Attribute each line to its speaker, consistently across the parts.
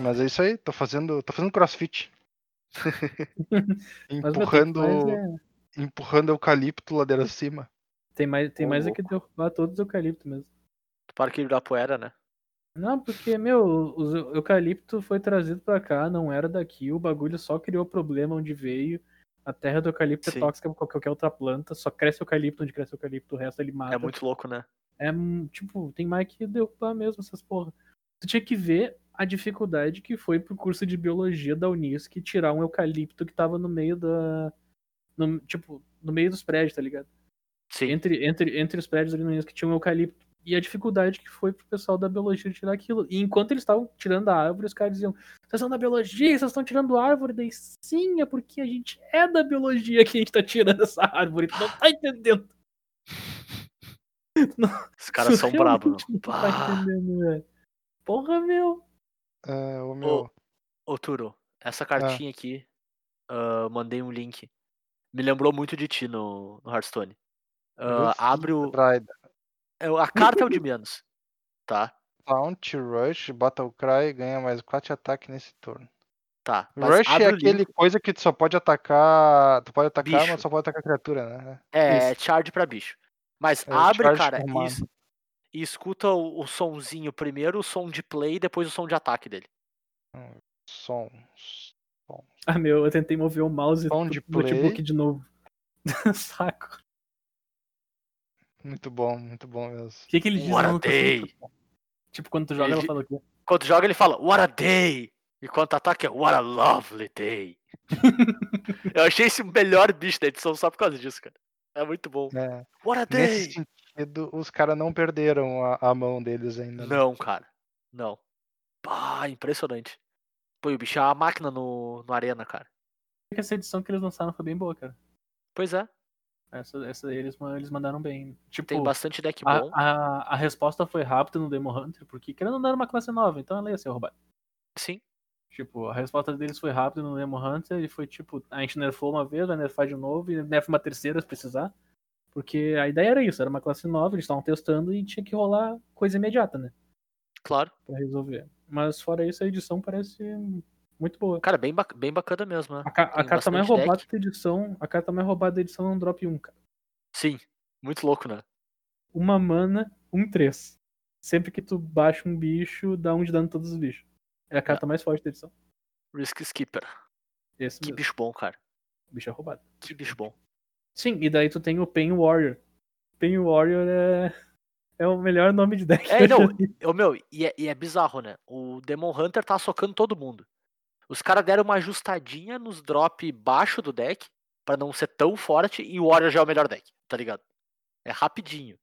Speaker 1: Mas é isso aí, tô fazendo, tô fazendo crossfit.
Speaker 2: Mas, meu, tem
Speaker 1: empurrando,
Speaker 2: mais, é-
Speaker 1: empurrando eucalipto ladeira acima.
Speaker 2: tem mais, tem
Speaker 3: Ô,
Speaker 2: mais é que derrubar todos os eucaliptos mesmo.
Speaker 3: Parque da Poeira, né?
Speaker 2: Não, porque, meu, os eu- eucalipto foi trazido pra cá, não era daqui, o bagulho só criou problema onde veio. A terra do eucalipto
Speaker 3: Sim.
Speaker 2: é tóxica pra qualquer outra planta, só cresce eucalipto onde cresce eucalipto, o resto ele mata.
Speaker 3: É muito louco, né?
Speaker 2: É, hum, tipo, tem mais que derrubar mesmo essas porra. Tu tinha que ver a dificuldade que foi pro curso de biologia da Unisc tirar um eucalipto que tava no meio da. no- tipo, no meio dos prédios, tá ligado?
Speaker 3: Sim.
Speaker 2: Entre, entre, entre os prédios ali no Unisc tinha um eucalipto. E a dificuldade que foi pro pessoal da biologia tirar aquilo. E enquanto eles estavam tirando a árvore, os caras diziam: vocês são da biologia, vocês estão tirando árvore. Daí sim, é porque a gente é da biologia que a gente tá tirando essa árvore. Tu não tá entendendo.
Speaker 3: Os caras são
Speaker 2: Tu
Speaker 3: bravos.
Speaker 2: realmente
Speaker 3: meu.
Speaker 2: não tá
Speaker 3: Bah.
Speaker 2: entendendo, velho. Porra, meu.
Speaker 1: É, o meu.
Speaker 3: Ô, Turo, essa cartinha aqui, ah, mandei um link. Me lembrou muito de ti no, no Hearthstone. Ah,
Speaker 1: Luffy,
Speaker 3: abre o.
Speaker 1: Rider,
Speaker 3: é, A carta é o de menos. Tá?
Speaker 1: Taunt, Rush, Battle Cry, ganha mais 4 de ataque nesse turno.
Speaker 3: Tá. mas
Speaker 1: Rush
Speaker 3: abre
Speaker 1: é
Speaker 3: o link.
Speaker 1: aquele coisa que tu só pode atacar. Tu pode atacar,
Speaker 3: Bicho.
Speaker 1: mas só pode atacar criatura, né?
Speaker 3: É, charge pra bicho. Mas
Speaker 1: É,
Speaker 3: abre,
Speaker 1: charge
Speaker 3: cara,
Speaker 1: com
Speaker 3: e, es- e escuta o, o somzinho primeiro, o som de play, depois o som de ataque dele.
Speaker 1: Som.
Speaker 2: Ah, meu, eu tentei mover o mouse
Speaker 1: Bom
Speaker 2: do
Speaker 1: de play.
Speaker 2: notebook de novo. Saco.
Speaker 1: Muito bom, muito bom mesmo.
Speaker 2: O que, que ele diz?
Speaker 3: What
Speaker 2: Eu
Speaker 3: a
Speaker 2: não consigo-
Speaker 3: day!
Speaker 2: Tipo, quando tu joga, ela
Speaker 3: Ele-
Speaker 2: fala o quê?
Speaker 3: Quando joga, ele fala, what a day! E quando ataca, é what a lovely day! Eu achei esse o melhor bicho da edição só por causa disso, cara. É muito bom.
Speaker 1: É,
Speaker 3: What a
Speaker 1: nesse
Speaker 3: day!
Speaker 1: sentido, os caras não perderam a, a mão deles ainda. né?
Speaker 3: Não, cara. Não. Pá, impressionante. Pô, e o bicho é uma máquina no, no arena, cara.
Speaker 2: "É Que Essa edição que eles lançaram foi bem boa, cara.
Speaker 3: Pois é,
Speaker 2: Essa, essa eles, ma- eles mandaram bem. Tipo,
Speaker 3: tem bastante deck
Speaker 2: a,
Speaker 3: bom.
Speaker 2: a, a resposta foi rápida no Demo Hunter, porque querendo ou não era uma classe nova, então ela ia ser roubada.
Speaker 3: Sim,
Speaker 2: Tipo, a resposta deles foi rápida no Demo Hunter e foi tipo, a gente nerfou uma vez, vai nerfar de novo e nerfa uma terceira se precisar. Porque a ideia era isso, era uma classe nova, eles estavam testando e tinha que rolar coisa imediata, né?
Speaker 3: claro.
Speaker 2: Pra resolver. Mas fora isso, a edição parece muito boa.
Speaker 3: Cara, bem, bac- bem bacana mesmo, né?
Speaker 2: A, ca- a
Speaker 3: tem
Speaker 2: carta
Speaker 3: bastante
Speaker 2: mais
Speaker 3: deck.
Speaker 2: roubada da edição. A carta mais roubada da edição é um drop 1, cara.
Speaker 3: Sim, muito louco, né?
Speaker 2: Uma mana, um 3. Sempre que tu baixa um bicho, dá um de dano em todos os bichos. É a carta mais forte da edição.
Speaker 3: Risk Skipper.
Speaker 2: Esse
Speaker 3: Que
Speaker 2: mesmo.
Speaker 3: bicho bom, cara.
Speaker 2: bicho é roubado.
Speaker 3: Que bicho bom.
Speaker 2: Sim, e daí tu tem o Pain Warrior. Pain Warrior é, é o melhor nome de deck.
Speaker 3: É,
Speaker 2: que eu
Speaker 3: não,
Speaker 2: já vi.
Speaker 3: Ô, meu, e é, e é bizarro, né? O Demon Hunter tá socando todo mundo. Os caras deram uma ajustadinha nos drop baixo do deck, pra não ser tão forte, e o Warrior já é o melhor deck, tá ligado? É rapidinho.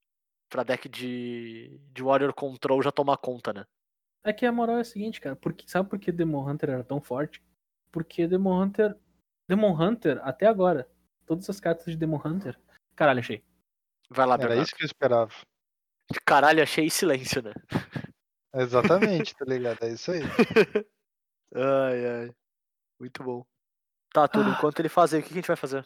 Speaker 3: Pra deck de, de Warrior Control já tomar conta, né?
Speaker 2: É que a moral é a seguinte, cara. Porque, sabe por que Demon Hunter era tão forte? Porque Demon Hunter. Demon Hunter, até agora, todas as cartas de Demon Hunter. Caralho, achei.
Speaker 3: Vai lá,
Speaker 1: Era
Speaker 3: Bernardo.
Speaker 1: isso que eu esperava.
Speaker 3: Caralho, achei silêncio, né?
Speaker 1: Exatamente, tá ligado? É isso aí.
Speaker 3: Ai, ai. Muito bom. Tá, tudo. Enquanto ele fazer, o que que a gente vai fazer?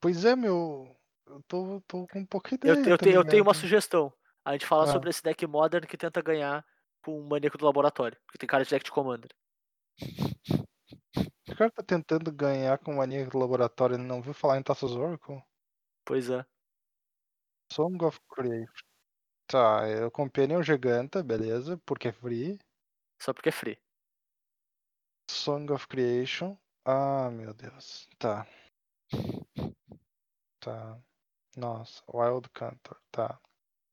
Speaker 1: Pois é, meu. Eu tô, tô com um pouca ideia.
Speaker 3: Eu, te- eu,
Speaker 1: tá
Speaker 3: te- eu tenho
Speaker 1: ligado?
Speaker 3: uma sugestão. A gente fala
Speaker 1: Ah.
Speaker 3: sobre esse deck modern que tenta ganhar com o maníaco do laboratório. Porque tem cara de deck de commander.
Speaker 1: O cara tá tentando ganhar com mania do laboratório, ele não viu falar em Taças Oracle?
Speaker 3: Pois é.
Speaker 1: Song of Creation. um Tá, eu Companion Giganta, beleza, porque é free.
Speaker 3: Só porque é free.
Speaker 1: Song of Creation. Ah, meu Deus. Tá. Tá. Nossa, Wild Cantor, tá.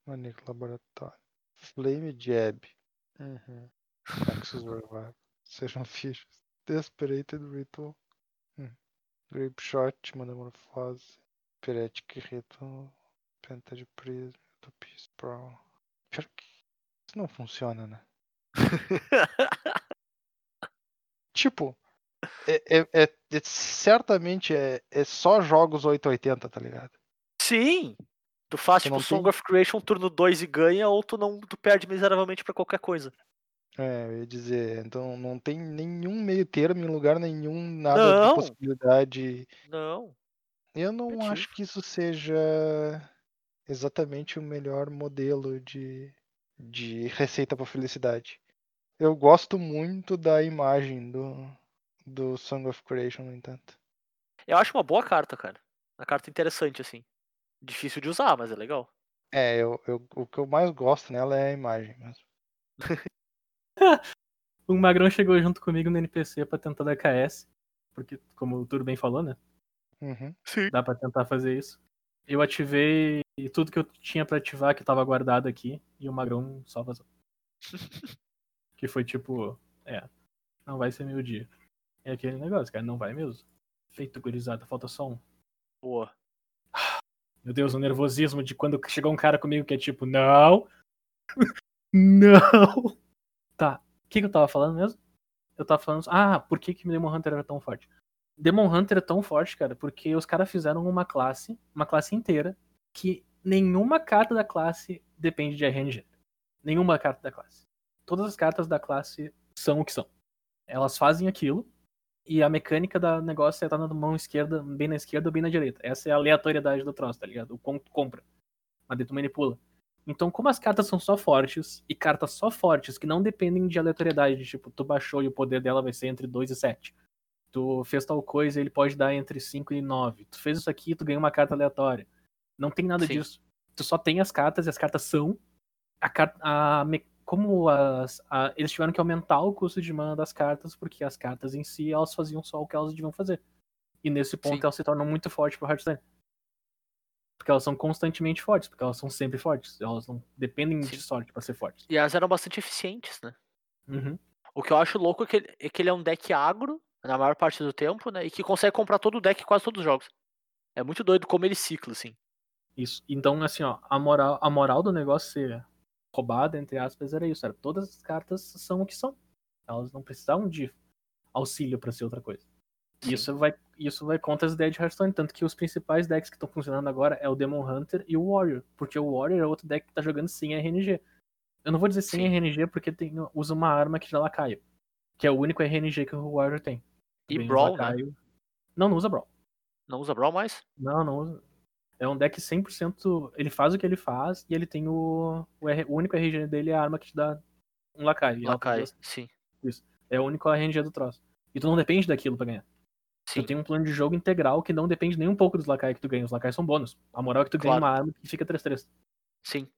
Speaker 1: Manico Laboratório. Flame Jab. Uhum. Axis Revival. Sejam fichas. Desperated Ritual. Hum. Grape Shot, Metamorfose. Peretic Ritual. Penta de Prisma. Utopia Sprawl. Pior que isso não funciona, né? Tipo, é, é- é- é- certamente é, é só jogos 880, tá ligado?
Speaker 3: Sim! Tu
Speaker 1: Eu
Speaker 3: faz tipo
Speaker 1: não
Speaker 3: Song
Speaker 1: tenho-
Speaker 3: of Creation turno 2 e ganha, ou tu não tu perde miseravelmente pra qualquer coisa.
Speaker 1: É, eu ia dizer, então não tem nenhum meio termo em lugar nenhum, nada
Speaker 3: Não.
Speaker 1: de possibilidade.
Speaker 3: Não.
Speaker 1: Eu não
Speaker 3: Negativo.
Speaker 1: acho que isso seja exatamente o melhor modelo de, de receita pra felicidade. Eu gosto muito da imagem do, do Song of Creation, no entanto.
Speaker 3: Eu acho uma boa carta, cara. Uma carta interessante, assim. Difícil de usar, mas é legal.
Speaker 1: É, eu, eu- o que eu mais gosto nela é a imagem mesmo.
Speaker 2: O Magrão chegou junto comigo no NPC pra tentar dar KS. Porque, como o Turo bem falou, né?
Speaker 1: Uhum.
Speaker 3: Sim.
Speaker 2: Dá pra tentar fazer isso. Eu ativei tudo que eu tinha pra ativar que tava guardado aqui. E o Magrão só vazou. que foi tipo, é, não vai ser meio dia. É aquele negócio, cara, não vai mesmo. Feito gurizada, falta só um.
Speaker 3: Boa.
Speaker 2: Meu Deus, o nervosismo de quando chegou um cara comigo que é tipo, não! não! Tá, o que, que eu tava falando mesmo? Eu tava falando. Ah, por que, que Demon Hunter era tão forte? Demon Hunter é tão forte, cara, porque os caras fizeram uma classe, uma classe inteira, que nenhuma carta da classe depende de RNG. Nenhuma carta da classe. Todas as cartas da classe são o que são. Elas fazem aquilo, e a mecânica da negócio é tá na mão esquerda, bem na esquerda ou bem na direita. Essa é a aleatoriedade do troço, tá ligado? O com tu compra. Mas daí tu manipula. Então, como as cartas são só fortes, e cartas só fortes que não dependem de aleatoriedade, de, tipo, tu baixou e o poder dela vai ser entre 2 e 7. Tu fez tal coisa, ele pode dar entre 5 e 9. Tu fez isso aqui, tu ganha uma carta aleatória. Não tem nada
Speaker 3: Sim.
Speaker 2: disso. Tu só tem as cartas, e as cartas são. A, car- a me- como as- a- eles tiveram que aumentar o custo de mana das cartas, porque as cartas em si elas faziam só o que elas deviam fazer. E nesse ponto
Speaker 3: Sim.
Speaker 2: elas se tornam muito fortes pro Hearthstone. Porque elas são constantemente fortes, porque elas são sempre fortes. Elas não dependem
Speaker 3: Sim.
Speaker 2: de sorte pra ser fortes.
Speaker 3: E elas eram bastante eficientes, né?
Speaker 2: Uhum.
Speaker 3: O que eu acho louco é que ele é, que ele é um deck agro, na maior parte do tempo, né? E que consegue comprar todo o deck, quase todos os jogos. É muito doido como ele cicla, assim.
Speaker 2: Isso. Então, assim, ó, a moral, a moral do negócio ser roubada, entre aspas, era isso. Era todas as cartas são o que são. Elas não precisavam de auxílio pra ser outra coisa. E
Speaker 3: Sim.
Speaker 2: Isso vai, isso vai contra as ideias de Hearthstone, tanto que os principais decks que estão funcionando agora é o Demon Hunter e o Warrior, porque o Warrior é outro deck que tá jogando sem RNG. Eu não vou dizer sem
Speaker 3: Sim.
Speaker 2: RNG porque tem, usa uma arma que já lacaio, que é o único RNG que o Warrior tem.
Speaker 3: E
Speaker 2: Vem os
Speaker 3: Brawl, né?
Speaker 2: lacaio- Não, não usa Brawl.
Speaker 3: Não usa Brawl mais?
Speaker 2: Não, não usa. É um deck 100%. Ele faz o que ele faz e ele tem o. O, R- o único RNG dele é a arma que te dá um lacaio. e ela tem
Speaker 3: Lakai,
Speaker 2: duas-
Speaker 3: sim.
Speaker 2: É o único RNG do troço. E tu não depende daquilo pra ganhar.
Speaker 3: Sim.
Speaker 2: Tu tem um plano de jogo integral que não depende nem um pouco dos lacaios que tu ganha. Os lacaios são bônus. A moral é que tu ganha
Speaker 3: Claro.
Speaker 2: uma arma que fica 3-3.
Speaker 3: Sim.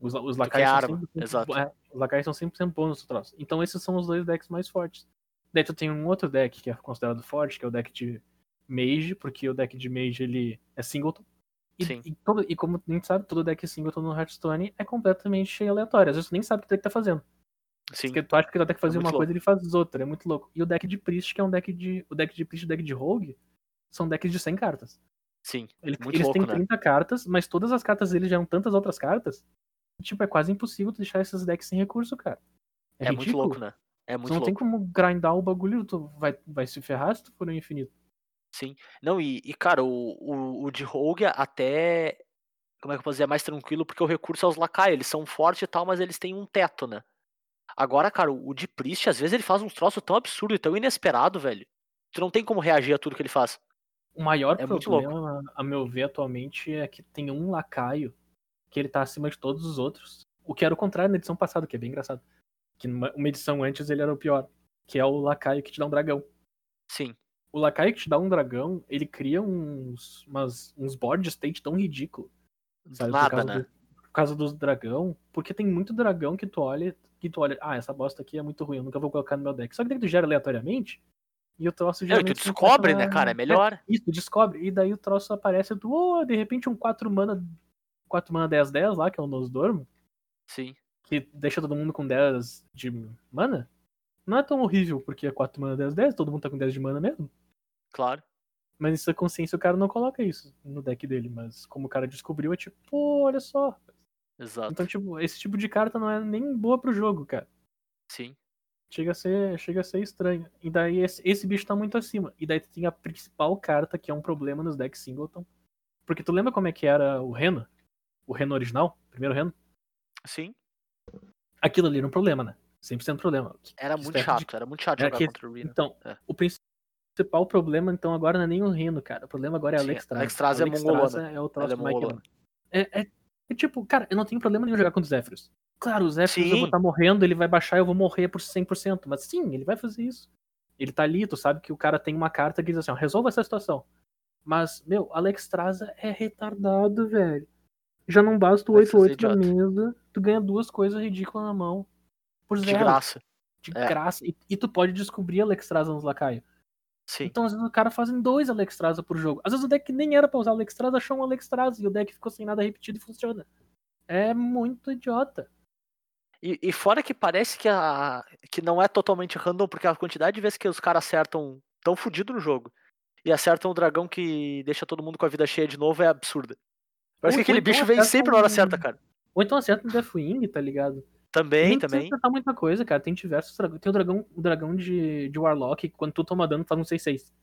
Speaker 2: Os, la- os
Speaker 3: Tu
Speaker 2: lacaios
Speaker 3: quer
Speaker 2: são
Speaker 3: arma,
Speaker 2: 100%
Speaker 3: exato.
Speaker 2: é, os lacaios são 100% bônus do troço. Então esses são os dois decks mais fortes. Daí tu tem um outro deck que é considerado forte, que é o deck de Mage, porque o deck de Mage ele é singleton. E,
Speaker 3: Sim.
Speaker 2: e todo- e como a gente sabe, todo deck é singleton no Hearthstone é completamente aleatório. Às vezes tu nem sabe o que o deck tá fazendo.
Speaker 3: Sim. É
Speaker 2: Porque tu acha que é o deck fazia
Speaker 3: muito
Speaker 2: uma coisa, ele faz outra. É muito louco. E o deck de Priest, que é um deck de. O deck de Priest e o deck de Rogue são decks de 100 cartas.
Speaker 3: Sim.
Speaker 2: Ele-
Speaker 3: Muito
Speaker 2: eles
Speaker 3: louco,
Speaker 2: têm
Speaker 3: né?
Speaker 2: 30 cartas, mas todas as cartas deles geram tantas outras cartas. que, Tipo, é quase impossível tu deixar esses decks sem recurso, cara.
Speaker 3: É, muito
Speaker 2: ridículo.
Speaker 3: louco, né? É
Speaker 2: Tu
Speaker 3: muito
Speaker 2: não
Speaker 3: louco.
Speaker 2: tem como grindar o bagulho, tu vai, vai se ferrar se tu for no infinito.
Speaker 3: Sim. Não, e, e, cara, o, o, o de Rogue até. Como é que eu posso dizer? É mais tranquilo porque o recurso é os Lakai. Eles são fortes e tal, mas eles têm um teto, né? Agora, cara, o o de Priest, às vezes ele faz uns troços tão absurdo e tão inesperado, velho. Tu não tem como reagir a tudo que ele faz.
Speaker 2: O maior
Speaker 3: É muito
Speaker 2: problema, a meu ver, atualmente, é que tem um lacaio que ele tá acima de todos os outros. O que era o contrário na edição passada, que é bem engraçado. Que numa uma edição antes ele era o pior. Que é o lacaio que te dá um dragão.
Speaker 3: Sim.
Speaker 2: O lacaio que te dá um dragão, ele cria uns, umas, uns board state tão ridículo.
Speaker 3: Do
Speaker 2: Sabe? por
Speaker 3: nada,
Speaker 2: causa
Speaker 3: né?
Speaker 2: do- por causa dos dragão. Porque tem muito dragão que tu olha, que tu olha, ah, essa bosta aqui é muito ruim, eu nunca vou colocar no meu deck. Só que daí tu gera aleatoriamente. E o troço
Speaker 3: Não, É, e
Speaker 2: geralmente
Speaker 3: tu
Speaker 2: se encaixa
Speaker 3: descobre, né,
Speaker 2: na-
Speaker 3: cara? É
Speaker 2: É,
Speaker 3: melhor.
Speaker 2: isso, tu descobre. E daí o troço aparece do. Oh, de repente um 4 mana. 4 mana 10 10 lá, que é o Nosdormo,
Speaker 3: Sim.
Speaker 2: que deixa todo mundo com 10 de mana. Não é tão horrível, porque é 4 mana 10 10, todo mundo tá com 10 de mana mesmo.
Speaker 3: Claro.
Speaker 2: Mas em sua consciência o cara não coloca isso no deck dele. Mas como o cara descobriu, é tipo, pô, olha só.
Speaker 3: Exato.
Speaker 2: Então, tipo, esse tipo de carta não é nem boa pro jogo, cara.
Speaker 3: Sim.
Speaker 2: tipo, Chega a ser, chega a ser estranho. E daí esse, esse bicho tá muito acima. E daí tu tem a principal carta que é um problema nos decks singleton. Porque tu lembra como é que era o Reno? O Reno original? Primeiro Reno?
Speaker 3: Sim.
Speaker 2: Aquilo ali era um problema, né? 100% problema.
Speaker 3: Era
Speaker 2: Que
Speaker 3: muito
Speaker 2: espécie de-
Speaker 3: chato. Era muito chato
Speaker 2: Era
Speaker 3: jogar
Speaker 2: que-
Speaker 3: contra o Rina.
Speaker 2: Então,
Speaker 3: É.
Speaker 2: o principal problema então agora não é nem o Reno, cara. O problema agora é a
Speaker 3: Sim,
Speaker 2: Alex Traz.
Speaker 3: Alex Traz é mongolona.
Speaker 2: é o
Speaker 3: Ela
Speaker 2: troço
Speaker 3: é
Speaker 2: do Mike
Speaker 3: mongolona.
Speaker 2: Mann. É, é E tipo, cara, eu não tenho problema nenhum jogar contra o Zephyrus. Claro, o Zephyrus eu
Speaker 3: Sim.
Speaker 2: vou estar morrendo, ele vai baixar, eu vou morrer por 100%. Mas sim, ele vai fazer isso. Ele tá ali, tu sabe que o cara tem uma carta que diz assim, ó, resolva essa situação. Mas, meu, Alex Traza é retardado, velho. Já não basta o
Speaker 3: Vai fazer
Speaker 2: 8-8 na
Speaker 3: é idiota.
Speaker 2: mesa, tu ganha duas coisas ridículas na mão. Por
Speaker 3: De
Speaker 2: é zero.
Speaker 3: graça.
Speaker 2: De
Speaker 3: É.
Speaker 2: graça. E, e tu pode descobrir Alex Traza nos lacaios.
Speaker 3: Sim.
Speaker 2: Então, às vezes, o cara fazem dois Alexstrasza por jogo. Às vezes o deck nem era pra usar Alexstrasza, achou um Alexstrasza e o deck ficou sem nada repetido e funciona. É muito idiota.
Speaker 3: E, e fora que parece que, a, que não é totalmente random, porque a quantidade de vezes que os caras acertam tão fudido no jogo e acertam o dragão que deixa todo mundo com a vida cheia de novo é absurda. Parece
Speaker 2: Ou-
Speaker 3: que aquele
Speaker 2: ou então
Speaker 3: bicho vem
Speaker 2: acerta
Speaker 3: sempre na hora
Speaker 2: um-
Speaker 3: certa, cara.
Speaker 2: Ou então acerta no Deathwing, tá ligado?
Speaker 3: Também,
Speaker 2: Nem
Speaker 3: também.
Speaker 2: acertar muita coisa, cara. Tem diversos dragões. Tem o dragão, o dragão de, de Warlock, que quando tu toma dano, faz um 6-6.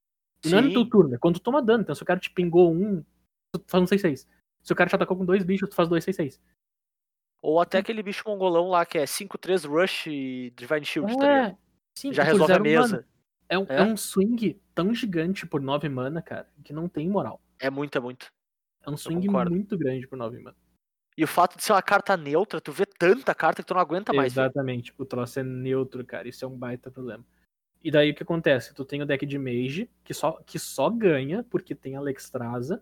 Speaker 2: E Não é no
Speaker 3: Sim.
Speaker 2: teu turno, é quando tu toma dano. Então, se o cara te pingou um, tu faz um 6-6. Se o cara te atacou com dois bichos, tu faz dois 6-6.
Speaker 3: Ou até aquele bicho mongolão lá que é 5-3 Rush e Divine Shield, tá ligado?
Speaker 2: É, sim,
Speaker 3: Já
Speaker 2: por
Speaker 3: resolve a
Speaker 2: zero mana.
Speaker 3: mesa.
Speaker 2: É um,
Speaker 3: É?
Speaker 2: é um swing tão gigante por 9 mana, cara, que não tem moral.
Speaker 3: É muito, é muito.
Speaker 2: É um swing
Speaker 3: concordo.
Speaker 2: muito grande por 9 mana.
Speaker 3: E o fato de ser uma carta neutra, tu vê tanta carta que tu não aguenta mais. velho.
Speaker 2: Exatamente. O troço é neutro, cara. Isso é um baita problema. E daí o que acontece? Tu tem o deck de Mage, que só, que só ganha porque tem Alexstrasza.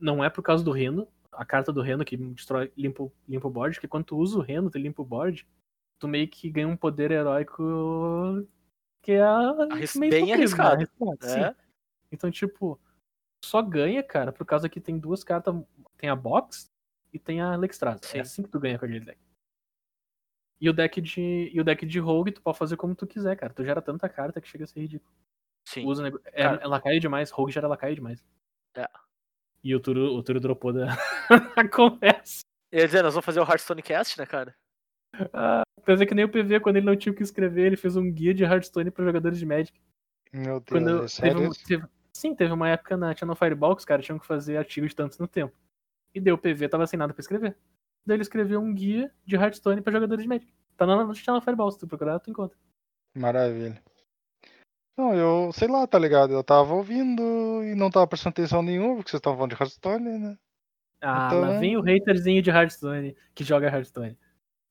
Speaker 2: Não é por causa do Reno. A carta do Reno que destrói, limpa, o- limpa o board, porque quando tu usa o Reno, tu limpa o board, tu meio que ganha um poder heróico que é
Speaker 3: Arris-
Speaker 2: meio
Speaker 3: bem
Speaker 2: sofrido, né?
Speaker 3: arriscado.
Speaker 2: sim.
Speaker 3: É.
Speaker 2: Então, tipo, só ganha, cara, por causa que tem duas cartas. Tem a box e tem a Alexstrasza.
Speaker 3: Sim.
Speaker 2: É assim que tu ganha com aquele deck. E o deck de. E o deck de rogue, tu pode fazer como tu quiser, cara. Tu gera tanta carta que chega a ser ridículo.
Speaker 3: Sim.
Speaker 2: Usa nego... é,
Speaker 3: Cara.
Speaker 2: é lacaio demais, rogue gera lacaio demais.
Speaker 3: É.
Speaker 2: E o Turo, o Turo dropou da da conversa.
Speaker 3: Quer dizer, nós vamos fazer o Hearthstone Cast, né, cara?
Speaker 2: Pensei que nem o PV, quando ele não tinha o que escrever, ele fez um guia de Hearthstone pra jogadores de Magic.
Speaker 1: Meu Deus,
Speaker 2: Quando eu-
Speaker 1: é sério
Speaker 2: teve um-
Speaker 1: isso?
Speaker 2: teve- sim, teve uma época na Channel Fireball que os caras tinham que fazer artigos tantos no tempo. E deu PV, tava sem nada pra escrever. Daí ele escreveu um guia de Hearthstone pra jogadores de Magic. Tá na na Channel Fireball, se tu procurar, tu encontra.
Speaker 1: Maravilha. Não, eu sei lá, tá ligado? Eu tava ouvindo e não tava prestando atenção nenhuma, porque vocês estavam falando de Hearthstone, né?
Speaker 2: Ah,
Speaker 1: Então-
Speaker 2: lá vem o haterzinho de Hearthstone que joga Hearthstone.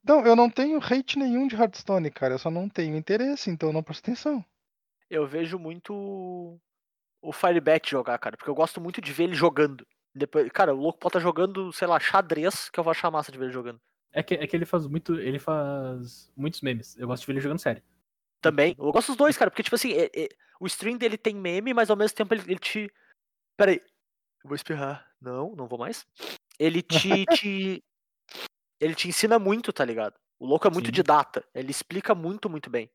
Speaker 1: Não, eu não tenho hate nenhum de Hearthstone, cara. Eu só não tenho interesse, então eu não presto atenção.
Speaker 3: Eu vejo muito o Firebat jogar, cara, porque eu gosto muito de ver ele jogando. Depois, cara, o louco pode estar jogando, sei lá, xadrez, que eu vou achar massa de ver ele jogando.
Speaker 2: É que, é que ele faz muito. Ele faz muitos memes. Eu gosto de ver ele jogando sério.
Speaker 3: Também. Eu gosto dos dois, cara, porque, tipo assim, é- é- o stream dele tem meme, mas ao mesmo tempo ele, ele te. Peraí. Eu vou espirrar. Não, não vou mais. Ele te. te- Ele te ensina muito, tá ligado? O louco é muito
Speaker 2: Sim.
Speaker 3: didata. Ele explica muito, muito bem.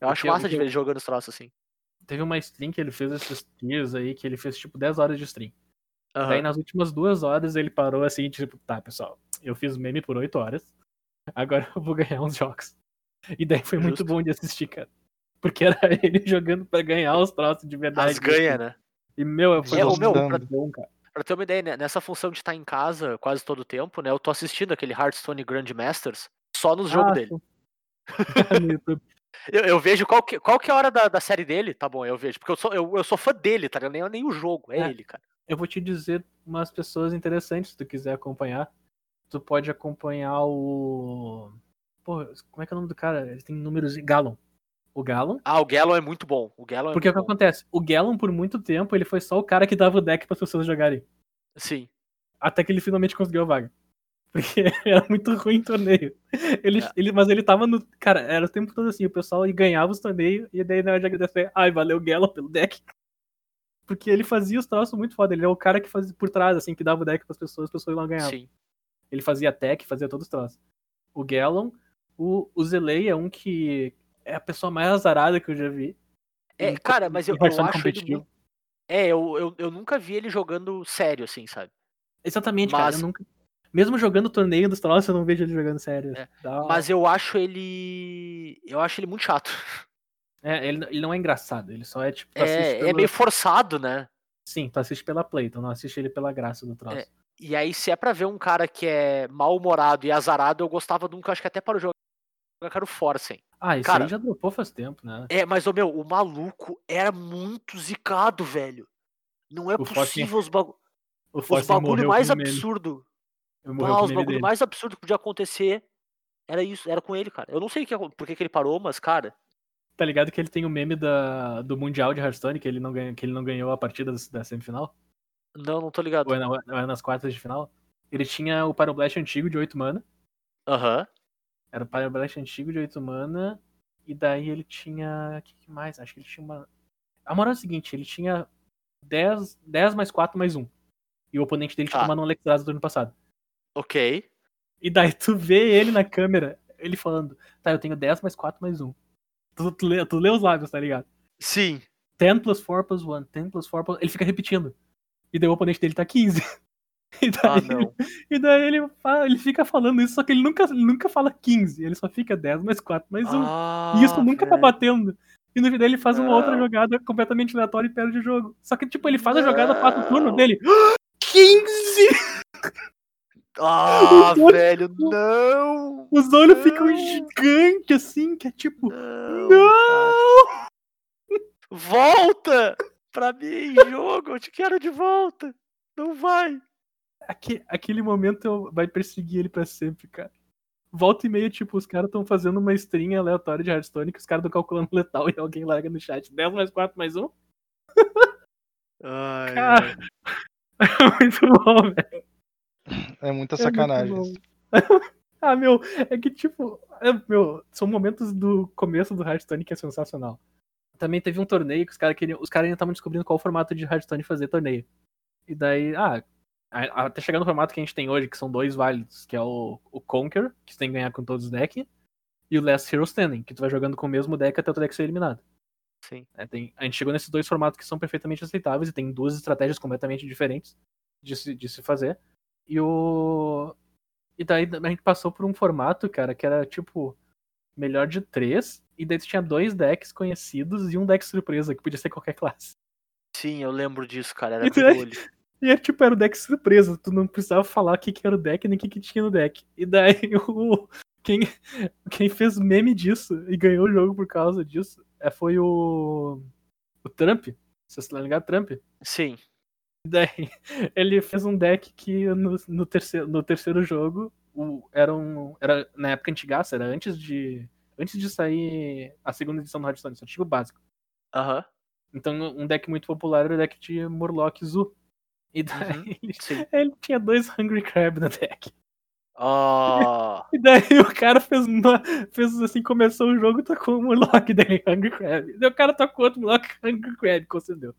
Speaker 3: Eu
Speaker 2: O
Speaker 3: acho
Speaker 2: que eu- o
Speaker 3: massa
Speaker 2: que
Speaker 3: de
Speaker 2: eu-
Speaker 3: ver ele jogando os troços assim.
Speaker 2: Teve uma stream que ele fez esses dias aí, que ele fez tipo 10 horas de stream.
Speaker 3: Aham.
Speaker 2: Daí nas últimas duas horas ele parou assim, tipo, tá, pessoal, eu fiz meme por oito horas, agora eu vou ganhar uns jogos. E daí foi muito
Speaker 3: Justo.
Speaker 2: bom de assistir, cara. Porque era ele jogando pra ganhar os troços de verdade.
Speaker 3: As ganha, né?
Speaker 2: E meu, foi
Speaker 3: É, o
Speaker 2: muito
Speaker 3: meu,
Speaker 1: pra-
Speaker 2: bom, cara.
Speaker 3: Pra ter uma ideia, né, nessa função de estar em casa quase todo o tempo, né? Eu tô assistindo aquele Hearthstone Grandmasters só nos jogos
Speaker 2: Ah,
Speaker 3: dele.
Speaker 2: sim. No YouTube.
Speaker 3: Eu, eu vejo qual que, qual que é a hora da, da série dele, tá bom, eu vejo. Porque eu sou, eu, eu sou fã dele, tá ligado? Nem, nem o jogo, é,
Speaker 2: É.
Speaker 3: ele, cara.
Speaker 2: eu vou te dizer umas pessoas interessantes, se tu quiser acompanhar. Tu pode acompanhar o. Pô, como é que é o nome do cara? Ele tem números. Galon. O Galon.
Speaker 3: Ah, o Gallon é muito bom. O Gallon é
Speaker 2: Porque o que
Speaker 3: muito bom.
Speaker 2: acontece? O Gallon, por muito tempo, ele foi só o cara que dava o deck para pessoas jogarem.
Speaker 3: Sim.
Speaker 2: Até que ele finalmente conseguiu a vaga. Porque era muito ruim o torneio. Ele,
Speaker 3: É.
Speaker 2: ele, mas ele tava no. Cara, era o tempo todo assim, o pessoal ganhava os torneios, e daí na hora de agradecer, ai, valeu Gelo pelo deck. Porque ele fazia os troços muito foda. Ele é o cara que fazia por trás, assim, que dava o deck pras pessoas, as pessoas lá ganhavam.
Speaker 3: Sim.
Speaker 2: Ele fazia tech, fazia todos os troços. O Gallon, o, o Zelei é um que é a pessoa mais azarada que eu já vi.
Speaker 3: É,
Speaker 2: Em-
Speaker 3: cara, mas eu,
Speaker 2: em
Speaker 3: eu
Speaker 2: versão
Speaker 3: acho ele
Speaker 2: competitiva.
Speaker 3: muito... É, eu, eu, eu nunca vi ele jogando sério, assim, sabe?
Speaker 2: Exatamente, cara.
Speaker 3: Mas-
Speaker 2: Eu nunca... Mesmo jogando o torneio dos troços, eu não vejo ele jogando sério.
Speaker 3: É,
Speaker 2: Dá-
Speaker 3: Mas eu acho ele... Eu acho ele muito chato.
Speaker 2: É, ele, ele não é engraçado, ele só é tipo. Tu assiste
Speaker 3: É, é
Speaker 2: pela-
Speaker 3: meio forçado, né?
Speaker 2: Sim, tu assiste pela play, tu não assiste ele pela graça do troço.
Speaker 3: É. E aí, se é pra ver um cara que é mal-humorado e azarado, eu gostava de um que eu acho que até para o jogo era o Forsen.
Speaker 2: Ah, isso
Speaker 3: Cara-
Speaker 2: aí já dropou faz tempo, né?
Speaker 3: É, mas, ô meu, o maluco era muito zicado, velho. Não é
Speaker 2: O Forsen-
Speaker 3: possível os, bagu-
Speaker 2: O
Speaker 3: os
Speaker 2: Fossen
Speaker 3: bagulho
Speaker 2: morreu
Speaker 3: mais
Speaker 2: com meme.
Speaker 3: absurdo.
Speaker 2: Eu
Speaker 3: Ah,
Speaker 2: morreu
Speaker 3: os
Speaker 2: primeiro
Speaker 3: bagulho
Speaker 2: dele.
Speaker 3: mais absurdo que podia acontecer era isso, era com ele, cara. Eu não sei que, por que, que ele parou, mas, cara,
Speaker 2: Tá ligado que ele tem o meme da, do Mundial de Hearthstone, que ele não, ganha, que ele não ganhou a partida da- da semifinal?
Speaker 3: não, não tô ligado.
Speaker 2: ou é, na- ou é nas quartas de final, ele tinha o Pyroblast antigo de 8 mana.
Speaker 3: Aham.
Speaker 2: Era o Pyroblast antigo de 8 mana. E daí ele tinha. O que, que mais? Acho que ele tinha uma. A moral é o seguinte: ele tinha 10, 10 mais 4 mais 1. E o oponente dele tinha
Speaker 3: Tá.
Speaker 2: tomado um Alexstrasza do ano passado.
Speaker 3: Ok.
Speaker 2: E daí tu vê ele na câmera, ele falando: Tá, eu tenho 10 mais 4 mais 1. Tu, tu, lê, tu lê os lábios, tá ligado?
Speaker 3: Sim.
Speaker 2: 10 plus 4 plus 1, 10 plus 4 plus. Ele fica repetindo. E daí o oponente dele tá 15. E
Speaker 3: Ah,
Speaker 2: daí ele
Speaker 3: não.
Speaker 2: E daí ele, fa- ele fica falando isso, só que ele nunca, ele nunca fala 15, ele só fica 10 mais 4 mais 1.
Speaker 3: Ah,
Speaker 2: e isso nunca tá
Speaker 3: velho.
Speaker 2: batendo. E no final ele faz uma outra
Speaker 3: Não.
Speaker 2: jogada completamente aleatória e perde o jogo. Só que, tipo, ele faz a jogada quatro
Speaker 3: Não.
Speaker 2: turnos dele. 15!
Speaker 3: Ah,
Speaker 2: O
Speaker 3: velho, não!
Speaker 2: Os olhos ficam
Speaker 3: Não.
Speaker 2: gigantes, assim, que é tipo.
Speaker 3: Não!
Speaker 2: Não!
Speaker 3: Volta! Pra mim, jogo, eu te quero de volta! Não vai!
Speaker 2: Aque- aquele momento eu- vai perseguir ele pra sempre, cara. Volta e meia, tipo, os caras tão fazendo uma string aleatória de Hearthstone que os caras tão calculando letal e alguém larga no chat 10 mais 4 mais 1.
Speaker 3: Ai,
Speaker 2: Cara,
Speaker 3: ai.
Speaker 2: Muito bom, velho.
Speaker 1: É muita
Speaker 2: É muito
Speaker 1: sacanagem.
Speaker 2: bom.
Speaker 1: isso.
Speaker 2: ah, meu, é que tipo, é, meu, são momentos do começo do Hearthstone que é sensacional. Também teve um torneio que os caras queriam, os caras ainda estavam descobrindo qual formato de Hearthstone fazer torneio. E daí, ah, a- até chegar no formato que a gente tem hoje, que são dois válidos, que é o, o Conquer, que você tem que ganhar com todos os decks, e o Last Hero Standing, que tu vai jogando com o mesmo deck até o teu deck ser eliminado.
Speaker 3: Sim.
Speaker 2: É, tem- a gente chegou nesses dois formatos que são perfeitamente aceitáveis e tem duas estratégias completamente diferentes de se, de se fazer. E o. E daí a gente passou por um formato, cara, que era tipo melhor de três, e daí tu tinha dois decks conhecidos e um deck surpresa, que podia ser qualquer classe.
Speaker 3: Sim, eu lembro disso, cara. Era
Speaker 2: E tu- é?
Speaker 3: piolho.
Speaker 2: E era tipo, era o deck surpresa, tu não precisava falar o que, que era o deck nem o que, que tinha no deck. E daí o. Quem, quem fez meme disso e ganhou o jogo por causa disso é, foi o. O Trump. Vocês se ligado, Trump?
Speaker 3: Sim.
Speaker 2: E Daí, ele fez um deck que no, no terceiro, no terceiro jogo o- era um. Era na época antigaça, era antes de. Antes de sair a segunda edição do Hearthstone, isso é antigo básico.
Speaker 3: Aham.
Speaker 2: Então, um deck muito popular era o deck de Murloc Zoo. E daí
Speaker 3: Uhum.
Speaker 2: ele,
Speaker 3: Sim.
Speaker 2: ele tinha dois Hungry Crab no deck.
Speaker 3: Ah.
Speaker 2: E daí o cara fez, uma- fez assim, começou o jogo, tocou o Murloc dele, Hungry Crab. Daí o cara tocou outro Murloc, Hungry Crab, concedeu.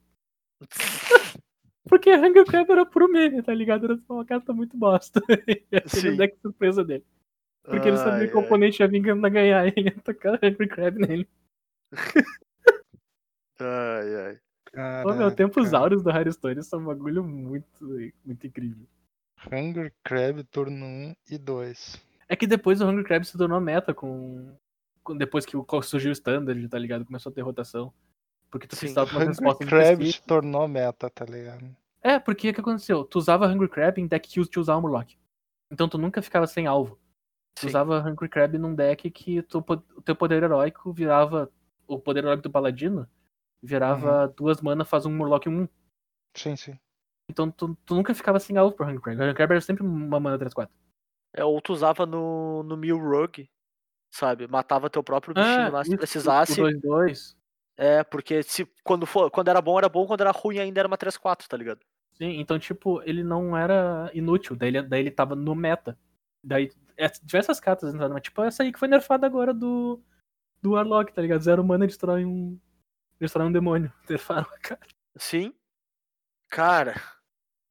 Speaker 2: Porque Hungry Crab era puro meme, tá ligado? Era só uma carta muito bosta. Sim.
Speaker 3: Sim.
Speaker 2: O deck surpresa dele. Porque ele sabia
Speaker 3: Ai,
Speaker 2: que o
Speaker 3: ai.
Speaker 2: oponente ia vir querendo ganhar ele ia tocar Hungry Crab nele.
Speaker 3: Ai, ai.
Speaker 2: Pô, meu, um-
Speaker 1: Caraca.
Speaker 2: tempos áureos do Hearthstone são um bagulho muito, muito incrível.
Speaker 1: Hunger Crab turno 1 e 2.
Speaker 2: É que depois o Hungry Crab se tornou meta com. com- depois que o- surgiu o Standard, tá ligado? Começou a ter rotação. Porque tu
Speaker 3: Sim,
Speaker 2: precisava de uma resposta
Speaker 1: Hunger
Speaker 2: de
Speaker 1: Crab
Speaker 2: PC.
Speaker 1: se tornou meta, tá ligado?
Speaker 2: É, porque o que aconteceu? Tu usava Hungry Crab em deck que te usava Murloc. Então tu nunca ficava sem alvo. Tu
Speaker 3: Sim.
Speaker 2: usava Hungry Crab num deck que tu po- o teu poder heróico virava. O poder heróico do Paladino
Speaker 3: Uhum.
Speaker 2: virava duas mana, faz um Murloc e um
Speaker 1: Sim, sim.
Speaker 2: Então tu, tu nunca ficava sem alvo pro Hungry Crab. Hungry Crab era sempre uma mana 3-4.
Speaker 3: É, ou tu usava no, no Mil Rogue, sabe? Matava teu próprio
Speaker 2: Ah,
Speaker 3: bichinho lá se precisasse.
Speaker 2: 2-2.
Speaker 3: É, porque se, quando, for, quando era bom, era bom, quando era ruim ainda era uma 3-4, tá ligado?
Speaker 2: Sim, então tipo, ele não era inútil. Daí ele, daí ele tava no meta. Daí é, diversas cartas entraram, mas tipo essa aí que foi nerfada agora do, do Warlock, tá ligado? Zero mana destrói um. Destrói um demônio. Nerfaram a carta.
Speaker 3: Sim. Cara,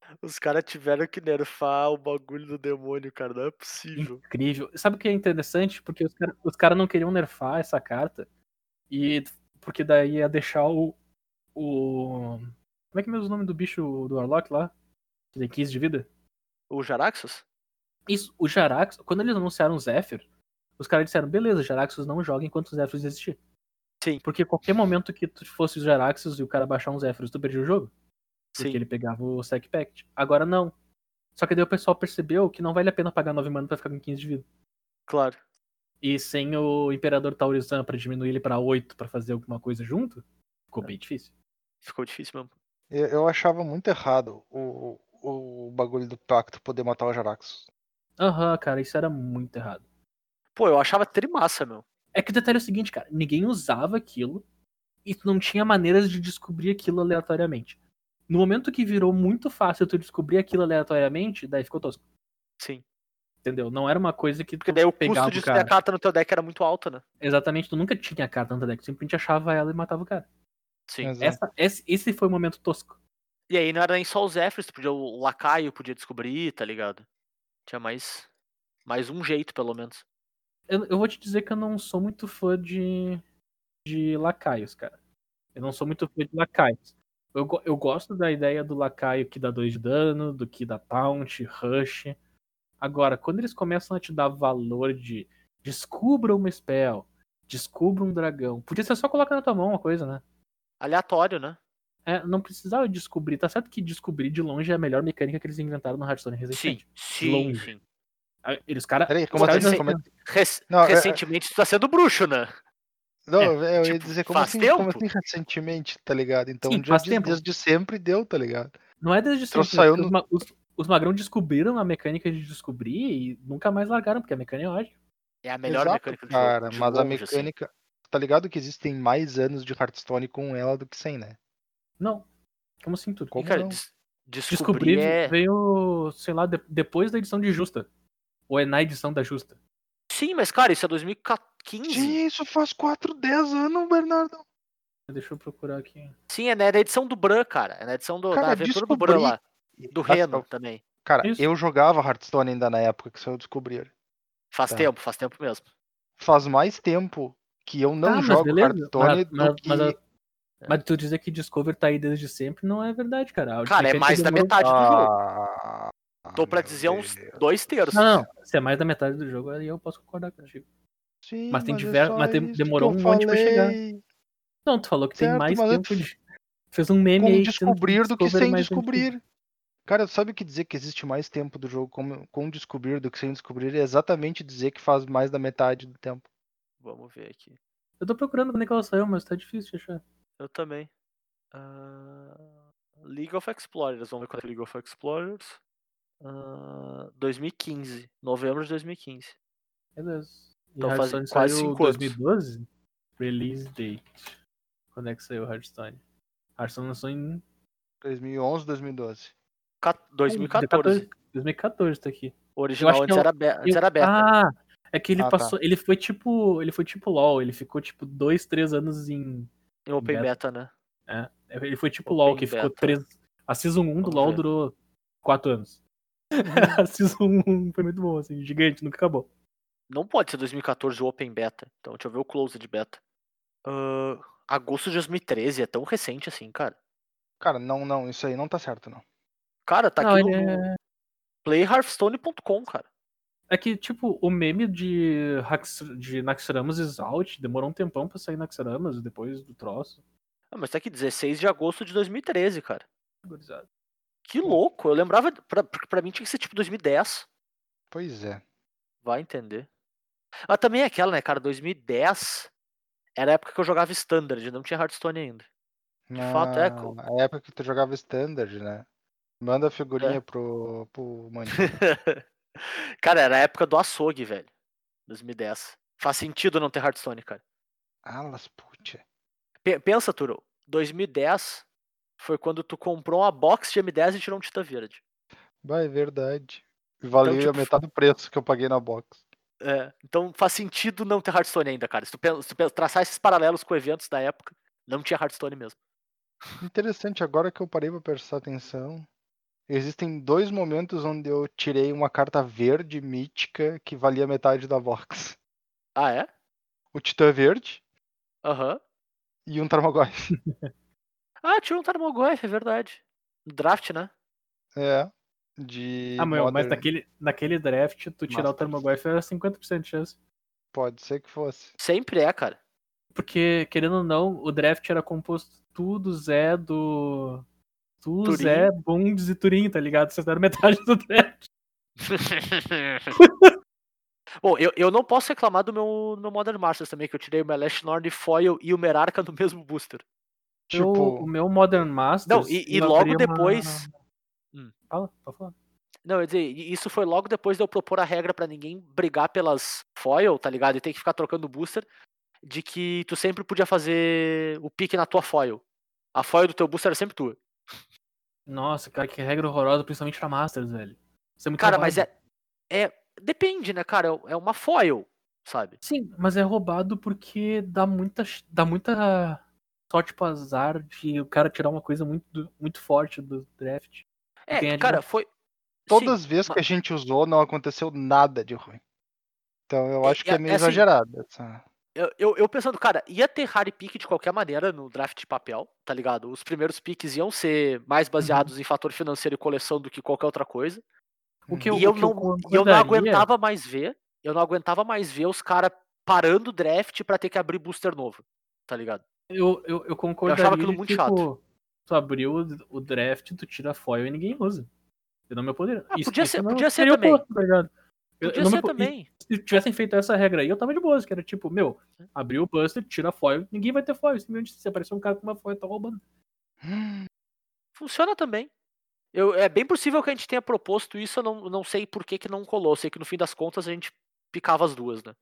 Speaker 3: os caras tiveram que nerfar o bagulho do demônio, cara. Não é possível.
Speaker 2: Incrível. Sabe o que é interessante? Porque os caras os cara não queriam nerfar essa carta. E. Porque daí ia deixar o. O. Como é que é mesmo o nome do bicho do Warlock lá? Que tem 15 de vida?
Speaker 3: O Jaraxus?
Speaker 2: Isso, o Jarax, quando eles anunciaram o Zephyr, os caras disseram, beleza, Jaraxus não joga enquanto o Zephyr existir.
Speaker 3: Sim.
Speaker 2: Porque qualquer momento que tu fosse os Jaraxus e o cara baixar um Zephyr, tu perdia o jogo. Porque
Speaker 3: Sim.
Speaker 2: ele pegava o Sec Pact. Agora não. Só que daí o pessoal percebeu que não vale a pena pagar 9 mana pra ficar com 15 de vida.
Speaker 3: Claro.
Speaker 2: E sem o Imperador Taurizan pra diminuir ele pra 8 pra fazer alguma coisa junto, ficou
Speaker 3: É.
Speaker 2: bem difícil.
Speaker 3: Ficou difícil mesmo.
Speaker 1: Eu, eu achava muito errado o, o, o bagulho do pacto poder matar o Jaraxus.
Speaker 2: Aham, cara, isso era muito errado.
Speaker 3: Pô, eu achava trimassa, meu.
Speaker 2: É que o detalhe é o seguinte, cara, ninguém usava aquilo e tu não tinha maneiras de descobrir aquilo aleatoriamente. No momento que virou muito fácil tu descobrir aquilo aleatoriamente, daí ficou tosco,
Speaker 3: Sim.
Speaker 2: entendeu? Não era uma coisa que
Speaker 3: Porque
Speaker 2: tu
Speaker 3: daí o
Speaker 2: pegava
Speaker 3: custo de
Speaker 2: o
Speaker 3: tu ter
Speaker 2: cara.
Speaker 3: a carta no teu deck era muito alto, né?
Speaker 2: Exatamente, tu nunca tinha a carta no deck, tu simplesmente achava ela e matava o cara.
Speaker 3: Sim.
Speaker 1: Exato.
Speaker 2: Essa, esse, esse foi o momento tosco.
Speaker 3: E aí não era nem só os Zephyrs, tu podia, o Lacaio podia descobrir, tá ligado? Tinha mais. Mais um jeito, pelo menos.
Speaker 2: Eu, eu vou te dizer que eu não sou muito fã de, de lacaios, cara. Eu não sou muito fã de lacaios. Eu, go- eu gosto da ideia do lacaio que dá 2 de dano, do que dá taunt, rush. Agora, quando eles começam a te dar valor de descubra uma spell, descubra um dragão. Podia ser só colocar na tua mão uma coisa, né?
Speaker 3: Aleatório, né?
Speaker 2: É, não precisava descobrir. Tá certo que descobrir de longe é a melhor mecânica que eles inventaram no Hearthstone
Speaker 3: Sim,
Speaker 2: Resistente.
Speaker 3: sim,
Speaker 2: Longe.
Speaker 3: sim.
Speaker 2: Ah, Eles, cara,
Speaker 1: Peraí,
Speaker 2: os
Speaker 1: como
Speaker 2: caras
Speaker 1: assim?
Speaker 3: cara-
Speaker 1: Como é-
Speaker 3: Rec-
Speaker 1: Não, é-
Speaker 3: Recentemente tu tá sendo bruxo, né?
Speaker 1: Não,
Speaker 2: É,
Speaker 1: eu- eu ia
Speaker 3: tipo,
Speaker 1: dizer como
Speaker 3: faz
Speaker 1: assim, como
Speaker 3: tempo?
Speaker 1: assim recentemente, tá ligado? Então
Speaker 2: Sim,
Speaker 1: já
Speaker 2: faz
Speaker 1: de-
Speaker 2: tempo.
Speaker 1: desde sempre deu, tá ligado?
Speaker 2: Não é desde
Speaker 1: Então
Speaker 2: sempre.
Speaker 1: saiu
Speaker 2: porque
Speaker 1: no-
Speaker 2: Os, ma- os- os magrão descobriram a mecânica de descobrir e nunca mais largaram, porque a mecânica é ótima.
Speaker 3: É a melhor
Speaker 1: Exato,
Speaker 3: mecânica do jogo.
Speaker 1: cara,
Speaker 3: de
Speaker 1: mas a
Speaker 3: longe, assim.
Speaker 1: mecânica, tá ligado que existem mais anos de Hearthstone com ela do que sem, né?
Speaker 2: Não. Como assim tudo?
Speaker 1: Como
Speaker 3: e, cara,
Speaker 1: não?
Speaker 3: des- descobrir,
Speaker 2: Descobrir
Speaker 3: é...
Speaker 2: veio, sei lá, de- depois da edição de Justa. Ou é na edição da Justa.
Speaker 3: Sim, mas, cara, isso é 2015. Sim,
Speaker 1: Sim, isso faz 4, 10 anos, Bernardo.
Speaker 2: Deixa eu procurar aqui.
Speaker 3: é na da edição do Bran, cara. É na edição do,
Speaker 1: Cara,
Speaker 3: da aventura do Bran
Speaker 1: descobri-
Speaker 3: lá. Do
Speaker 1: Nossa,
Speaker 3: Reno também.
Speaker 1: Cara,
Speaker 2: Isso.
Speaker 1: eu jogava Hearthstone ainda na época que saiu descobrir.
Speaker 3: Faz
Speaker 1: Tá.
Speaker 3: tempo, faz tempo mesmo.
Speaker 1: Faz mais tempo que eu não
Speaker 2: Tá, mas
Speaker 1: jogo
Speaker 2: beleza,
Speaker 1: Hearthstone
Speaker 2: mas- mas-
Speaker 1: do que... Ah,
Speaker 2: mas a- Mas tu dizer que Discover tá aí desde sempre não é verdade, cara. A
Speaker 3: Cara, é
Speaker 2: mecânica
Speaker 3: mais da
Speaker 2: demorou-
Speaker 3: metade do jogo.
Speaker 1: Ah,
Speaker 3: Tô pra
Speaker 1: meu
Speaker 3: dizer uns
Speaker 1: Deus.
Speaker 3: dois terços.
Speaker 2: Não, não. Se é mais da metade do jogo, aí eu posso concordar contigo.
Speaker 1: Sim,
Speaker 2: Mas tem
Speaker 1: é
Speaker 2: diver-
Speaker 1: só
Speaker 2: mas tem-
Speaker 1: isso que
Speaker 2: demorou
Speaker 1: eu
Speaker 2: um monte pra chegar.
Speaker 1: falei.
Speaker 2: Não, tu falou que tem
Speaker 1: Certo,
Speaker 2: mais
Speaker 1: mas é-
Speaker 2: tempo de. Fez um
Speaker 1: com
Speaker 2: meme aí. dizendo
Speaker 1: descobrir do que
Speaker 2: Discover é
Speaker 1: sem
Speaker 3: um
Speaker 2: mais antigo.
Speaker 1: descobrir. Cara, sabe o que dizer que existe mais tempo do jogo com, com descobrir do que sem descobrir? É exatamente dizer que faz mais da metade do tempo.
Speaker 3: Vamos ver aqui.
Speaker 2: Eu tô procurando quando é que ela saiu, mas tá difícil de achar.
Speaker 3: Eu também. Ah, League of Explorers. Vamos ver qual é League of Explorers. Ah, 2015. Novembro de 2015.
Speaker 2: Beleza. E
Speaker 3: Então faz
Speaker 2: Hearthstone
Speaker 3: quase
Speaker 2: saiu em
Speaker 3: cinco anos.
Speaker 2: 2012? Release date. Quando é que saiu Hearthstone? Hearthstone lançou em
Speaker 1: 2011, 2012.
Speaker 3: Ca- 2014.
Speaker 2: 2014 tá aqui.
Speaker 3: O original
Speaker 2: acho que
Speaker 3: antes
Speaker 2: eu-
Speaker 3: era, be- antes
Speaker 2: Eu-
Speaker 3: era beta.
Speaker 2: Ah, é que ele
Speaker 1: Ah, tá.
Speaker 2: passou. Ele foi tipo. Ele foi tipo LOL. Ele ficou tipo dois, três anos em.
Speaker 3: Em Open Beta,
Speaker 2: beta.
Speaker 3: né?
Speaker 2: Ele foi tipo
Speaker 3: Open
Speaker 2: LOL, que ficou
Speaker 3: beta.
Speaker 2: três. A Season 1 do
Speaker 3: Vamos
Speaker 2: LOL
Speaker 3: ver.
Speaker 2: durou quatro anos. a Season 1 foi muito boa, assim, gigante, nunca acabou.
Speaker 3: Não pode ser 2014 o Open Beta. Então, deixa eu ver o Closed Beta. Ah, agosto de 2013. É tão recente assim, cara.
Speaker 1: Cara, não, não, isso aí não tá certo, não.
Speaker 3: Cara, tá
Speaker 2: Não,
Speaker 3: aqui no,
Speaker 2: ele é-
Speaker 3: no playhearthstone.com, cara.
Speaker 2: É que, tipo, o meme de, Hax... de Naxxramas Exalt demorou um tempão pra sair Naxxramas depois do troço.
Speaker 3: Ah, mas tá aqui 16 de agosto de 2013, cara.
Speaker 2: Gurizada.
Speaker 3: Que louco. Eu lembrava. Pra, porque pra mim tinha que ser tipo 2010.
Speaker 1: Pois é.
Speaker 3: Vai entender. Ah, também é aquela, né, cara? 2010 era a época que eu jogava Standard. Não tinha Hearthstone ainda.
Speaker 1: Na
Speaker 3: fato, é co-
Speaker 1: a época que tu jogava Standard, né? Manda a
Speaker 3: É.
Speaker 1: figurinha pro, pro Mandinho.
Speaker 3: cara, era a época do açougue, velho. 2010. Faz sentido não ter Hearthstone, cara.
Speaker 1: Alas, putz.
Speaker 3: Pe- pensa, Turo. 2010 foi quando tu comprou uma box de M10 e tirou um Tita Verde.
Speaker 1: Vai, é verdade. Valeu
Speaker 3: tipo,
Speaker 1: a metade do preço que eu paguei na box.
Speaker 3: É, então faz sentido não ter Hearthstone ainda, cara. Se tu, pen- se tu pen- traçar esses paralelos com eventos da época, não tinha Hearthstone mesmo.
Speaker 1: Interessante, agora que eu parei pra prestar atenção, existem dois momentos onde eu tirei uma carta verde mítica que valia metade da box.
Speaker 3: Ah, é?
Speaker 1: O Titã Verde
Speaker 3: Aham.
Speaker 1: e um Tarmogoyf.
Speaker 3: Ah, tinha um Tarmogoyf, é verdade. No draft, né?
Speaker 1: É. De.
Speaker 2: Ah, meu, mas
Speaker 1: Modern.
Speaker 2: naquele, naquele draft, tu tirar o
Speaker 1: Masters.
Speaker 2: Tarmogoyf era 50% de chance.
Speaker 1: Pode ser que fosse.
Speaker 3: Sempre é, cara.
Speaker 2: Porque, querendo ou não, o draft era composto tudo Zé do. Tu,
Speaker 3: Turim.
Speaker 2: Zé, Bundes e Turim, tá ligado? Vocês deram metade do draft.
Speaker 3: Bom, eu, eu não posso reclamar do meu, meu Modern Masters também, que eu tirei o Melesh Nord Foil e o Merarca no mesmo booster.
Speaker 2: Eu- o
Speaker 1: Tipo,
Speaker 2: meu Modern Masters.
Speaker 3: Não, e- e
Speaker 2: eu
Speaker 3: logo
Speaker 2: abri uma-
Speaker 3: depois- Hum.
Speaker 2: Fala, pode falar.
Speaker 3: Não, eu ia dizer, e isso foi logo depois de eu propor a regra pra ninguém brigar pelas foil, tá ligado? E ter que ficar trocando booster, de que tu sempre podia fazer o pique na tua foil. A foil do teu booster era sempre tua.
Speaker 2: Nossa, cara, que regra horrorosa, principalmente pra Masters, velho. Isso é muito
Speaker 3: Cara,
Speaker 2: roubado.
Speaker 3: mas é, é. Depende, né, cara? É- É uma foil, sabe?
Speaker 2: Sim, mas é roubado porque dá muita, ch- dá muita sorte pro azar de o cara tirar uma coisa muito, do- muito forte do draft. Quem
Speaker 3: É,
Speaker 2: é de
Speaker 3: cara,
Speaker 2: nós?
Speaker 3: foi.
Speaker 1: Todas as
Speaker 3: Sim,
Speaker 1: vezes
Speaker 3: ma-
Speaker 1: que a gente usou, não aconteceu nada de ruim. Então eu
Speaker 3: É-
Speaker 1: acho que
Speaker 3: é-
Speaker 1: é meio
Speaker 3: é assim-
Speaker 1: exagerado. Essa...
Speaker 3: Eu, eu, eu pensando, cara, ia ter hard pick de qualquer maneira no draft de papel, tá ligado? Os primeiros picks iam ser mais baseados em fator financeiro e coleção do que qualquer outra coisa.
Speaker 2: O que eu, é.
Speaker 3: e eu
Speaker 2: o que
Speaker 3: não, e eu não
Speaker 2: concordaria-
Speaker 3: aguentava mais ver. Eu não aguentava mais ver os caras parando o draft pra ter que abrir booster novo, tá ligado?
Speaker 2: Eu, eu, eu concordaria
Speaker 3: Eu achava aquilo
Speaker 2: de,
Speaker 3: muito
Speaker 2: tipo,
Speaker 3: chato.
Speaker 2: Tu abriu o, o draft, tu tira a foil e ninguém usa. Eu não me poder.
Speaker 3: Ah, podia ser-
Speaker 2: não
Speaker 3: podia ser
Speaker 2: seria o
Speaker 3: também.
Speaker 2: ponto, tá ligado? Eu- eu
Speaker 3: Podia
Speaker 2: não me
Speaker 3: ser
Speaker 2: po- e
Speaker 3: também.
Speaker 2: Se tivessem feito essa regra aí, eu tava de boas, que era tipo, meu, abriu o buster, tira a foil, ninguém vai ter foil. Simplesmente se aparecer um cara com uma foil, tá roubando.
Speaker 1: Hum.
Speaker 3: Funciona também. Eu, é bem possível que a gente tenha proposto isso, eu não, não sei por que, que não colou. Sei que no fim das contas a gente picava as duas, né?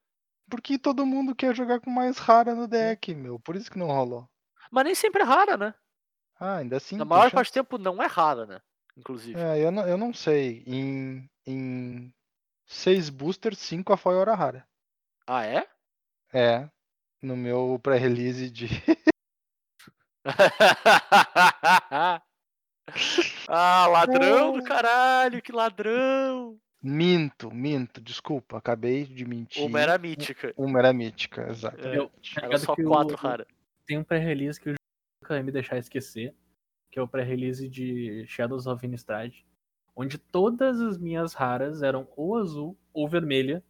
Speaker 1: Porque todo mundo quer jogar com mais rara no deck, meu. Por isso que não rolou.
Speaker 3: Mas nem sempre é rara, né?
Speaker 1: Ah, ainda assim.
Speaker 3: Na
Speaker 1: tem
Speaker 3: maior
Speaker 1: chance.
Speaker 3: parte do tempo não é rara, né? Inclusive.
Speaker 1: É, eu não, eu não sei. Em, em seis boosters, cinco a foil era rara.
Speaker 3: Ah, é?
Speaker 1: É. No meu pré-release de.
Speaker 3: ah, ladrão do caralho, que ladrão!
Speaker 1: Minto, minto, desculpa, acabei de mentir.
Speaker 3: Uma era mítica.
Speaker 1: Uma era mítica, exato.
Speaker 3: É,
Speaker 2: Eu-
Speaker 3: era só
Speaker 2: Tá que o-
Speaker 3: quatro, cara.
Speaker 2: Tem um pré-release que eu nunca ia me deixar esquecer, que é o pré-release de Shadows of Innistrad, onde todas as minhas raras eram ou azul ou vermelha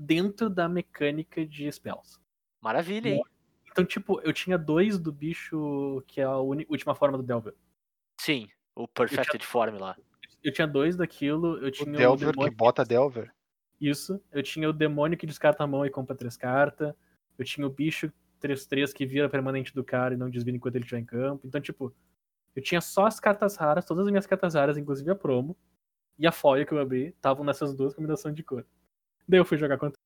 Speaker 2: dentro da mecânica de spells.
Speaker 3: Maravilha, hein?
Speaker 2: Então, tipo, eu tinha dois do bicho que é a uni- última forma do Delver.
Speaker 3: Sim, o Perfected Form lá.
Speaker 2: Eu tinha dois daquilo, eu
Speaker 1: O
Speaker 2: tinha o,
Speaker 1: Delver que
Speaker 2: um demônio,
Speaker 1: bota Delver.
Speaker 2: isso, eu tinha o demônio que descarta a mão e compra três cartas, eu tinha o bicho 3-3 que vira permanente do cara e não desvira enquanto ele estiver em campo. Então, tipo, eu tinha só as cartas raras, todas as minhas cartas raras, inclusive a promo, e a foil que eu abri, estavam nessas duas combinações de cor. Daí eu fui jogar contra.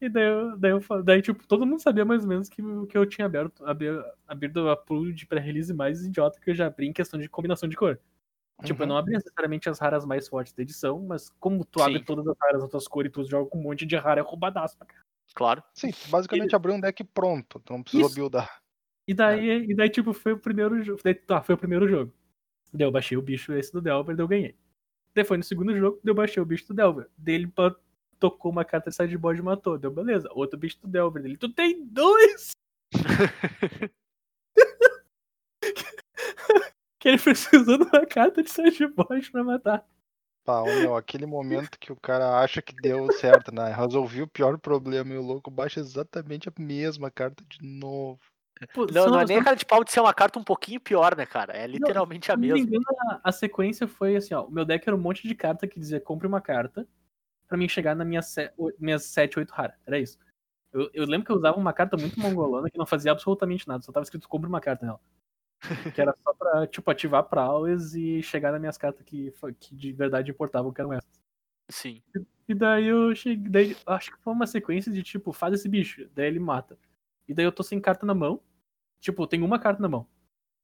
Speaker 2: E daí, eu- daí, eu fa- daí, tipo, todo mundo sabia mais ou menos que, o que eu tinha aberto, abri- abrido a pool de pré-release mais idiota que eu já abri em questão de combinação de cor. Tipo,
Speaker 3: Uhum.
Speaker 1: Uhum.
Speaker 2: eu não abri necessariamente as raras mais fortes da edição, mas como tu abre
Speaker 3: Sim.
Speaker 2: todas as raras nas tuas cores e tu joga com um monte de rara, é roubadaço pra caralho.
Speaker 3: Claro.
Speaker 1: Sim, tu basicamente abriu um deck pronto. Tu não precisou
Speaker 2: Isso.
Speaker 1: buildar.
Speaker 2: E daí,
Speaker 3: É.
Speaker 2: e daí tipo, foi o primeiro jogo. Daí, tá, foi o primeiro jogo. Daí eu baixei o bicho esse do Delver, daí eu ganhei. Daí foi no segundo jogo, daí eu baixei o bicho do Delver. Daí ele pa- tocou uma carta de sideboard e matou. Deu beleza. Outro bicho do Delver dele. Tu tem dois! que ele precisou de uma carta de sideboard pra matar.
Speaker 1: Pá, ô, meu, aquele momento que o cara acha que deu certo, né? Resolvi o pior problema e o louco baixa exatamente a mesma carta de novo.
Speaker 2: Pô,
Speaker 3: Não,
Speaker 2: só-
Speaker 3: não é
Speaker 2: só
Speaker 3: nem a cara de pau de ser uma carta um pouquinho pior, né, cara? É literalmente a
Speaker 2: Se não me
Speaker 3: mesma.
Speaker 2: engano, a- a sequência foi assim, ó. O meu deck era um monte de carta que dizia compre uma carta pra mim chegar na minha se- o- minhas 7, 8 raras. Era isso. Eu, eu lembro que eu usava uma carta muito mongolana que não fazia absolutamente nada, só tava escrito compre uma carta nela. Que era só pra, tipo, ativar prowess e chegar nas minhas cartas que, fa- que de verdade importavam, que eram essas.
Speaker 3: Sim.
Speaker 2: E daí eu cheguei. Daí, acho que foi uma sequência de tipo, faz esse bicho. Daí ele mata. E daí eu tô sem carta na mão. Tipo, eu tenho uma carta na mão.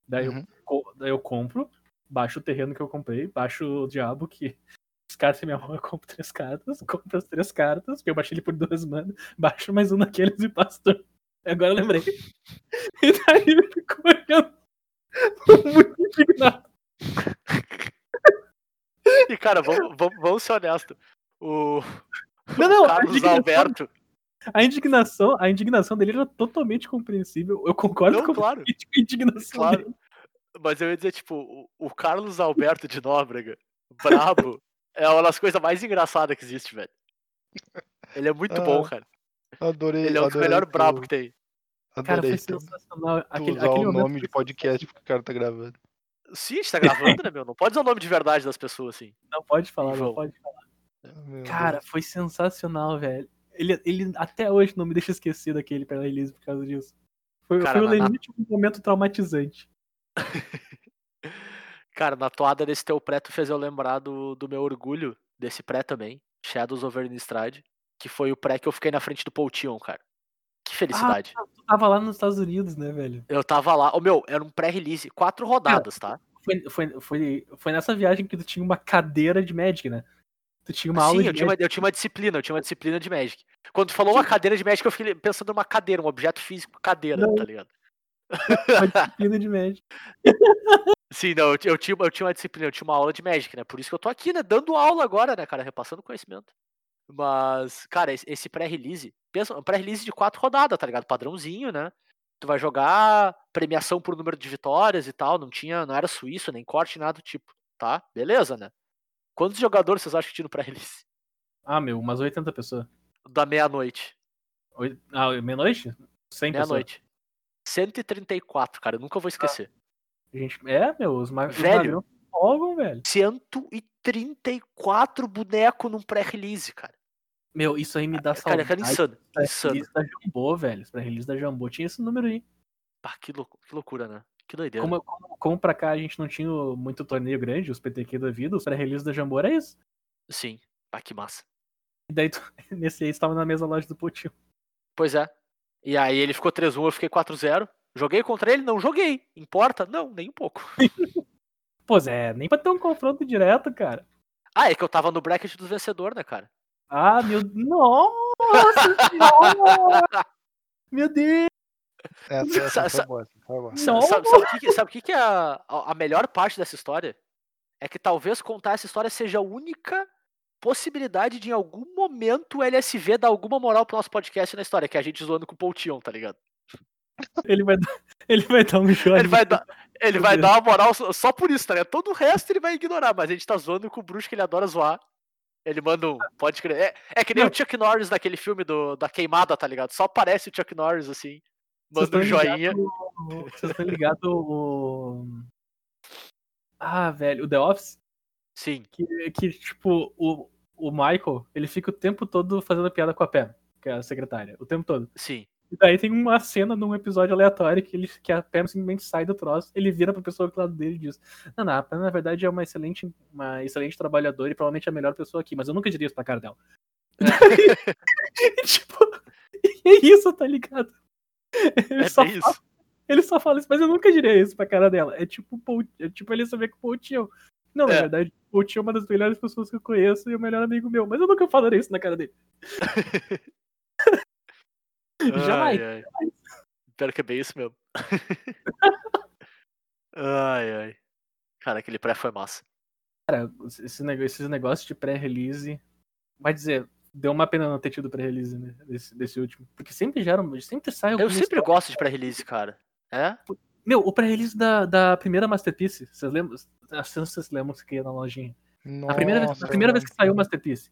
Speaker 2: Daí,
Speaker 1: Uhum.
Speaker 2: eu, co- daí eu compro, baixo o terreno que eu comprei, baixo o diabo que descarta minha mão, eu compro três cartas, compro as três cartas, porque eu baixei ele por duas manas, baixo mais um naqueles e pastor. Agora eu lembrei. E daí ele ficou olhando muito indignado.
Speaker 3: E, cara, vamos, vamos, vamos ser honestos. O
Speaker 2: Não, não, a
Speaker 3: Carlos
Speaker 2: indignação-
Speaker 3: Alberto.
Speaker 2: A indignação, a indignação dele era totalmente compreensível. Eu concordo
Speaker 3: Não,
Speaker 2: com
Speaker 3: claro.
Speaker 2: a indignação dele.
Speaker 3: Claro. Mas eu ia dizer, tipo, o- o Carlos Alberto de Nóbrega, brabo, é uma das coisas mais engraçadas que existe, velho. Ele é muito bom,
Speaker 1: Ah,
Speaker 3: cara.
Speaker 1: Adorei.
Speaker 3: Ele é o
Speaker 1: adorei
Speaker 3: melhor
Speaker 1: tu-
Speaker 3: brabo que tem.
Speaker 2: Cara,
Speaker 1: Adorei
Speaker 2: foi
Speaker 1: tu, tu
Speaker 2: sensacional. Aquele,
Speaker 1: usar
Speaker 2: aquele
Speaker 1: o
Speaker 2: momento
Speaker 1: nome de podcast porque o cara tá gravando.
Speaker 3: Sim, a gente tá gravando, né, meu? Não pode usar o nome de verdade das pessoas, assim.
Speaker 2: Não pode falar,
Speaker 3: Vamos.
Speaker 2: não pode falar.
Speaker 1: É, Meu
Speaker 2: Cara, foi sensacional, velho. Ele, ele até hoje não me deixa esquecer daquele pra release por causa disso. Foi,
Speaker 3: Cara,
Speaker 2: foi o
Speaker 3: mas na-
Speaker 2: limite um momento traumatizante.
Speaker 3: Cara, na toada desse teu pré, tu fez eu lembrar do, do meu orgulho desse pré também, Shadows over Innistrad, que foi o pré que eu fiquei na frente do Poution, cara. Que felicidade.
Speaker 2: Ah, tu tava lá nos Estados Unidos, né, velho?
Speaker 3: Eu tava lá, o meu, era um pré-release, quatro rodadas, tá?
Speaker 2: Foi, foi, foi, foi nessa viagem que tu tinha uma cadeira de Magic, né? Tu tinha uma aula
Speaker 3: Sim,
Speaker 2: de
Speaker 3: Assim, eu tinha, uma, eu tinha uma disciplina, eu tinha uma disciplina de Magic. Quando tu falou uma cadeira de Magic, eu fiquei pensando numa cadeira, um objeto físico, cadeira,
Speaker 2: Não.
Speaker 3: tá ligado?
Speaker 2: uma disciplina de Magic.
Speaker 3: Sim, não, eu, ti- eu tinha, eu tinha uma disciplina, eu tinha uma aula de Magic, né? Por isso que eu tô aqui, né? Dando aula agora, né, cara? Repassando conhecimento. Mas, cara, esse- esse pré-release, pensa, um pré-release de quatro rodadas, tá ligado? Padrãozinho, né? Tu vai jogar premiação por número de vitórias e tal, não tinha, não era suíço, nem corte, nada do tipo, tá? Beleza, né? Quantos jogadores vocês acham que tinha no pré-release?
Speaker 2: Ah, meu, umas 80 pessoas.
Speaker 3: Da meia-noite.
Speaker 2: Oi- Ah, meia-noite? 100 pessoas.
Speaker 3: Meia-noite. 134, cara, eu nunca vou esquecer.
Speaker 2: Gente, é, meu, os, ma os
Speaker 3: Velho.
Speaker 2: magrão fogam, velho.
Speaker 3: 134 boneco num pré-release, cara.
Speaker 2: Meu, isso aí é me dá
Speaker 3: Cara,
Speaker 2: saudade.
Speaker 3: cara, insano.
Speaker 2: pra
Speaker 3: Insano.
Speaker 2: release da Jambô, velho. Pra release da Jambô tinha esse número aí.
Speaker 3: Pá, que, louco- que loucura, né? Que doideira.
Speaker 2: Como, como, como pra cá a gente não tinha muito torneio grande, os PTQ da vida, os pré-release da Jambô era isso.
Speaker 3: Sim. Pá, que massa.
Speaker 2: E daí, tu, nesse aí, estava na mesma loja do Potinho.
Speaker 3: Pois é. E aí ele ficou 3-1, eu fiquei 4-0. Joguei contra ele? Não joguei. Importa? Não, nem um pouco.
Speaker 2: Pois é, nem pra ter um confronto direto, cara.
Speaker 3: Ah, é que eu tava no bracket dos vencedor, né, cara?
Speaker 2: Ah, meu. Nossa senhora! Meu Deus!
Speaker 1: É, Essa, essa
Speaker 3: Sa-
Speaker 1: foi
Speaker 3: sa-
Speaker 1: boa, essa foi boa.
Speaker 3: Sa-
Speaker 2: Não.
Speaker 3: Sabe, sabe o que, que- sabe o que que é a, a melhor parte dessa história? É que talvez contar essa história seja a única possibilidade de em algum momento o LSV dar alguma moral pro nosso podcast na história, que é a gente zoando com o Poutinho, tá ligado?
Speaker 2: Ele vai, dar- ele vai dar um joinha.
Speaker 3: Ele vai dar, ele vai
Speaker 2: Deus.
Speaker 3: dar uma moral só- só por isso, tá ligado? Todo o resto ele vai ignorar, mas a gente tá zoando com o bruxo que ele adora zoar. Ele manda um, pode crer. É, é que nem
Speaker 2: Não.
Speaker 3: o Chuck Norris daquele filme do, da queimada, tá ligado? Só aparece o Chuck Norris assim, manda um
Speaker 2: tão ligados
Speaker 3: joinha.
Speaker 2: no- Vocês estão ligados o. Ah, velho, o The Office,
Speaker 3: Sim,
Speaker 2: que, que tipo, o, o Michael, ele fica o tempo todo fazendo piada com a Pam, que é a secretária, o tempo todo.
Speaker 3: sim.
Speaker 2: E daí tem uma cena num episódio aleatório que, ele, que a Pam simplesmente sai do troço, ele vira pra pessoa tá do lado dele e diz: Não, não, a Pam na verdade é uma excelente, uma excelente trabalhadora e provavelmente a melhor pessoa aqui, mas eu nunca diria isso pra cara dela. E, tipo, é isso, tá ligado? Ele
Speaker 3: É
Speaker 2: só
Speaker 3: bem isso.
Speaker 2: ele só fala isso, mas eu nunca diria isso pra cara dela. É tipo, o Paul- é tipo ele saber que o Poutinho. Não, na
Speaker 3: É.
Speaker 2: verdade, o Poutinho é uma das melhores pessoas que eu conheço e o melhor amigo meu, mas eu nunca falaria isso na cara dele. Jamais.
Speaker 3: Ai, ai. Pior que é bem isso mesmo. ai, ai. Cara, aquele pré foi massa.
Speaker 2: Cara, esse nego- esses negócios de pré-release. Vai dizer, deu uma pena não ter tido pré-release, né? Desse, desse último. Porque sempre geram. Sempre sai
Speaker 3: Eu
Speaker 2: alguma
Speaker 3: sempre
Speaker 2: história.
Speaker 3: gosto de pré-release, cara. É?
Speaker 2: Meu, o pré-release da, da primeira Masterpiece, vocês lembram? Acho que vocês lembram que ia na lojinha. A primeira, vez, a
Speaker 1: Nossa,
Speaker 2: primeira
Speaker 1: eu
Speaker 2: vez que saiu o Masterpiece,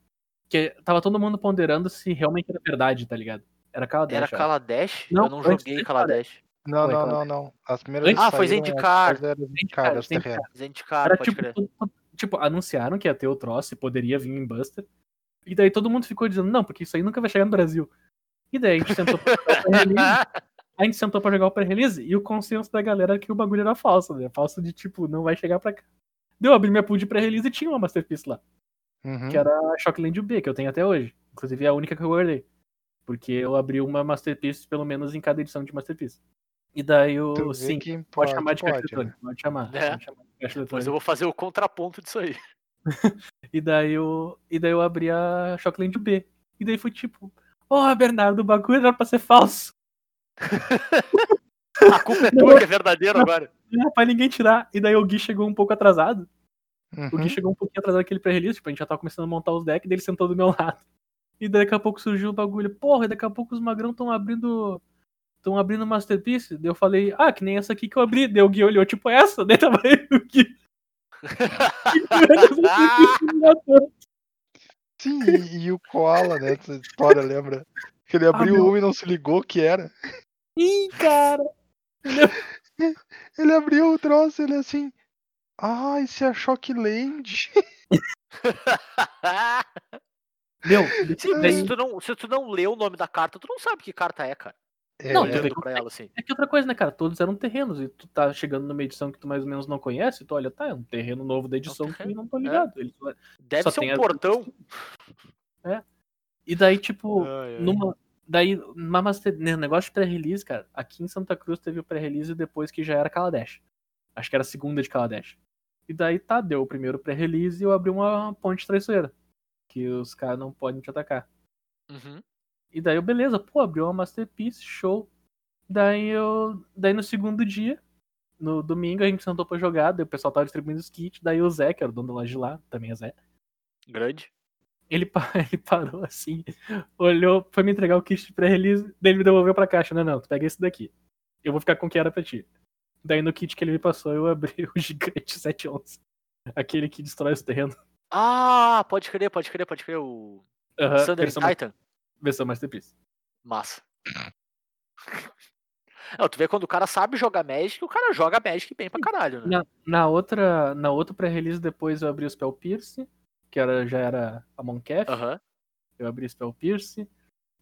Speaker 2: que tava todo mundo ponderando se realmente era verdade, tá ligado? Era Kaladesh.
Speaker 3: Era
Speaker 2: eu acho.
Speaker 3: Kaladesh?
Speaker 2: Não,
Speaker 3: eu não
Speaker 2: antes
Speaker 3: joguei
Speaker 2: de
Speaker 3: Kaladesh.
Speaker 1: Não,
Speaker 2: Foi,
Speaker 1: não,
Speaker 2: calma.
Speaker 1: não, não. As primeiras
Speaker 2: Antes-
Speaker 3: Ah, foi
Speaker 1: saíram, é,
Speaker 3: Zendikar.
Speaker 1: as coisas eram
Speaker 2: Zendikar,
Speaker 1: Zendikar, das
Speaker 2: Zendikar.
Speaker 1: terrenas.
Speaker 3: Zendikar,
Speaker 2: Era
Speaker 3: pode
Speaker 2: tipo,
Speaker 3: crer.
Speaker 2: todo- todo- tipo, anunciaram que ia ter o troço e poderia vir em Buster. E daí todo mundo ficou dizendo, não, porque isso aí nunca vai chegar no Brasil. E daí a gente sentou pra jogar o pré-release. A gente sentou pra jogar o pré-release e o consenso da galera é que o bagulho era falso, né? Falso de tipo, não vai chegar pra cá. Deu, abri minha pool de pré-release e tinha uma Masterpiece lá.
Speaker 1: Uhum.
Speaker 2: que é era a Shockland UB, que eu tenho até hoje. Inclusive é a única que eu guardei. Porque eu abri uma Masterpiece, pelo menos em cada edição de Masterpiece. E daí
Speaker 1: Tu
Speaker 2: eu,
Speaker 1: vê
Speaker 2: sim,
Speaker 1: que
Speaker 2: pode, chamar de caixa
Speaker 1: pode, né?
Speaker 2: eletrônica, pode chamar,
Speaker 3: Né?
Speaker 2: pode chamar de caixa
Speaker 3: Mas eu
Speaker 2: eletrônica.
Speaker 3: vou fazer o contraponto disso aí.
Speaker 2: E daí eu, e daí eu abri a Shockland UB. E daí foi tipo, ó, Bernardo, o bagulho era pra ser falso.
Speaker 3: A culpa é tua, que é verdadeiro agora.
Speaker 2: Não era pra ninguém tirar. E daí o Gui chegou um pouco atrasado. O
Speaker 1: Uhum.
Speaker 2: Gui chegou um pouquinho atrasado naquele pré-release, tipo, a gente já tava começando a montar os decks, daí ele sentou do meu lado. E daí daqui a pouco surgiu o bagulho, porra, e daqui a pouco os magrão estão abrindo. Estão abrindo Masterpiece. Daí eu falei, ah, que nem essa aqui que eu abri. Daí o Gui olhou, tipo, essa? Daí tava aí o Gui.
Speaker 1: Sim, e, e o Koala, né? Essa história, lembra? Que ele abriu
Speaker 2: Ah, meu.
Speaker 1: uma e não se ligou que era.
Speaker 2: Ih, cara!
Speaker 1: Ele abriu o troço, ele assim. Ah, esse é a Shockland.
Speaker 2: Meu,
Speaker 3: Sim,
Speaker 2: daí-
Speaker 3: mas se tu, não, se tu não lê o nome da carta, tu não sabe que carta é, cara.
Speaker 1: É,
Speaker 3: não,
Speaker 2: é.
Speaker 3: dando pra ela, assim.
Speaker 2: É que outra coisa, né, cara? Todos eram terrenos. E tu tá chegando numa edição que tu mais ou menos não conhece, tu olha, tá, é um terreno novo da edição que eu
Speaker 3: terreno,
Speaker 2: não tô
Speaker 3: é.
Speaker 2: ligado. Ele só-
Speaker 3: Deve
Speaker 2: só
Speaker 3: ser
Speaker 2: tem tipo,
Speaker 3: um
Speaker 2: as-
Speaker 3: portão.
Speaker 2: E daí, tipo,
Speaker 3: Ai, ai.
Speaker 2: numa. Daí, na master, né, negócio de pré-release, cara, aqui em Santa Cruz teve o pré-release depois que já era Kaladesh. Acho que era a segunda de Kaladesh. E daí tá, deu o primeiro pré-release e eu abri uma ponte traiçoeira. Que os caras não podem te atacar.
Speaker 3: Uhum.
Speaker 2: E daí eu, beleza, pô, abriu uma Masterpiece, show. Daí eu. Daí no segundo dia, no domingo, a gente sentou pra jogar, daí o pessoal tava distribuindo os kits, daí o Zé, que era o dono da loja de lá, também é Zé,
Speaker 3: Grande.
Speaker 2: ele, pa- ele parou assim, olhou, foi me entregar o kit de pré-release, daí ele me devolveu pra caixa. Não, não, tu pega esse daqui. Eu vou ficar com o que era pra ti. Daí no kit que ele me passou, eu abri o gigante 711. Aquele que destrói os terrenos.
Speaker 3: Ah, pode crer, pode crer, pode crer. O
Speaker 2: Aham,
Speaker 3: Thunder
Speaker 2: versão,
Speaker 3: Titan.
Speaker 2: versão Masterpiece.
Speaker 3: Massa. Não, tu vê quando o cara sabe jogar Magic, o cara joga Magic bem pra caralho, né?
Speaker 2: Na, na outra, na outra pré-release depois eu abri o Spell Pierce, que era, já era a Moncaf,
Speaker 3: Aham.
Speaker 2: eu abri o Spell Pierce.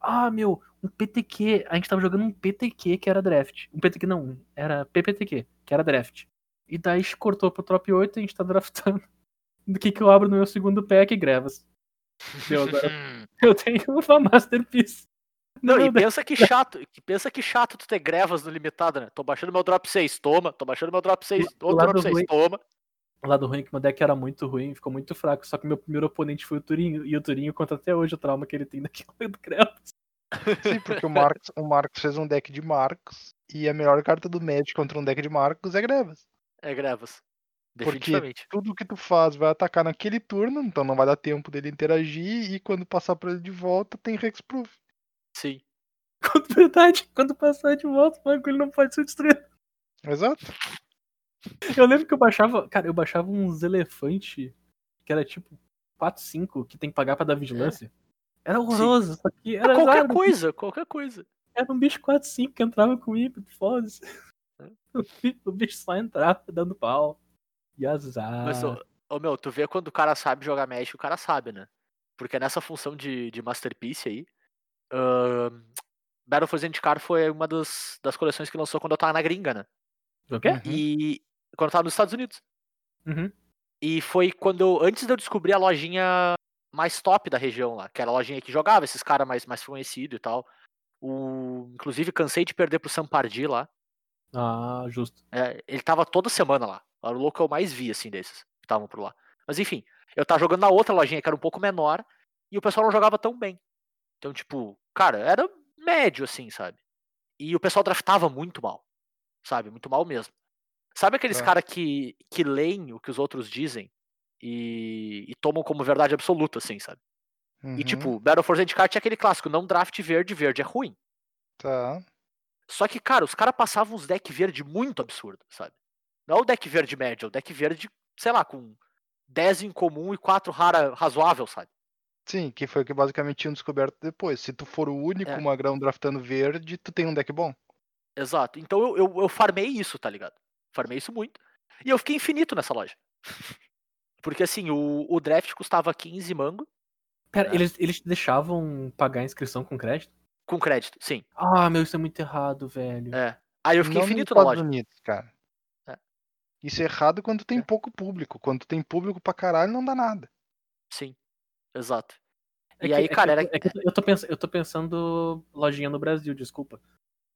Speaker 2: Ah, meu, um PTQ, a gente tava jogando um PTQ que era draft. Um PTQ não, era PPTQ, que era draft. E daí cortou pro top 8 e a gente tá draftando. Do que que eu abro no meu segundo pack? Grevas. Deu agora. eu tenho uma Masterpiece.
Speaker 3: Não,
Speaker 2: Não,
Speaker 3: e pensa que chato, que pensa que chato tu ter grevas no limitado, né? Tô baixando meu drop 6, toma, tô baixando meu drop 6,
Speaker 2: Do
Speaker 3: outro
Speaker 2: lado
Speaker 3: drop 6,
Speaker 2: ruim.
Speaker 3: toma.
Speaker 2: O lado ruim é que meu deck era muito ruim, ficou muito fraco. Só que meu primeiro oponente foi o Turinho. E o Turinho conta até hoje o trauma que ele tem daquela do Grevas.
Speaker 1: Sim, porque o Marcos, o Marcos fez um deck de Marcos e a melhor carta do Magic contra um deck de Marcos é Grevas.
Speaker 3: É grevas.
Speaker 1: quê?
Speaker 3: Definitivamente.
Speaker 1: Tudo que tu faz vai atacar naquele turno, então não vai dar tempo dele interagir e quando passar pra ele de volta tem Hexproof.
Speaker 3: Sim.
Speaker 2: Quando, verdade, quando passar de volta, o bagulho não pode ser destruído.
Speaker 1: Exato.
Speaker 2: Eu lembro que eu baixava. Cara, eu baixava uns elefantes que era tipo 4, 5 que tem que pagar pra dar vigilância. Era horroroso, só que era
Speaker 3: qualquer
Speaker 2: azar, né?
Speaker 3: coisa, qualquer coisa.
Speaker 2: Era um bicho 4, 5 que entrava com ímpeto, foda-se. O bi- O bicho só entrava dando pau. E azar.
Speaker 3: Mas, ô, ô, meu, tu vê quando o cara sabe jogar Magic, o cara sabe, né? Porque nessa função de, de Masterpiece aí, ahn, Battle for Zendikar foi uma das, das coleções que lançou quando eu tava na gringa, né?
Speaker 2: O quê?
Speaker 3: E quando eu tava nos Estados Unidos.
Speaker 2: Uhum.
Speaker 3: E foi quando eu, antes de eu descobrir a lojinha mais top da região lá, que era a lojinha que jogava esses caras mais, mais conhecidos e tal. O, inclusive, cansei de perder pro Sampardi lá.
Speaker 2: Ah, justo.
Speaker 3: É, ele tava toda semana lá. Era o louco que eu mais vi, assim, desses que estavam por lá. Mas enfim, eu tava jogando na outra lojinha que era um pouco menor e o pessoal não jogava tão bem. Então, tipo, cara, era médio, assim, sabe? E o pessoal draftava muito mal, sabe? Muito mal mesmo. Sabe aqueles
Speaker 1: Tá.
Speaker 3: caras que, que leem o que os outros dizem e, e tomam como verdade absoluta, assim, sabe?
Speaker 1: Uhum,
Speaker 3: E, tipo, Battle for Zendikar tinha aquele clássico, não draft verde, verde é ruim.
Speaker 1: Tá.
Speaker 3: Só que, cara, os caras passavam uns deck verde muito absurdo, sabe? Não é o deck verde médio, é o deck verde, sei lá, com 10 em comum e 4 rara razoável, sabe?
Speaker 1: Sim, que foi o que basicamente tinham descoberto depois. Se tu for o único
Speaker 3: É.
Speaker 1: magrão draftando verde, tu tem um deck bom.
Speaker 3: Exato. Então eu, eu, eu farmei isso, tá ligado? Farmei isso muito. E eu fiquei infinito nessa loja. Porque assim, o, o draft custava 15 mango
Speaker 2: Pera,
Speaker 3: É.
Speaker 2: eles, eles te deixavam pagar a inscrição com crédito?
Speaker 3: com crédito, sim.
Speaker 2: Ah, meu, isso é muito errado, velho.
Speaker 3: É. Aí eu fiquei
Speaker 1: Não
Speaker 3: infinito
Speaker 1: nos
Speaker 3: na
Speaker 1: Estados
Speaker 3: loja.
Speaker 1: Unidos, cara.
Speaker 3: É.
Speaker 1: Isso é errado quando tem
Speaker 3: É.
Speaker 1: pouco público. Quando tem público pra caralho, não dá nada.
Speaker 3: Sim. Exato.
Speaker 2: É
Speaker 3: E
Speaker 2: que-
Speaker 3: aí,
Speaker 2: é que
Speaker 3: cara,
Speaker 2: eu tô-
Speaker 3: era-
Speaker 2: é que eu tô- eu, tô pens- eu tô pensando lojinha no Brasil, desculpa.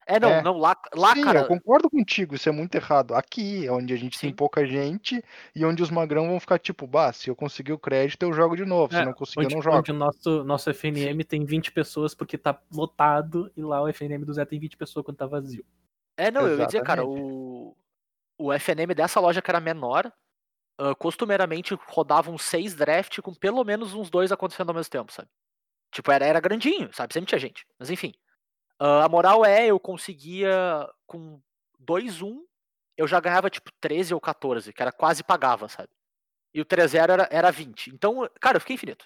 Speaker 3: É, não,
Speaker 1: É.
Speaker 3: não, lá, lá
Speaker 1: Sim,
Speaker 3: cara.
Speaker 1: eu concordo contigo, isso é muito errado. Aqui, é onde a gente tem
Speaker 3: Sim.
Speaker 1: pouca gente e onde os magrão vão ficar tipo, bah, se eu conseguir o crédito, eu jogo de novo.
Speaker 2: É,
Speaker 1: Se não conseguir,
Speaker 2: onde,
Speaker 1: eu não jogo.
Speaker 2: onde o nosso, nosso FNM tem 20 pessoas porque tá lotado e lá o FNM do Zé tem 20 pessoas quando tá vazio.
Speaker 3: É, não, eu ia dizer, cara, o, o FNM dessa loja que era menor, ah, costumeiramente rodava uns seis draft com pelo menos uns dois acontecendo ao mesmo tempo, sabe? Tipo, era, era grandinho, sabe? Sempre tinha gente. Mas enfim. Ah, a moral é, eu conseguia com 2-1, eu já ganhava tipo 13 ou 14, que era quase pagava, sabe? E o 3-0 era, era 20. Então, cara, eu fiquei infinito.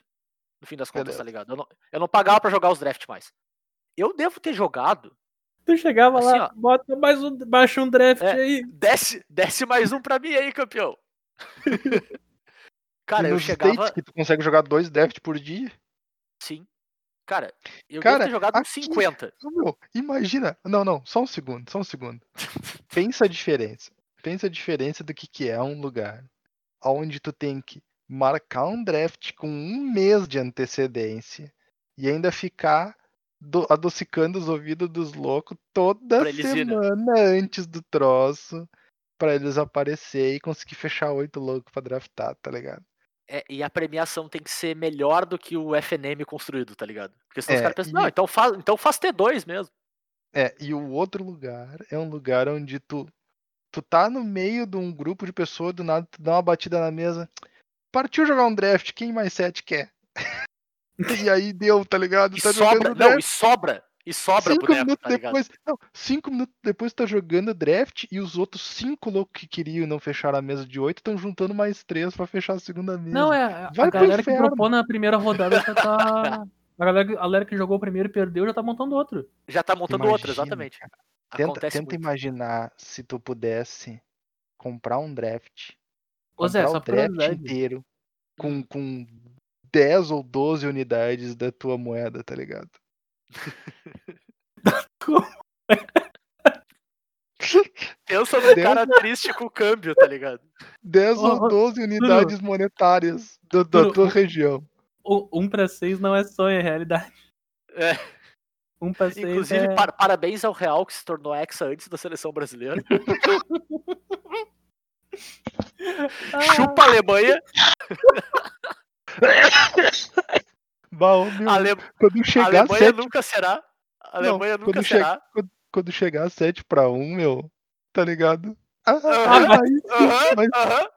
Speaker 3: No fim das contas,
Speaker 1: Beleza.
Speaker 3: tá ligado? Eu não, eu não pagava pra jogar os draft mais. Eu devo ter jogado
Speaker 2: Tu chegava
Speaker 3: Assim,
Speaker 2: lá,
Speaker 3: ó.
Speaker 2: bota mais um, baixa um draft
Speaker 3: É.
Speaker 2: aí.
Speaker 3: Desce, desce mais um pra mim aí, campeão.
Speaker 1: E
Speaker 3: Cara, eu
Speaker 1: nos
Speaker 3: chegava.
Speaker 1: States, que tu consegue jogar dois draft por dia.
Speaker 3: Sim. Cara, eu
Speaker 1: Cara,
Speaker 3: devo ter jogado uns
Speaker 1: aqui-
Speaker 3: 50.
Speaker 1: Ô, meu, imagina. Não, não, só um segundo, só um segundo. Pensa a diferença. Pensa a diferença do que, que é um lugar onde tu tem que marcar um draft com um mês de antecedência e ainda ficar do- adocicando os ouvidos dos loucos toda
Speaker 3: Pra eles irem.
Speaker 1: semana antes do troço pra eles aparecer e conseguir fechar oito loucos pra draftar, tá ligado?
Speaker 3: É, e a premiação tem que ser melhor do que o FNM construído, tá ligado? Porque senão
Speaker 1: É,
Speaker 3: os caras pensam,
Speaker 1: e-
Speaker 3: não, então faz, então faz T2 mesmo.
Speaker 1: É, e o outro lugar é um lugar onde tu, tu tá no meio de um grupo de pessoas, do nada tu dá uma batida na mesa. Partiu jogar um draft, quem mais sete quer? e aí deu, tá ligado?
Speaker 3: E
Speaker 1: Tá
Speaker 3: sobra,
Speaker 1: jogando
Speaker 3: não,
Speaker 1: draft.
Speaker 3: e sobra, e sobra
Speaker 1: cinco
Speaker 3: boneco,
Speaker 1: minutos
Speaker 3: tá ligado?
Speaker 1: depois. Não, cinco minutos depois tu tá jogando draft e os outros cinco loucos que queriam e não fecharam a mesa de oito estão juntando mais três pra fechar a segunda mesa.
Speaker 2: Não, é. a-
Speaker 1: Vai
Speaker 2: a
Speaker 1: pro
Speaker 2: galera que
Speaker 1: inferno.
Speaker 2: dropou na primeira rodada já tá. A galera, a galera que jogou o primeiro e perdeu já tá montando outro.
Speaker 3: Já tá montando outra,
Speaker 1: Imagina,
Speaker 3: exatamente.
Speaker 1: tenta
Speaker 3: Acontece
Speaker 1: tenta
Speaker 3: muito.
Speaker 1: imaginar se tu pudesse comprar um draft
Speaker 2: Ô Zé,
Speaker 3: é,
Speaker 1: comprar
Speaker 2: só
Speaker 1: o draft
Speaker 2: curiosidade.
Speaker 1: inteiro com, com 10 ou 12 unidades da tua moeda, tá ligado?
Speaker 3: Pensa num
Speaker 1: Deus.
Speaker 3: um cara triste com o câmbio, tá ligado?
Speaker 1: 10
Speaker 2: Ô, ô,
Speaker 1: ou 12 unidades monetárias do- da
Speaker 2: Turo,
Speaker 1: tua
Speaker 2: o-
Speaker 1: região.
Speaker 2: O- Um pra seis não é sonho, é realidade.
Speaker 3: É.
Speaker 2: Um pra seis.
Speaker 3: Inclusive,
Speaker 2: é...
Speaker 3: par- parabéns ao Real que se tornou hexa antes da seleção brasileira.
Speaker 2: Ah.
Speaker 3: Chupa a Alemanha.
Speaker 1: Bah, ô, meu,
Speaker 3: A Ale-
Speaker 1: quando
Speaker 3: a
Speaker 1: chegar
Speaker 3: Alemanha
Speaker 1: sete-
Speaker 3: nunca será. A
Speaker 1: Não,
Speaker 3: Alemanha nunca
Speaker 1: quando chega-
Speaker 3: será.
Speaker 1: quando chegar 7 pra 1, meu, tá ligado? Ah,
Speaker 3: Aham.
Speaker 1: ah, aí-
Speaker 3: Aham,
Speaker 1: Mas-
Speaker 3: aham.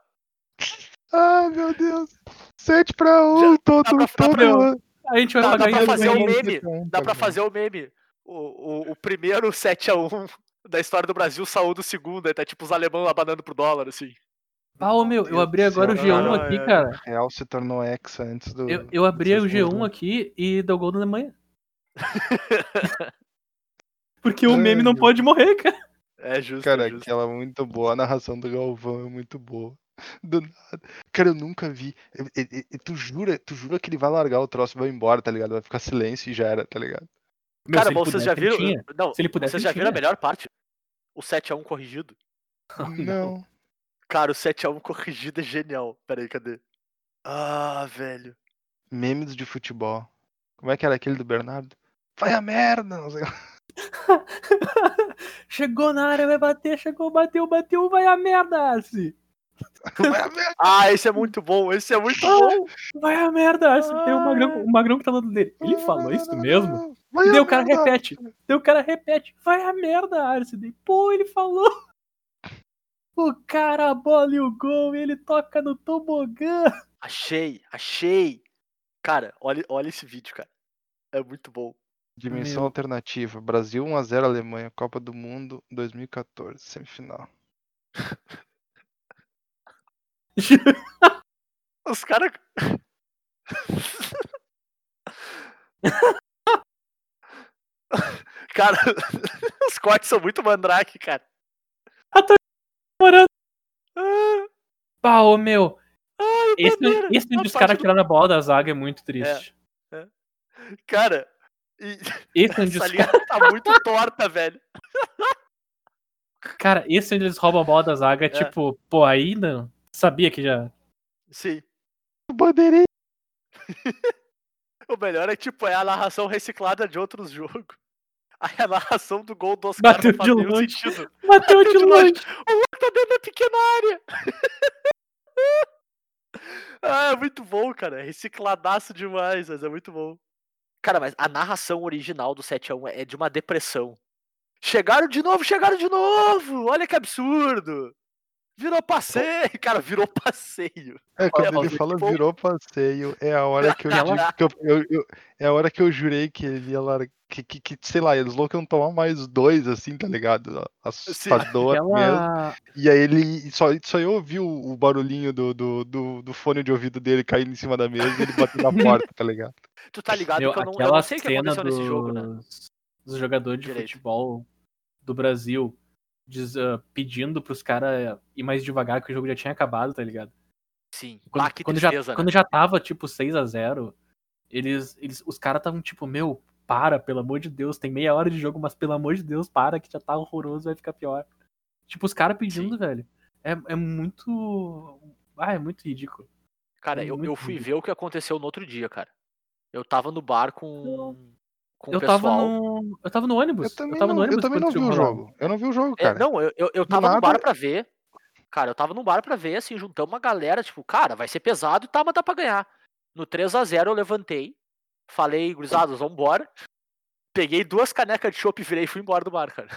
Speaker 1: ah, meu Deus. 7 pra 1 todo,
Speaker 3: pra- dá
Speaker 1: todo
Speaker 2: pra-
Speaker 1: ano.
Speaker 2: A gente vai
Speaker 3: Dá- dá
Speaker 2: pagar
Speaker 3: pra
Speaker 2: em
Speaker 3: fazer um
Speaker 2: dinheiro.
Speaker 3: meme, Dá pra
Speaker 1: tá ligado?
Speaker 3: fazer o meme. O, o, o primeiro 7x1 da história do Brasil saiu do segundo. Aí tá tipo os alemães abanando pro dólar, assim.
Speaker 2: Ah, ô, meu,
Speaker 1: Meu
Speaker 2: eu
Speaker 1: Deus
Speaker 2: abri
Speaker 1: do
Speaker 2: agora o
Speaker 1: céu.
Speaker 2: G1
Speaker 3: Não,
Speaker 2: aqui,
Speaker 3: é-
Speaker 2: cara.
Speaker 1: Real se tornou hexa antes do.
Speaker 2: Eu, eu abri o
Speaker 1: é, vocês
Speaker 2: G1
Speaker 1: viram?
Speaker 2: aqui e deu gol da Alemanha. Porque o
Speaker 1: Ai,
Speaker 2: meme não
Speaker 1: meu.
Speaker 2: pode morrer, cara.
Speaker 3: É justo,
Speaker 1: Cara,
Speaker 3: é justo.
Speaker 1: aquela é muito boa. A narração do Galvão é muito boa. Do nada. Cara, eu nunca vi. E- e- e- tu jura, tu jura que ele vai largar o troço e vai embora, tá ligado? Vai ficar silêncio e já era, tá ligado?
Speaker 2: Meu,
Speaker 3: Cara,
Speaker 2: se ele
Speaker 3: mas vocês
Speaker 2: pudesse,
Speaker 3: já
Speaker 2: ele
Speaker 3: viram.
Speaker 2: tinha.
Speaker 3: Não,
Speaker 2: Se ele pudesse,
Speaker 3: vocês
Speaker 2: ele
Speaker 3: já viram é a
Speaker 2: tinha.
Speaker 3: melhor parte? O 7x1 corrigido?
Speaker 1: Não.
Speaker 3: Cara, o 7x1 corrigido é genial. Pera aí, cadê? Ah, velho.
Speaker 1: Memes de futebol. Como é que era aquele do Bernardo? Vai a merda! não sei o quê.
Speaker 2: Chegou na área, vai bater, chegou, bateu, bateu, vai a merda, se.
Speaker 1: Vai a merda!
Speaker 3: Ah, esse é muito bom, esse é muito bom.
Speaker 2: Vai a merda, se. Tem o Magrão, o Magrão que tá do lado dele. Ele falou isso mesmo?
Speaker 1: Vai
Speaker 2: E
Speaker 1: a
Speaker 2: daí o cara
Speaker 1: merda!
Speaker 2: repete. Daí o cara repete. Vai a merda, Arce. Daí, Pô, ele falou. O cara, a bola e o gol, ele toca no tobogã.
Speaker 3: Achei, achei. Cara, olha, olha esse vídeo, cara. É muito bom.
Speaker 1: Dimensão
Speaker 2: Meu.
Speaker 1: alternativa. Brasil 1x0 Alemanha, Copa do Mundo 2014, semifinal.
Speaker 3: Os caras. cara, os cortes são muito mandrake, cara.
Speaker 2: Morando. Pá, ô meu. Esse,
Speaker 3: bandeira,
Speaker 2: esse
Speaker 3: uma
Speaker 2: de os caras
Speaker 3: parte do-
Speaker 2: tirando a bola da zaga é muito triste.
Speaker 3: Cara, e
Speaker 2: Esse é um onde
Speaker 3: essa
Speaker 2: os
Speaker 3: linha
Speaker 2: ca-
Speaker 3: tá muito torta, velho.
Speaker 2: Cara, esse onde eles roubam a bola da zaga é, tipo, pô, aí não. Sabia que já.
Speaker 3: Sim.
Speaker 1: Bandeirinha!
Speaker 3: O melhor é tipo, é a narração reciclada de outros jogos. Aí a narração do gol dos caras
Speaker 2: Bateu
Speaker 3: não
Speaker 2: de
Speaker 3: faz nenhum
Speaker 2: longe.
Speaker 3: sentido.
Speaker 2: Bateu de
Speaker 3: de
Speaker 2: longe.
Speaker 3: longe. O louco tá dentro da pequena área. ah, é muito bom, cara. É recicladaço demais, mas é muito bom. Cara, mas a narração original do 7x1 é de uma depressão. Chegaram de novo, chegaram de novo! Olha que absurdo! Virou passeio! Cara, virou passeio.
Speaker 1: É, quando
Speaker 2: Paulo,
Speaker 1: ele fala
Speaker 3: tipo-
Speaker 1: virou passeio, é a hora que eu
Speaker 3: Ela-
Speaker 1: digo que eu, eu- eu- é a hora que eu jurei que ele ia largar. Que, que, que, sei lá, eles loucos iam tomar mais dois, assim, tá ligado? Assustador mesmo.
Speaker 2: Aquela.
Speaker 1: E aí ele só, só eu ouvi o, o barulhinho do, do, do, do fone de ouvido dele caindo em cima da mesa e ele bateu na porta, tá ligado?
Speaker 3: Tu tá ligado
Speaker 2: Meu,
Speaker 3: que eu não, eu
Speaker 2: aquela
Speaker 3: não sei o que
Speaker 2: cena
Speaker 3: aconteceu
Speaker 2: dos,
Speaker 3: nesse jogo, né?
Speaker 2: dos jogadores de
Speaker 3: Direito.
Speaker 2: futebol do Brasil diz, ah, pedindo pros caras ir mais devagar, que o jogo já tinha acabado, tá ligado?
Speaker 3: Sim.
Speaker 2: Quando,
Speaker 3: ah, que
Speaker 2: quando já,
Speaker 3: tristeza, né?
Speaker 2: quando já tava tipo 6 a 0 Eles, eles, os caras estavam tipo, meu, para, pelo amor de Deus, tem meia hora de jogo, mas pelo amor de Deus, para, que já tá horroroso, vai ficar pior. Tipo, os caras pedindo, velho. É, é muito. Ah, é muito ridículo.
Speaker 3: Cara, eu,
Speaker 2: Muito
Speaker 3: eu fui
Speaker 2: doido.
Speaker 3: ver o que aconteceu no outro dia, cara. Eu tava no bar com, com o
Speaker 2: eu
Speaker 3: pessoal.
Speaker 2: tava no. Eu tava no ônibus.
Speaker 1: Eu também
Speaker 2: tava
Speaker 1: não,
Speaker 2: no
Speaker 1: eu
Speaker 2: ônibus
Speaker 1: também
Speaker 2: quando
Speaker 1: não vi o
Speaker 2: chegou lá.
Speaker 1: jogo. Eu não vi o jogo,
Speaker 3: É,
Speaker 1: cara.
Speaker 3: não, eu, eu, eu
Speaker 1: do
Speaker 3: tava no
Speaker 1: nada-
Speaker 3: bar pra ver. Cara, eu tava no bar pra ver, assim, juntamos uma galera, tipo, cara, vai ser pesado e tá, mas dá pra ganhar. No 3 a 0 eu levantei, falei, gurizada, vambora. Peguei duas canecas de chopp, virei e fui embora do bar, cara.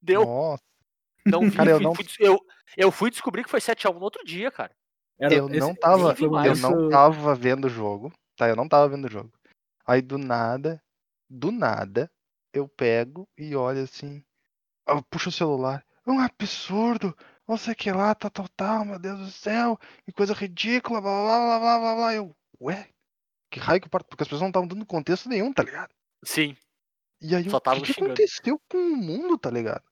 Speaker 3: Deu,
Speaker 1: Nossa,
Speaker 3: não vi.
Speaker 1: Cara, eu
Speaker 3: fui-
Speaker 1: não-
Speaker 3: fui des- eu, eu fui descobrir que foi 7x1 no outro dia, cara.
Speaker 2: Era-
Speaker 1: eu
Speaker 2: esse-
Speaker 1: não
Speaker 2: esse
Speaker 1: tava,
Speaker 2: foi
Speaker 1: eu
Speaker 2: mais
Speaker 1: não
Speaker 2: o-
Speaker 1: tava vendo o jogo, tá? Eu não tava vendo o jogo. Aí do nada, do nada, eu pego e olho assim, eu puxo o celular. É um absurdo, não sei o que lá, tá total, meu Deus do céu, que coisa ridícula, blá blá blá blá blá blá. Eu, ué, que raio que eu parto? Porque as pessoas não estavam dando contexto nenhum, tá ligado?
Speaker 3: Sim.
Speaker 1: E aí,
Speaker 3: Só
Speaker 1: o
Speaker 3: tava
Speaker 1: que, que
Speaker 3: xingando.
Speaker 1: aconteceu com o mundo, tá ligado?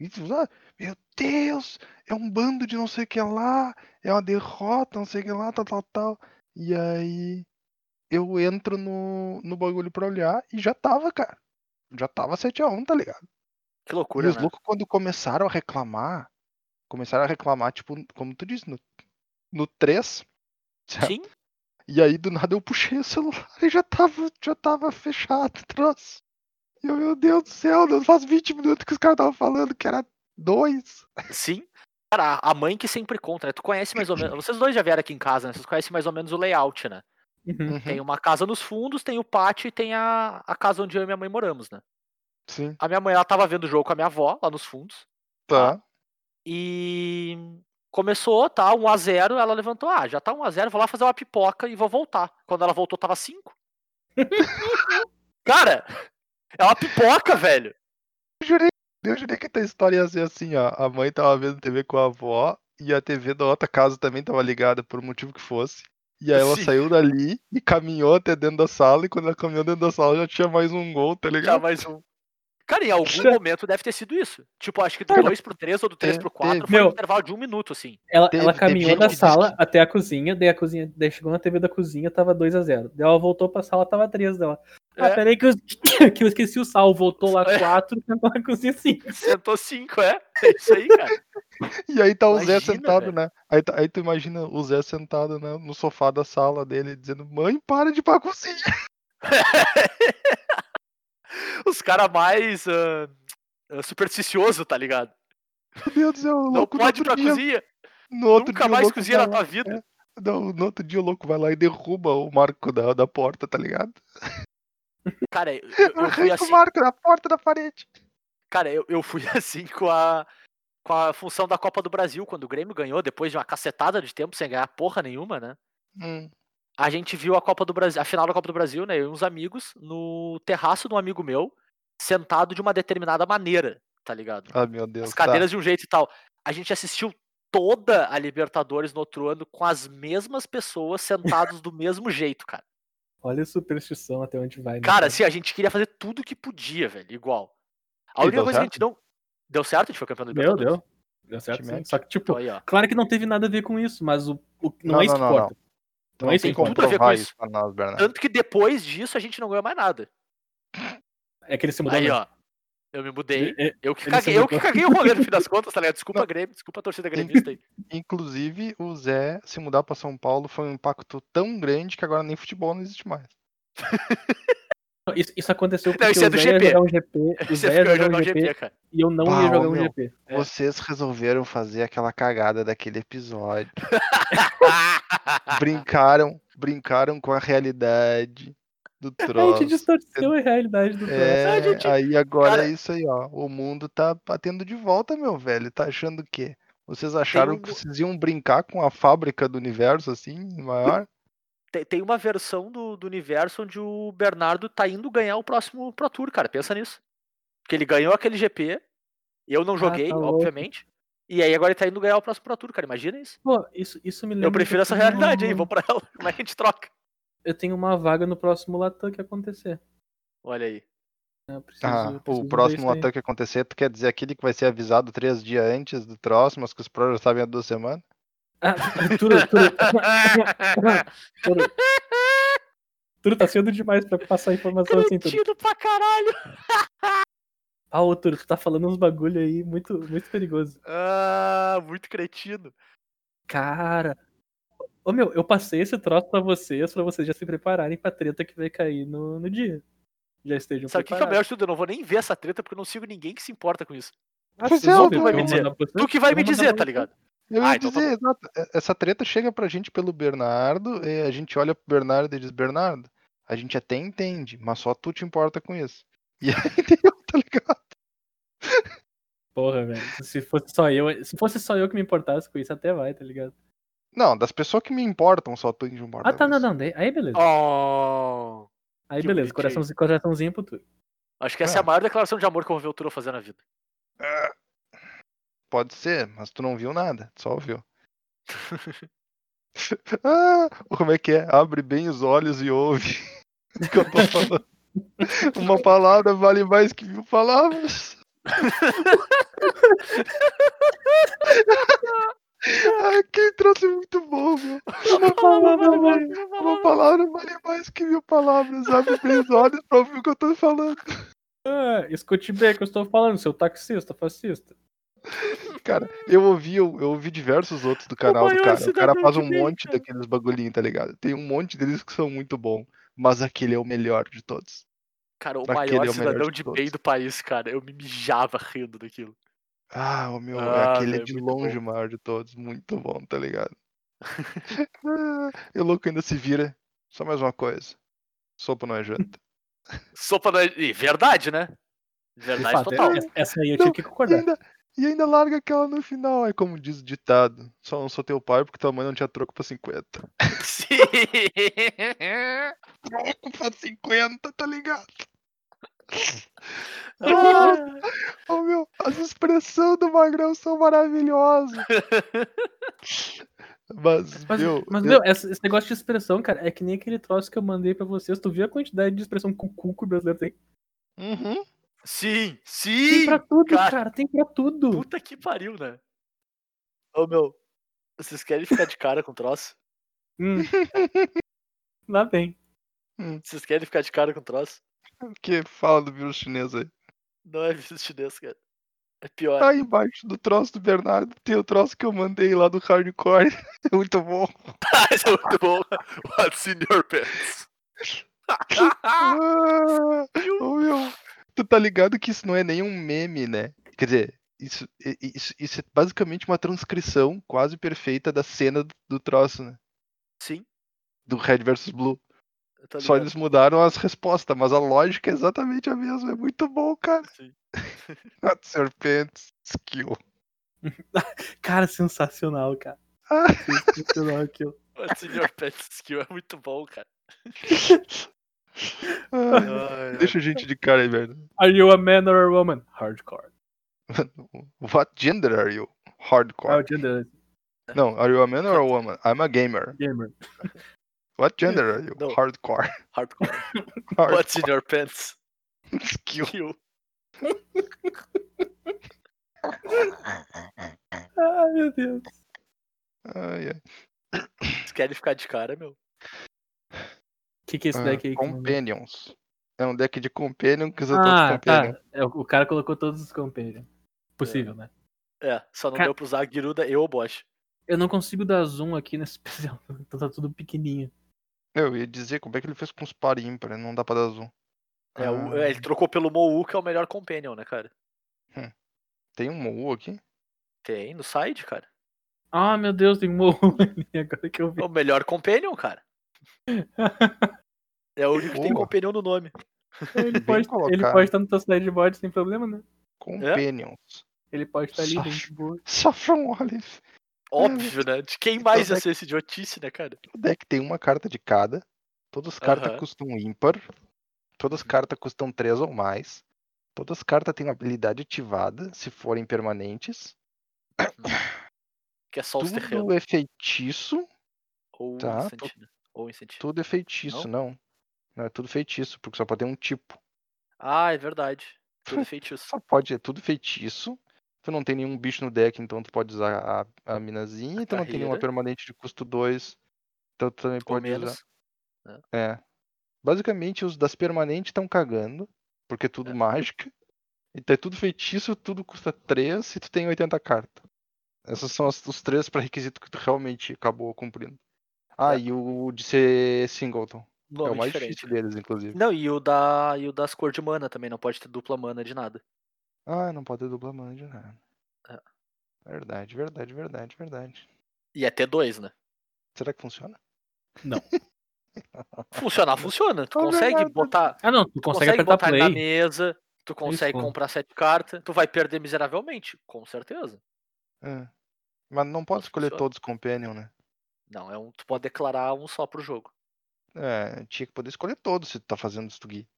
Speaker 1: E tu lá, Meu Deus, é um bando de não sei o que lá, é uma derrota, não sei o que lá, tal, tal, tal. E aí, eu entro no, no bagulho pra olhar e já tava, cara. Já tava 7x1, tá ligado?
Speaker 3: Que
Speaker 1: E
Speaker 3: loucura,
Speaker 1: os
Speaker 3: né?
Speaker 1: loucos, quando começaram a reclamar, começaram a reclamar, tipo, como tu disse, no, no 3. certo?
Speaker 3: Sim.
Speaker 1: E aí, do nada, eu puxei o celular e já tava, já tava fechado o troço. E eu, meu Deus do céu, não faz 20 minutos que os caras estavam falando que era dois.
Speaker 3: Sim. Cara, a a mãe que sempre conta, né? Tu conhece mais ou menos. Vocês dois já vieram aqui em casa, né? Vocês conhecem mais ou menos o layout, né?
Speaker 2: Uhum.
Speaker 3: Tem uma casa nos fundos, tem o pátio e tem a, a casa onde eu e minha mãe moramos, né?
Speaker 1: Sim,
Speaker 3: A minha mãe, ela tava vendo o jogo com a minha avó, lá nos fundos.
Speaker 1: tá.
Speaker 3: E começou, tá? 1x0, ela levantou. Ah, já tá 1x0, vou lá fazer uma pipoca e vou voltar. Quando ela voltou, tava 5. Cara, é uma pipoca, velho.
Speaker 1: Eu jurei, eu jurei que essa história ia ser assim, ó. A mãe tava vendo TV com a avó e a TV da outra casa também tava ligada, por um motivo que fosse. E aí ela
Speaker 3: Sim.
Speaker 1: saiu dali e caminhou até dentro da sala, e quando ela caminhou dentro da sala já tinha mais um gol, tá
Speaker 2: Uhum.
Speaker 3: Já
Speaker 1: ligado?
Speaker 3: mais um. Cara, em algum
Speaker 2: Já-
Speaker 3: momento deve ter sido isso. Tipo, acho que do
Speaker 1: Cara,
Speaker 3: 2 pro 3 ou do 3
Speaker 1: te-
Speaker 3: pro 4
Speaker 2: teve.
Speaker 3: foi um
Speaker 2: é, Meu.
Speaker 3: intervalo de um minuto, assim.
Speaker 2: Ela,
Speaker 1: Teve-
Speaker 2: ela
Speaker 1: teve
Speaker 2: caminhou
Speaker 1: gente
Speaker 2: da
Speaker 1: que disse
Speaker 2: sala até a cozinha, daí a cozinha, daí chegou na TV da cozinha, tava 2x0. Daí ela voltou pra sala, tava 3 dela. Ah,
Speaker 3: É.
Speaker 2: peraí que eu, que eu esqueci o sal, voltou lá
Speaker 3: É.
Speaker 2: 4, sentou na cozinha assim. 5.
Speaker 3: Sentou 5, é? É isso aí, cara.
Speaker 1: E aí tá o Zé
Speaker 3: Imagina,
Speaker 1: sentado,
Speaker 3: velho.
Speaker 1: né? Aí, tá- aí tu imagina o Zé sentado né, no sofá da sala dele, dizendo, mãe, para de baguncinha.
Speaker 3: os caras mais ah, ah, supersticioso, tá ligado?
Speaker 1: Meu Deus do céu, o
Speaker 3: Não
Speaker 1: louco no
Speaker 3: pode ir
Speaker 1: outro
Speaker 3: pra
Speaker 1: dia.
Speaker 3: cozinha,
Speaker 1: No outro
Speaker 3: nunca
Speaker 1: dia, o
Speaker 3: mais
Speaker 1: louco É.
Speaker 3: cozinha
Speaker 1: vai
Speaker 3: na
Speaker 1: lá-
Speaker 3: tua vida.
Speaker 1: não, no outro dia o louco vai lá e derruba o marco da, da porta, tá ligado?
Speaker 3: Cara, eu, eu- eu fui
Speaker 1: Arranca o
Speaker 3: assim,
Speaker 1: marco da porta da parede.
Speaker 3: cara, eu, eu fui assim com a com a função da Copa do Brasil quando o Grêmio ganhou depois de uma cacetada de tempo sem ganhar porra nenhuma, né?
Speaker 1: Hum,
Speaker 3: A gente viu a Copa do Brasil, a final da Copa do Brasil, né? Eu e uns amigos no terraço de um amigo meu, sentado de uma determinada maneira, tá ligado?
Speaker 1: Ah, meu Deus.
Speaker 3: as
Speaker 1: tá.
Speaker 3: cadeiras de um jeito e tal. A gente assistiu toda a Libertadores no outro ano com as mesmas pessoas sentados do mesmo jeito, cara.
Speaker 2: Olha a superstição até onde vai. né,
Speaker 3: Cara, assim, a gente queria fazer tudo que podia, velho, igual. A
Speaker 1: E
Speaker 3: única
Speaker 1: deu
Speaker 3: coisa que a gente não. Deu certo, a gente foi campeão da
Speaker 2: Deu,
Speaker 1: é
Speaker 3: Libertadores.
Speaker 2: deu. Deu certo, sim.
Speaker 1: Timete.
Speaker 2: Só que, tipo,
Speaker 3: Então aí, ó.
Speaker 2: claro que não teve nada a ver com isso, mas o, o- não,
Speaker 1: Não,
Speaker 2: é isso
Speaker 1: não,
Speaker 2: que
Speaker 1: não,
Speaker 2: importa.
Speaker 1: Tu
Speaker 2: Não, é
Speaker 1: não
Speaker 2: isso que
Speaker 1: tem
Speaker 3: como tudo
Speaker 2: importa.
Speaker 3: a ver com
Speaker 1: Então, comprovar
Speaker 3: isso.
Speaker 1: isso pra nós, Bernardo.
Speaker 3: Tanto que depois disso a gente não ganhou mais nada.
Speaker 2: É que ele se mudou.
Speaker 3: Aí,
Speaker 2: né?
Speaker 3: ó. Eu me mudei.
Speaker 2: É- é-
Speaker 3: Eu que
Speaker 2: ele se
Speaker 3: caguei, eu que
Speaker 2: mudou.
Speaker 3: caguei o rolê no fim das contas, tá ligado? Desculpa,
Speaker 1: Não.
Speaker 3: Grêmio, desculpa a torcida gremista aí.
Speaker 1: Inclusive, o Zé se mudar pra São Paulo foi um impacto tão grande que agora nem futebol não existe mais.
Speaker 2: Isso, isso aconteceu porque
Speaker 3: isso é
Speaker 2: o
Speaker 3: do
Speaker 2: Zé ia
Speaker 3: GP.
Speaker 2: jogar um GP, o
Speaker 3: Você
Speaker 2: Zé ia
Speaker 3: ficou
Speaker 2: jogar
Speaker 3: jogando
Speaker 2: um
Speaker 3: GP,
Speaker 2: GP
Speaker 3: cara.
Speaker 2: e eu não ia
Speaker 1: Pau,
Speaker 2: jogar um
Speaker 1: meu.
Speaker 2: GP. É.
Speaker 1: Vocês resolveram fazer aquela cagada daquele episódio. brincaram, brincaram com a realidade do
Speaker 2: A gente
Speaker 1: troço.
Speaker 2: distorceu a realidade do
Speaker 1: É,
Speaker 2: troço.
Speaker 3: A gente-
Speaker 1: aí agora
Speaker 3: cara-
Speaker 1: é isso aí, ó. O mundo tá batendo de volta, meu velho. Tá achando o quê? Vocês acharam
Speaker 3: um-
Speaker 1: que vocês iam brincar com a fábrica do universo, assim, maior?
Speaker 3: Tem, tem uma versão do, do universo onde o Bernardo tá indo ganhar o próximo Pro Tour, cara. Pensa nisso. Porque ele ganhou aquele GP, eu não joguei,
Speaker 2: tá louco.
Speaker 3: obviamente. E aí agora ele tá indo ganhar o próximo Pro Tour, cara. Imagina isso.
Speaker 2: Pô, isso, isso me lembra.
Speaker 3: eu prefiro
Speaker 2: que
Speaker 3: essa
Speaker 2: tem
Speaker 3: realidade aí,
Speaker 2: um-
Speaker 3: vou pra ela. Como é que a gente troca?
Speaker 2: Eu tenho uma vaga no próximo Latam que acontecer. né?
Speaker 3: Olha aí.
Speaker 2: Eu preciso-
Speaker 1: Ah,
Speaker 2: preciso
Speaker 1: o
Speaker 2: ver
Speaker 1: próximo
Speaker 2: isso aí.
Speaker 1: ataque que acontecer, tu quer dizer aquele que vai ser avisado três dias antes do próximo, mas que os prós já sabem há duas semanas?
Speaker 2: Ah, Arturo, Arturo, Arturo, Turo tá cedo demais pra passar informação assim, Turo.
Speaker 3: Cretino pra caralho.
Speaker 2: Ah, ô Turo, tu tá falando uns bagulho aí muito, muito perigoso.
Speaker 3: Ah, muito cretino.
Speaker 2: Cara. Ô meu, eu passei esse troço pra vocês, pra vocês já se prepararem pra treta que vai cair no, no dia. Já estejam
Speaker 3: Sabe o que, que é o
Speaker 2: preparados.
Speaker 3: melhor de tudo? Eu não vou nem ver essa treta porque eu não sigo ninguém que se importa com isso.
Speaker 2: Ah,
Speaker 1: Pois
Speaker 2: vocês
Speaker 1: é,
Speaker 2: vão
Speaker 1: ô,
Speaker 2: ver
Speaker 1: tu
Speaker 2: o
Speaker 1: vai
Speaker 2: que eu
Speaker 1: me
Speaker 2: vou
Speaker 3: dizer.
Speaker 2: mandar pra vocês,
Speaker 3: Tu que vai
Speaker 2: eu
Speaker 3: me
Speaker 2: vou mandar
Speaker 3: dizer,
Speaker 2: pra
Speaker 3: tá ligado?
Speaker 1: Eu ia
Speaker 3: Ah, então tá
Speaker 1: dizer, exato, é, essa treta chega pra gente pelo Bernardo, e a gente olha pro Bernardo e diz, Bernardo, a gente até entende, mas só tu te importa com isso. E aí tem outro, tá ligado?
Speaker 2: Porra, velho. Se fosse só eu, se fosse só eu que me importasse com isso, até vai, tá ligado?
Speaker 1: Não, das pessoas que me importam, só tu te importa
Speaker 2: Ah, tá,
Speaker 1: com
Speaker 2: não,
Speaker 1: isso.
Speaker 2: não. daí- Aí beleza.
Speaker 3: Oh,
Speaker 2: aí
Speaker 3: que
Speaker 2: beleza,
Speaker 3: bonitinho.
Speaker 2: coraçãozinho, coraçãozinho pro Turo.
Speaker 3: acho que essa é a
Speaker 1: É.
Speaker 3: maior declaração de amor que eu vou ver o Turo fazer na vida.
Speaker 1: Ah, Pode ser, mas tu não viu nada, tu só ouviu. ah, como é que é? Abre bem os olhos e ouve. o que eu tô falando. Uma palavra vale mais que mil palavras. ah, que trouxe muito bom, meu. Uma palavra, vale, uma palavra vale mais que mil palavras. Abre bem os olhos pra ouvir o que eu tô falando.
Speaker 2: Ah, escute bem o que eu estou falando, seu taxista, fascista.
Speaker 1: Cara, eu ouvi, eu, eu ouvi diversos outros do canal do cara.
Speaker 3: maior
Speaker 1: O cara
Speaker 3: cidadão
Speaker 1: faz
Speaker 3: de
Speaker 1: um
Speaker 3: bem,
Speaker 1: monte
Speaker 3: cara.
Speaker 1: daqueles bagulhinhos, tá ligado? Tem um monte deles que são muito bons, mas aquele é o melhor de todos.
Speaker 3: Cara, o
Speaker 1: Aquele é o
Speaker 3: maior
Speaker 1: melhor
Speaker 3: cidadão
Speaker 1: de
Speaker 3: de
Speaker 1: todos.
Speaker 3: bem do país, cara. Eu me mijava rindo daquilo.
Speaker 1: Ah, o meu,
Speaker 3: Ah,
Speaker 1: aquele é
Speaker 3: velho,
Speaker 1: de
Speaker 3: muito
Speaker 1: longe
Speaker 3: bom.
Speaker 1: o maior de todos. Muito bom, tá ligado? Ah, e o louco ainda se vira. Só mais uma coisa. Sopa não é janta.
Speaker 3: Sopa da. Ih, Verdade, né? Verdade total.
Speaker 2: é- essa aí eu
Speaker 1: Não,
Speaker 2: tive que
Speaker 1: E
Speaker 2: concordar.
Speaker 1: ainda, e ainda larga aquela no final. É como diz o ditado. Só não sou teu pai porque tua mãe não tinha troco pra 50.
Speaker 3: Sim.
Speaker 1: Troco pra 50, tá ligado? Oh, meu, as expressões do Magrão são maravilhosas. Mas,
Speaker 2: Mas,
Speaker 1: meu,
Speaker 2: mas,
Speaker 1: eu-
Speaker 2: meu, essa- esse negócio de expressão, cara, é que nem aquele troço que eu mandei pra vocês. Tu viu a quantidade de expressão que o cuco brasileiro tem?
Speaker 1: Uhum.
Speaker 3: Sim,
Speaker 2: Tem
Speaker 3: sim!
Speaker 2: pra tudo,
Speaker 3: cara.
Speaker 2: cara, tem pra tudo.
Speaker 3: Puta que pariu, né? Ô meu, vocês querem ficar de cara com o troço?
Speaker 2: Hum. Lá vem.
Speaker 3: Vocês querem ficar de cara com o troço?
Speaker 1: que fala do vírus chinês aí.
Speaker 3: Não é visto chinês, cara. É pior.
Speaker 1: Aí Tá embaixo do troço do Bernardo tem o troço que eu mandei lá do hardcore. É muito bom.
Speaker 3: Isso é muito bom. What's in your pants?
Speaker 1: Ah, ô, meu, tu tá ligado que isso não é nenhum meme, né? Quer dizer, isso, i- i- isso, isso é basicamente uma transcrição quase perfeita da cena do, do troço, né?
Speaker 3: Sim,
Speaker 1: Do Red vs Blue.
Speaker 3: eu tô
Speaker 1: Só
Speaker 3: tá ligado.
Speaker 1: eles mudaram as respostas, mas a lógica é exatamente a mesma. É muito bom, cara.
Speaker 3: Sim.
Speaker 1: Serpentes, skill.
Speaker 2: Cara, sensacional, cara.
Speaker 1: Ah.
Speaker 2: Sensacional aquilo.
Speaker 3: What's in your pants skill é muito bom, cara.
Speaker 1: Ai,
Speaker 3: Ai,
Speaker 1: Deixa a gente de cara aí, velho.
Speaker 2: Are you a man or a woman? Hardcore.
Speaker 1: What gender are you?
Speaker 2: Ah,
Speaker 1: Hardcore.
Speaker 2: o gender
Speaker 1: Não, are you a man or a woman? I'm a gamer.
Speaker 2: gamer.
Speaker 1: What gender are you?
Speaker 3: Não.
Speaker 1: Hardcore.
Speaker 3: Hardcore.
Speaker 1: Hard
Speaker 3: What's in your pants
Speaker 1: skill.
Speaker 3: skill?
Speaker 2: Ai, meu Deus.
Speaker 1: Ai, ai.
Speaker 3: Vocês querem ficar de cara, meu?
Speaker 2: O que, que é esse
Speaker 1: Ah,
Speaker 2: deck aí? que eu mandei?
Speaker 1: companions. É um deck de companion que usa todos
Speaker 2: Ah,
Speaker 1: companion.
Speaker 2: tá. É, o- o cara colocou todos os companions. Possível, né?
Speaker 3: É, só não
Speaker 2: Ca-
Speaker 3: deu pra usar a Giruda e o Bosch.
Speaker 2: Eu não consigo dar zoom aqui nesse especial. Então tá tudo pequenininho.
Speaker 1: Eu ia dizer como é que ele fez com os par ímpar, não dá pra dar zoom.
Speaker 3: É, o-
Speaker 1: Ah,
Speaker 3: é, ele trocou pelo Mou, que é o melhor companion, né, cara?
Speaker 1: Tem um Mou aqui?
Speaker 3: É? Tem, no side, cara.
Speaker 2: Ah, meu Deus, tem um morro ali agora que eu vi.
Speaker 3: É o melhor companion, cara. É o único que tem
Speaker 1: Boa.
Speaker 3: companion no nome.
Speaker 2: Ele
Speaker 1: Bem
Speaker 2: pode, ele
Speaker 1: colocado.
Speaker 2: pode estar no teu sideboard sem problema, né?
Speaker 1: Companions.
Speaker 2: Ele pode estar ali
Speaker 1: Só-
Speaker 2: bem de boa.
Speaker 1: Saffron Olive.
Speaker 3: Óbvio, né? De quem
Speaker 1: Então,
Speaker 3: mais ia ser esse idiotice, né, cara?
Speaker 1: O deck é tem uma carta de cada. Todas as cartas
Speaker 3: Aham.
Speaker 1: custam ímpar. Todas as cartas custam 3 ou mais. Todas as cartas têm habilidade ativada, se forem permanentes.
Speaker 3: Que é só os terrenos.
Speaker 1: tudo é feitiço.
Speaker 3: Ou
Speaker 1: Tá,
Speaker 3: incentiva. Ou incentiva.
Speaker 1: Tudo é feitiço, não. Não é tudo feitiço, porque só pode ter um tipo.
Speaker 3: Ah, é verdade. Tudo é feitiço.
Speaker 1: Só pode, é tudo feitiço. Tu não tem nenhum bicho no deck, então tu pode usar a, a minazinha.
Speaker 3: A
Speaker 1: tu não tem nenhuma
Speaker 3: carreira.
Speaker 1: permanente de custo 2. Então tu também
Speaker 3: Ou
Speaker 1: pode usar.
Speaker 3: menos.
Speaker 1: É. Basicamente, os das permanentes estão cagando, porque é tudo mágica. Então é tudo feitiço, tudo custa 3 e tu tem 80 cartas. Essas são as- os três pré-requisitos que tu realmente acabou cumprindo. Ah, e o de ser singleton. é o
Speaker 3: Nome
Speaker 1: mais
Speaker 3: diferente.
Speaker 1: difícil deles, inclusive.
Speaker 3: Não, e o, da, e o das cor de mana também, não pode ter dupla mana de nada.
Speaker 1: Ah, não pode ter dupla mana de nada.
Speaker 3: É.
Speaker 1: Verdade, verdade, verdade, verdade.
Speaker 3: E é ter dois, né?
Speaker 1: Será que funciona?
Speaker 3: Funcionar, funciona. Tu
Speaker 1: É
Speaker 3: consegue
Speaker 1: verdade.
Speaker 3: botar,
Speaker 2: Ah, não, tu
Speaker 3: tu
Speaker 2: consegue, apertar
Speaker 3: botar ele na
Speaker 2: play.
Speaker 3: mesa, tu consegue
Speaker 2: Isso.
Speaker 3: comprar sete cartas, tu vai perder miseravelmente, com certeza.
Speaker 1: É. Mas não pode
Speaker 3: Nossa,
Speaker 1: escolher
Speaker 3: funciona.
Speaker 1: todos companion, né?
Speaker 3: Não, é um, tu pode declarar um só pro jogo.
Speaker 1: É, tinha que poder escolher todos se tu tá fazendo isso do Gui.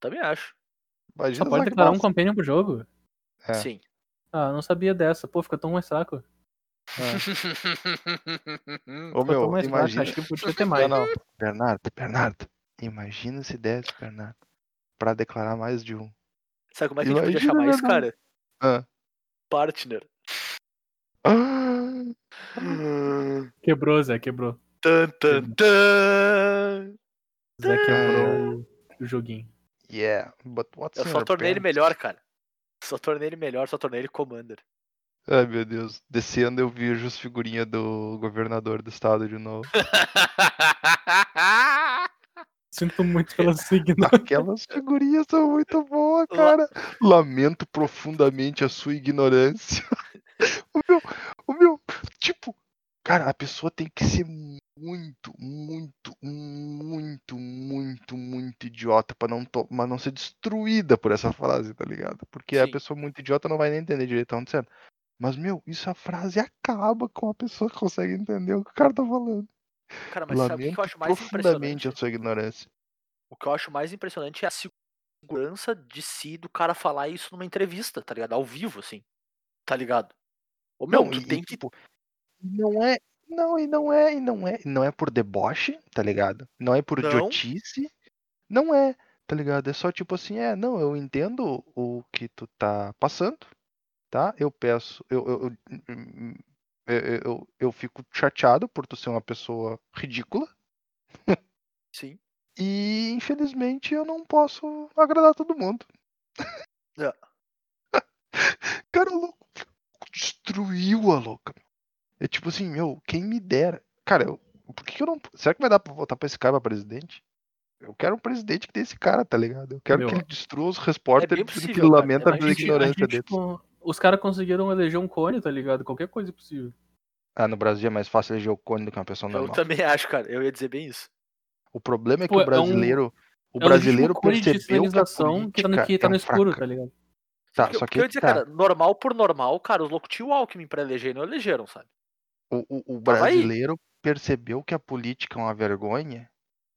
Speaker 3: Também acho.
Speaker 1: Imagina
Speaker 2: Só
Speaker 1: lá
Speaker 2: pode
Speaker 1: que
Speaker 2: declarar um
Speaker 1: bosta.
Speaker 2: companion pro jogo.
Speaker 1: É.
Speaker 3: Sim.
Speaker 2: Ah, não sabia dessa. Pô, fica tão mais fraco.
Speaker 1: Ô
Speaker 2: Ficou tão
Speaker 1: meu,
Speaker 2: mais
Speaker 1: imagina.
Speaker 2: fraco. Acho que podia ter
Speaker 1: Não,
Speaker 2: mais.
Speaker 1: não. Bernardo, Bernardo. Imagina se desse, Bernardo. Pra declarar mais de um.
Speaker 3: Sabe como é que a gente podia
Speaker 1: Imagina,
Speaker 3: chamar isso,
Speaker 1: né,
Speaker 3: cara?
Speaker 1: Ah.
Speaker 3: Partner.
Speaker 1: Ah!
Speaker 2: Quebrou, Zé, quebrou.
Speaker 3: Tan, tan, tan.
Speaker 2: Zé quebrou o joguinho.
Speaker 1: Yeah, but what's
Speaker 3: Eu
Speaker 1: in
Speaker 3: só
Speaker 1: your
Speaker 3: tornei ele
Speaker 1: pants?
Speaker 3: melhor, cara. Só tornei ele melhor, só tornei ele commander.
Speaker 1: Ai meu Deus, desse ano eu vejo as figurinhas do governador do estado de novo.
Speaker 2: Sinto muito pela signo.
Speaker 1: Aquelas figurinhas são muito boas, cara. Lamento profundamente a sua ignorância. O meu, o meu, tipo, cara, a pessoa tem que ser muito, muito, muito, muito, muito idiota pra não, to- pra não ser destruída por essa frase, tá ligado? Porque a
Speaker 3: Sim.
Speaker 1: pessoa muito idiota não vai nem entender direito o que tá acontecendo. Mas, meu, isso a frase acaba com a pessoa que consegue entender o que o cara tá falando.
Speaker 3: Cara, mas sabe
Speaker 1: Lamento
Speaker 3: o que que eu acho mais
Speaker 1: profundamente
Speaker 3: impressionante?
Speaker 1: a sua ignorância.
Speaker 3: O que eu acho mais impressionante é a segurança de si do cara falar isso numa entrevista, tá ligado? Ao vivo, assim. Tá ligado? Ô, meu, tu
Speaker 1: e-
Speaker 3: tem
Speaker 1: e,
Speaker 3: que.
Speaker 1: tipo, não é, não, e não é, e não é, não é por deboche, tá ligado? Não é por
Speaker 3: Não.
Speaker 1: idiotice. Não é, tá ligado? É só tipo assim, é, não, eu entendo o que tu tá passando, tá? Eu peço, eu eu, eu, eu, eu- eu fico chateado por tu ser uma pessoa ridícula
Speaker 3: Sim.
Speaker 1: e infelizmente eu não posso agradar todo mundo.
Speaker 3: É.
Speaker 1: Cara, o louco destruiu a louca. meu. É tipo assim, meu, quem me dera. Cara, eu, por que que eu não. Será que vai dar pra votar pra esse cara pra presidente? Eu quero um presidente que dê esse cara, tá ligado? Eu quero
Speaker 2: Meu,
Speaker 1: que ele destrua os repórteres
Speaker 3: bem
Speaker 1: dizendo que
Speaker 3: possível,
Speaker 1: ele
Speaker 3: cara.
Speaker 1: lamenta
Speaker 3: É
Speaker 1: a
Speaker 3: mais
Speaker 1: minha
Speaker 3: possível.
Speaker 1: tá ignorância deles.
Speaker 2: tipo, os caras conseguiram eleger um cone, tá ligado? Qualquer coisa é possível.
Speaker 1: Ah, no Brasil é mais fácil eleger o cone do que uma pessoa
Speaker 3: Eu
Speaker 1: normal.
Speaker 3: também acho, cara. Eu ia dizer bem isso.
Speaker 1: O problema é que
Speaker 2: Pô,
Speaker 1: o
Speaker 2: é um-
Speaker 1: brasileiro. O
Speaker 2: é um
Speaker 1: brasileiro
Speaker 2: ritmo cone de
Speaker 1: percebeu que a
Speaker 2: sinalização que tá no,
Speaker 1: política
Speaker 2: que tá
Speaker 1: é
Speaker 2: no
Speaker 1: um
Speaker 2: escuro,
Speaker 1: fraca-
Speaker 2: tá ligado?
Speaker 1: Tá,
Speaker 3: Porque-
Speaker 1: só
Speaker 3: porque
Speaker 1: que
Speaker 3: eu ia dizer,
Speaker 1: tá.
Speaker 3: cara, normal por normal, cara, os loucos tinham o Alckmin pra eleger e não elegeram, sabe?
Speaker 1: O, o- o
Speaker 3: Tava aí.
Speaker 1: brasileiro percebeu que a política é uma vergonha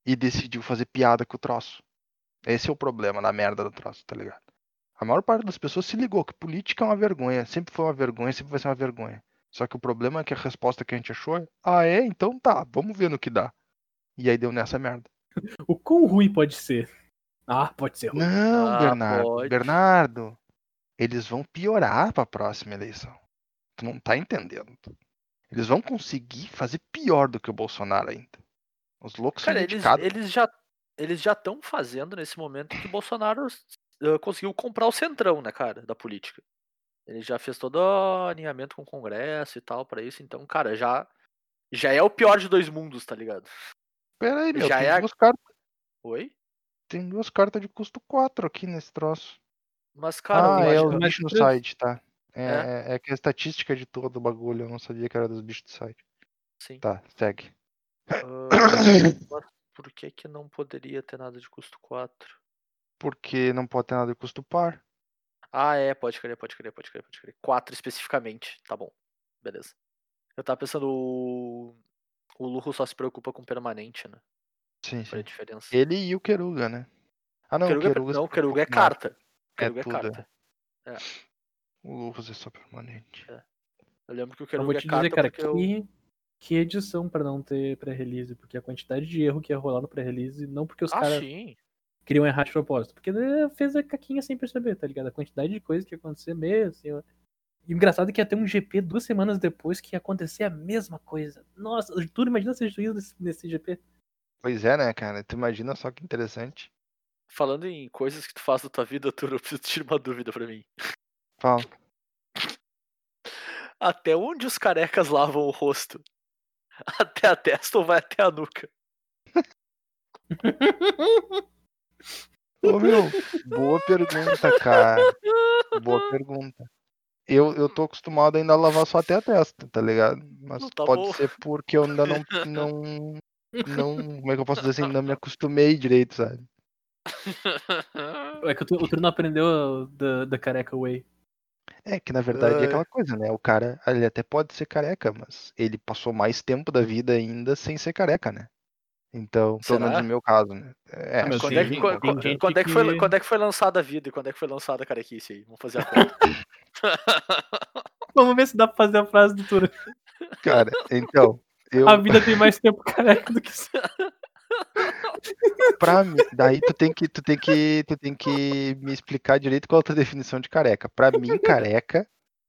Speaker 1: e decidiu fazer piada com o troço. Esse é o problema da merda do troço, tá ligado? A maior parte das pessoas se ligou que política é uma vergonha, sempre foi uma vergonha, sempre vai ser uma vergonha. Só que o problema é que a resposta que a gente achou é: ah, é? Então tá, vamos ver no que dá. E aí deu nessa merda.
Speaker 2: O quão ruim pode ser? Ah, pode ser ruim.
Speaker 1: Não,
Speaker 3: Ah,
Speaker 1: Bernardo,
Speaker 3: pode.
Speaker 1: Bernardo, eles vão piorar pra próxima eleição. Tu não tá entendendo. Eles vão conseguir fazer pior do que o Bolsonaro ainda. Os loucos
Speaker 3: Cara,
Speaker 1: são
Speaker 3: eles,
Speaker 1: dedicados.
Speaker 3: eles já eles já estão fazendo nesse momento que o Bolsonaro eh, conseguiu comprar o centrão, né, cara, da política. Ele já fez todo o alinhamento com o Congresso e tal pra isso, então, cara, já já é o pior de dois mundos, tá ligado?
Speaker 1: Pera aí, meu,
Speaker 3: já
Speaker 1: tem,
Speaker 3: é a-
Speaker 1: duas cartas,
Speaker 3: Oi?
Speaker 1: tem duas cartas de custo 4 aqui nesse troço.
Speaker 3: Mas, cara,
Speaker 1: ah,
Speaker 3: eu
Speaker 1: é
Speaker 3: acho-
Speaker 1: os
Speaker 2: mais
Speaker 1: bichos no
Speaker 2: três.
Speaker 1: site, tá? É, é, é que a estatística de todo o bagulho, eu não sabia que era dos bichos do site.
Speaker 3: sim.
Speaker 1: Tá, segue.
Speaker 3: Ah, mas por que que não poderia ter nada de custo 4?
Speaker 1: Porque não pode ter nada de custo par.
Speaker 3: Ah, é, pode crer, pode crer, pode crer, pode crer. Quatro especificamente, tá bom. Beleza. Eu tava pensando, o, o Lurro só se preocupa com permanente, né?
Speaker 1: Sim,
Speaker 3: Foi a
Speaker 1: sim.
Speaker 3: diferença.
Speaker 1: Ele e o Keruga, né? Ah, não,
Speaker 3: Keruga,
Speaker 1: o
Speaker 3: é-
Speaker 1: Keruga, se
Speaker 3: não, Keruga é
Speaker 1: preocupa com nada.
Speaker 3: carta. Keruga é,
Speaker 1: tudo, é.
Speaker 3: carta.
Speaker 1: O Lurros é só permanente.
Speaker 3: Eu lembro que o
Speaker 2: Eu vou
Speaker 3: Keruga é
Speaker 2: te dizer,
Speaker 3: carta
Speaker 2: cara,
Speaker 3: porque
Speaker 2: que,
Speaker 3: eu...
Speaker 2: que edição pra não ter pré-release, porque a quantidade de erro que ia rolar no pré-release, não porque os
Speaker 3: Ah,
Speaker 2: caras
Speaker 3: sim.
Speaker 2: queriam errar de propósito, porque né, fez a caquinha sem perceber, tá ligado? A quantidade de coisa que ia acontecer mesmo, assim, ó. E o engraçado é que ia ter um GP duas semanas depois que ia acontecer a mesma coisa. Nossa, tu não imagina ser juiz nesse, nesse GP.
Speaker 1: Pois é, né, cara? Tu imagina só que interessante.
Speaker 3: Falando em coisas que tu faz da tua vida, Arthur, eu preciso te tirar uma dúvida pra mim.
Speaker 1: Fala.
Speaker 3: Até onde os carecas lavam o rosto? Até a testa ou vai até a nuca?
Speaker 1: Ô, meu, boa pergunta, cara. Boa pergunta. Eu, eu tô acostumado ainda a lavar só até a testa, tá ligado? Mas
Speaker 3: Não, tá
Speaker 1: pode
Speaker 3: bom.
Speaker 1: ser porque eu ainda não, não. Não. Como é que eu posso dizer assim? Não me acostumei direito, sabe?
Speaker 2: É que o tu- o Turo não aprendeu da, da careca way.
Speaker 1: É que na verdade
Speaker 3: Ai.
Speaker 1: é aquela coisa, né? O cara, ele até pode ser careca, mas ele passou mais tempo da vida ainda sem ser careca, né? Então, pelo menos
Speaker 3: Será?
Speaker 1: no meu caso, né? É,
Speaker 2: Ah, mas
Speaker 1: acho
Speaker 3: Quando
Speaker 1: que
Speaker 3: é
Speaker 2: tem
Speaker 3: que,
Speaker 1: sim,
Speaker 3: quan-
Speaker 1: pô,
Speaker 2: gente- tem
Speaker 3: quan-
Speaker 2: gente
Speaker 3: quando é que foi,
Speaker 2: que-
Speaker 3: quando é que foi lançada a vida e quando é que foi lançada a carequice aí? Vamos fazer a conta.
Speaker 2: Vamos ver se dá pra fazer a frase do Turo.
Speaker 1: cara. Então, eu,
Speaker 2: A vida tem mais tempo careca do que isso.
Speaker 1: pra mim, daí tu tem que, tu tem que, tu tem que me explicar direito qual é a tua definição de careca. Pra mim, careca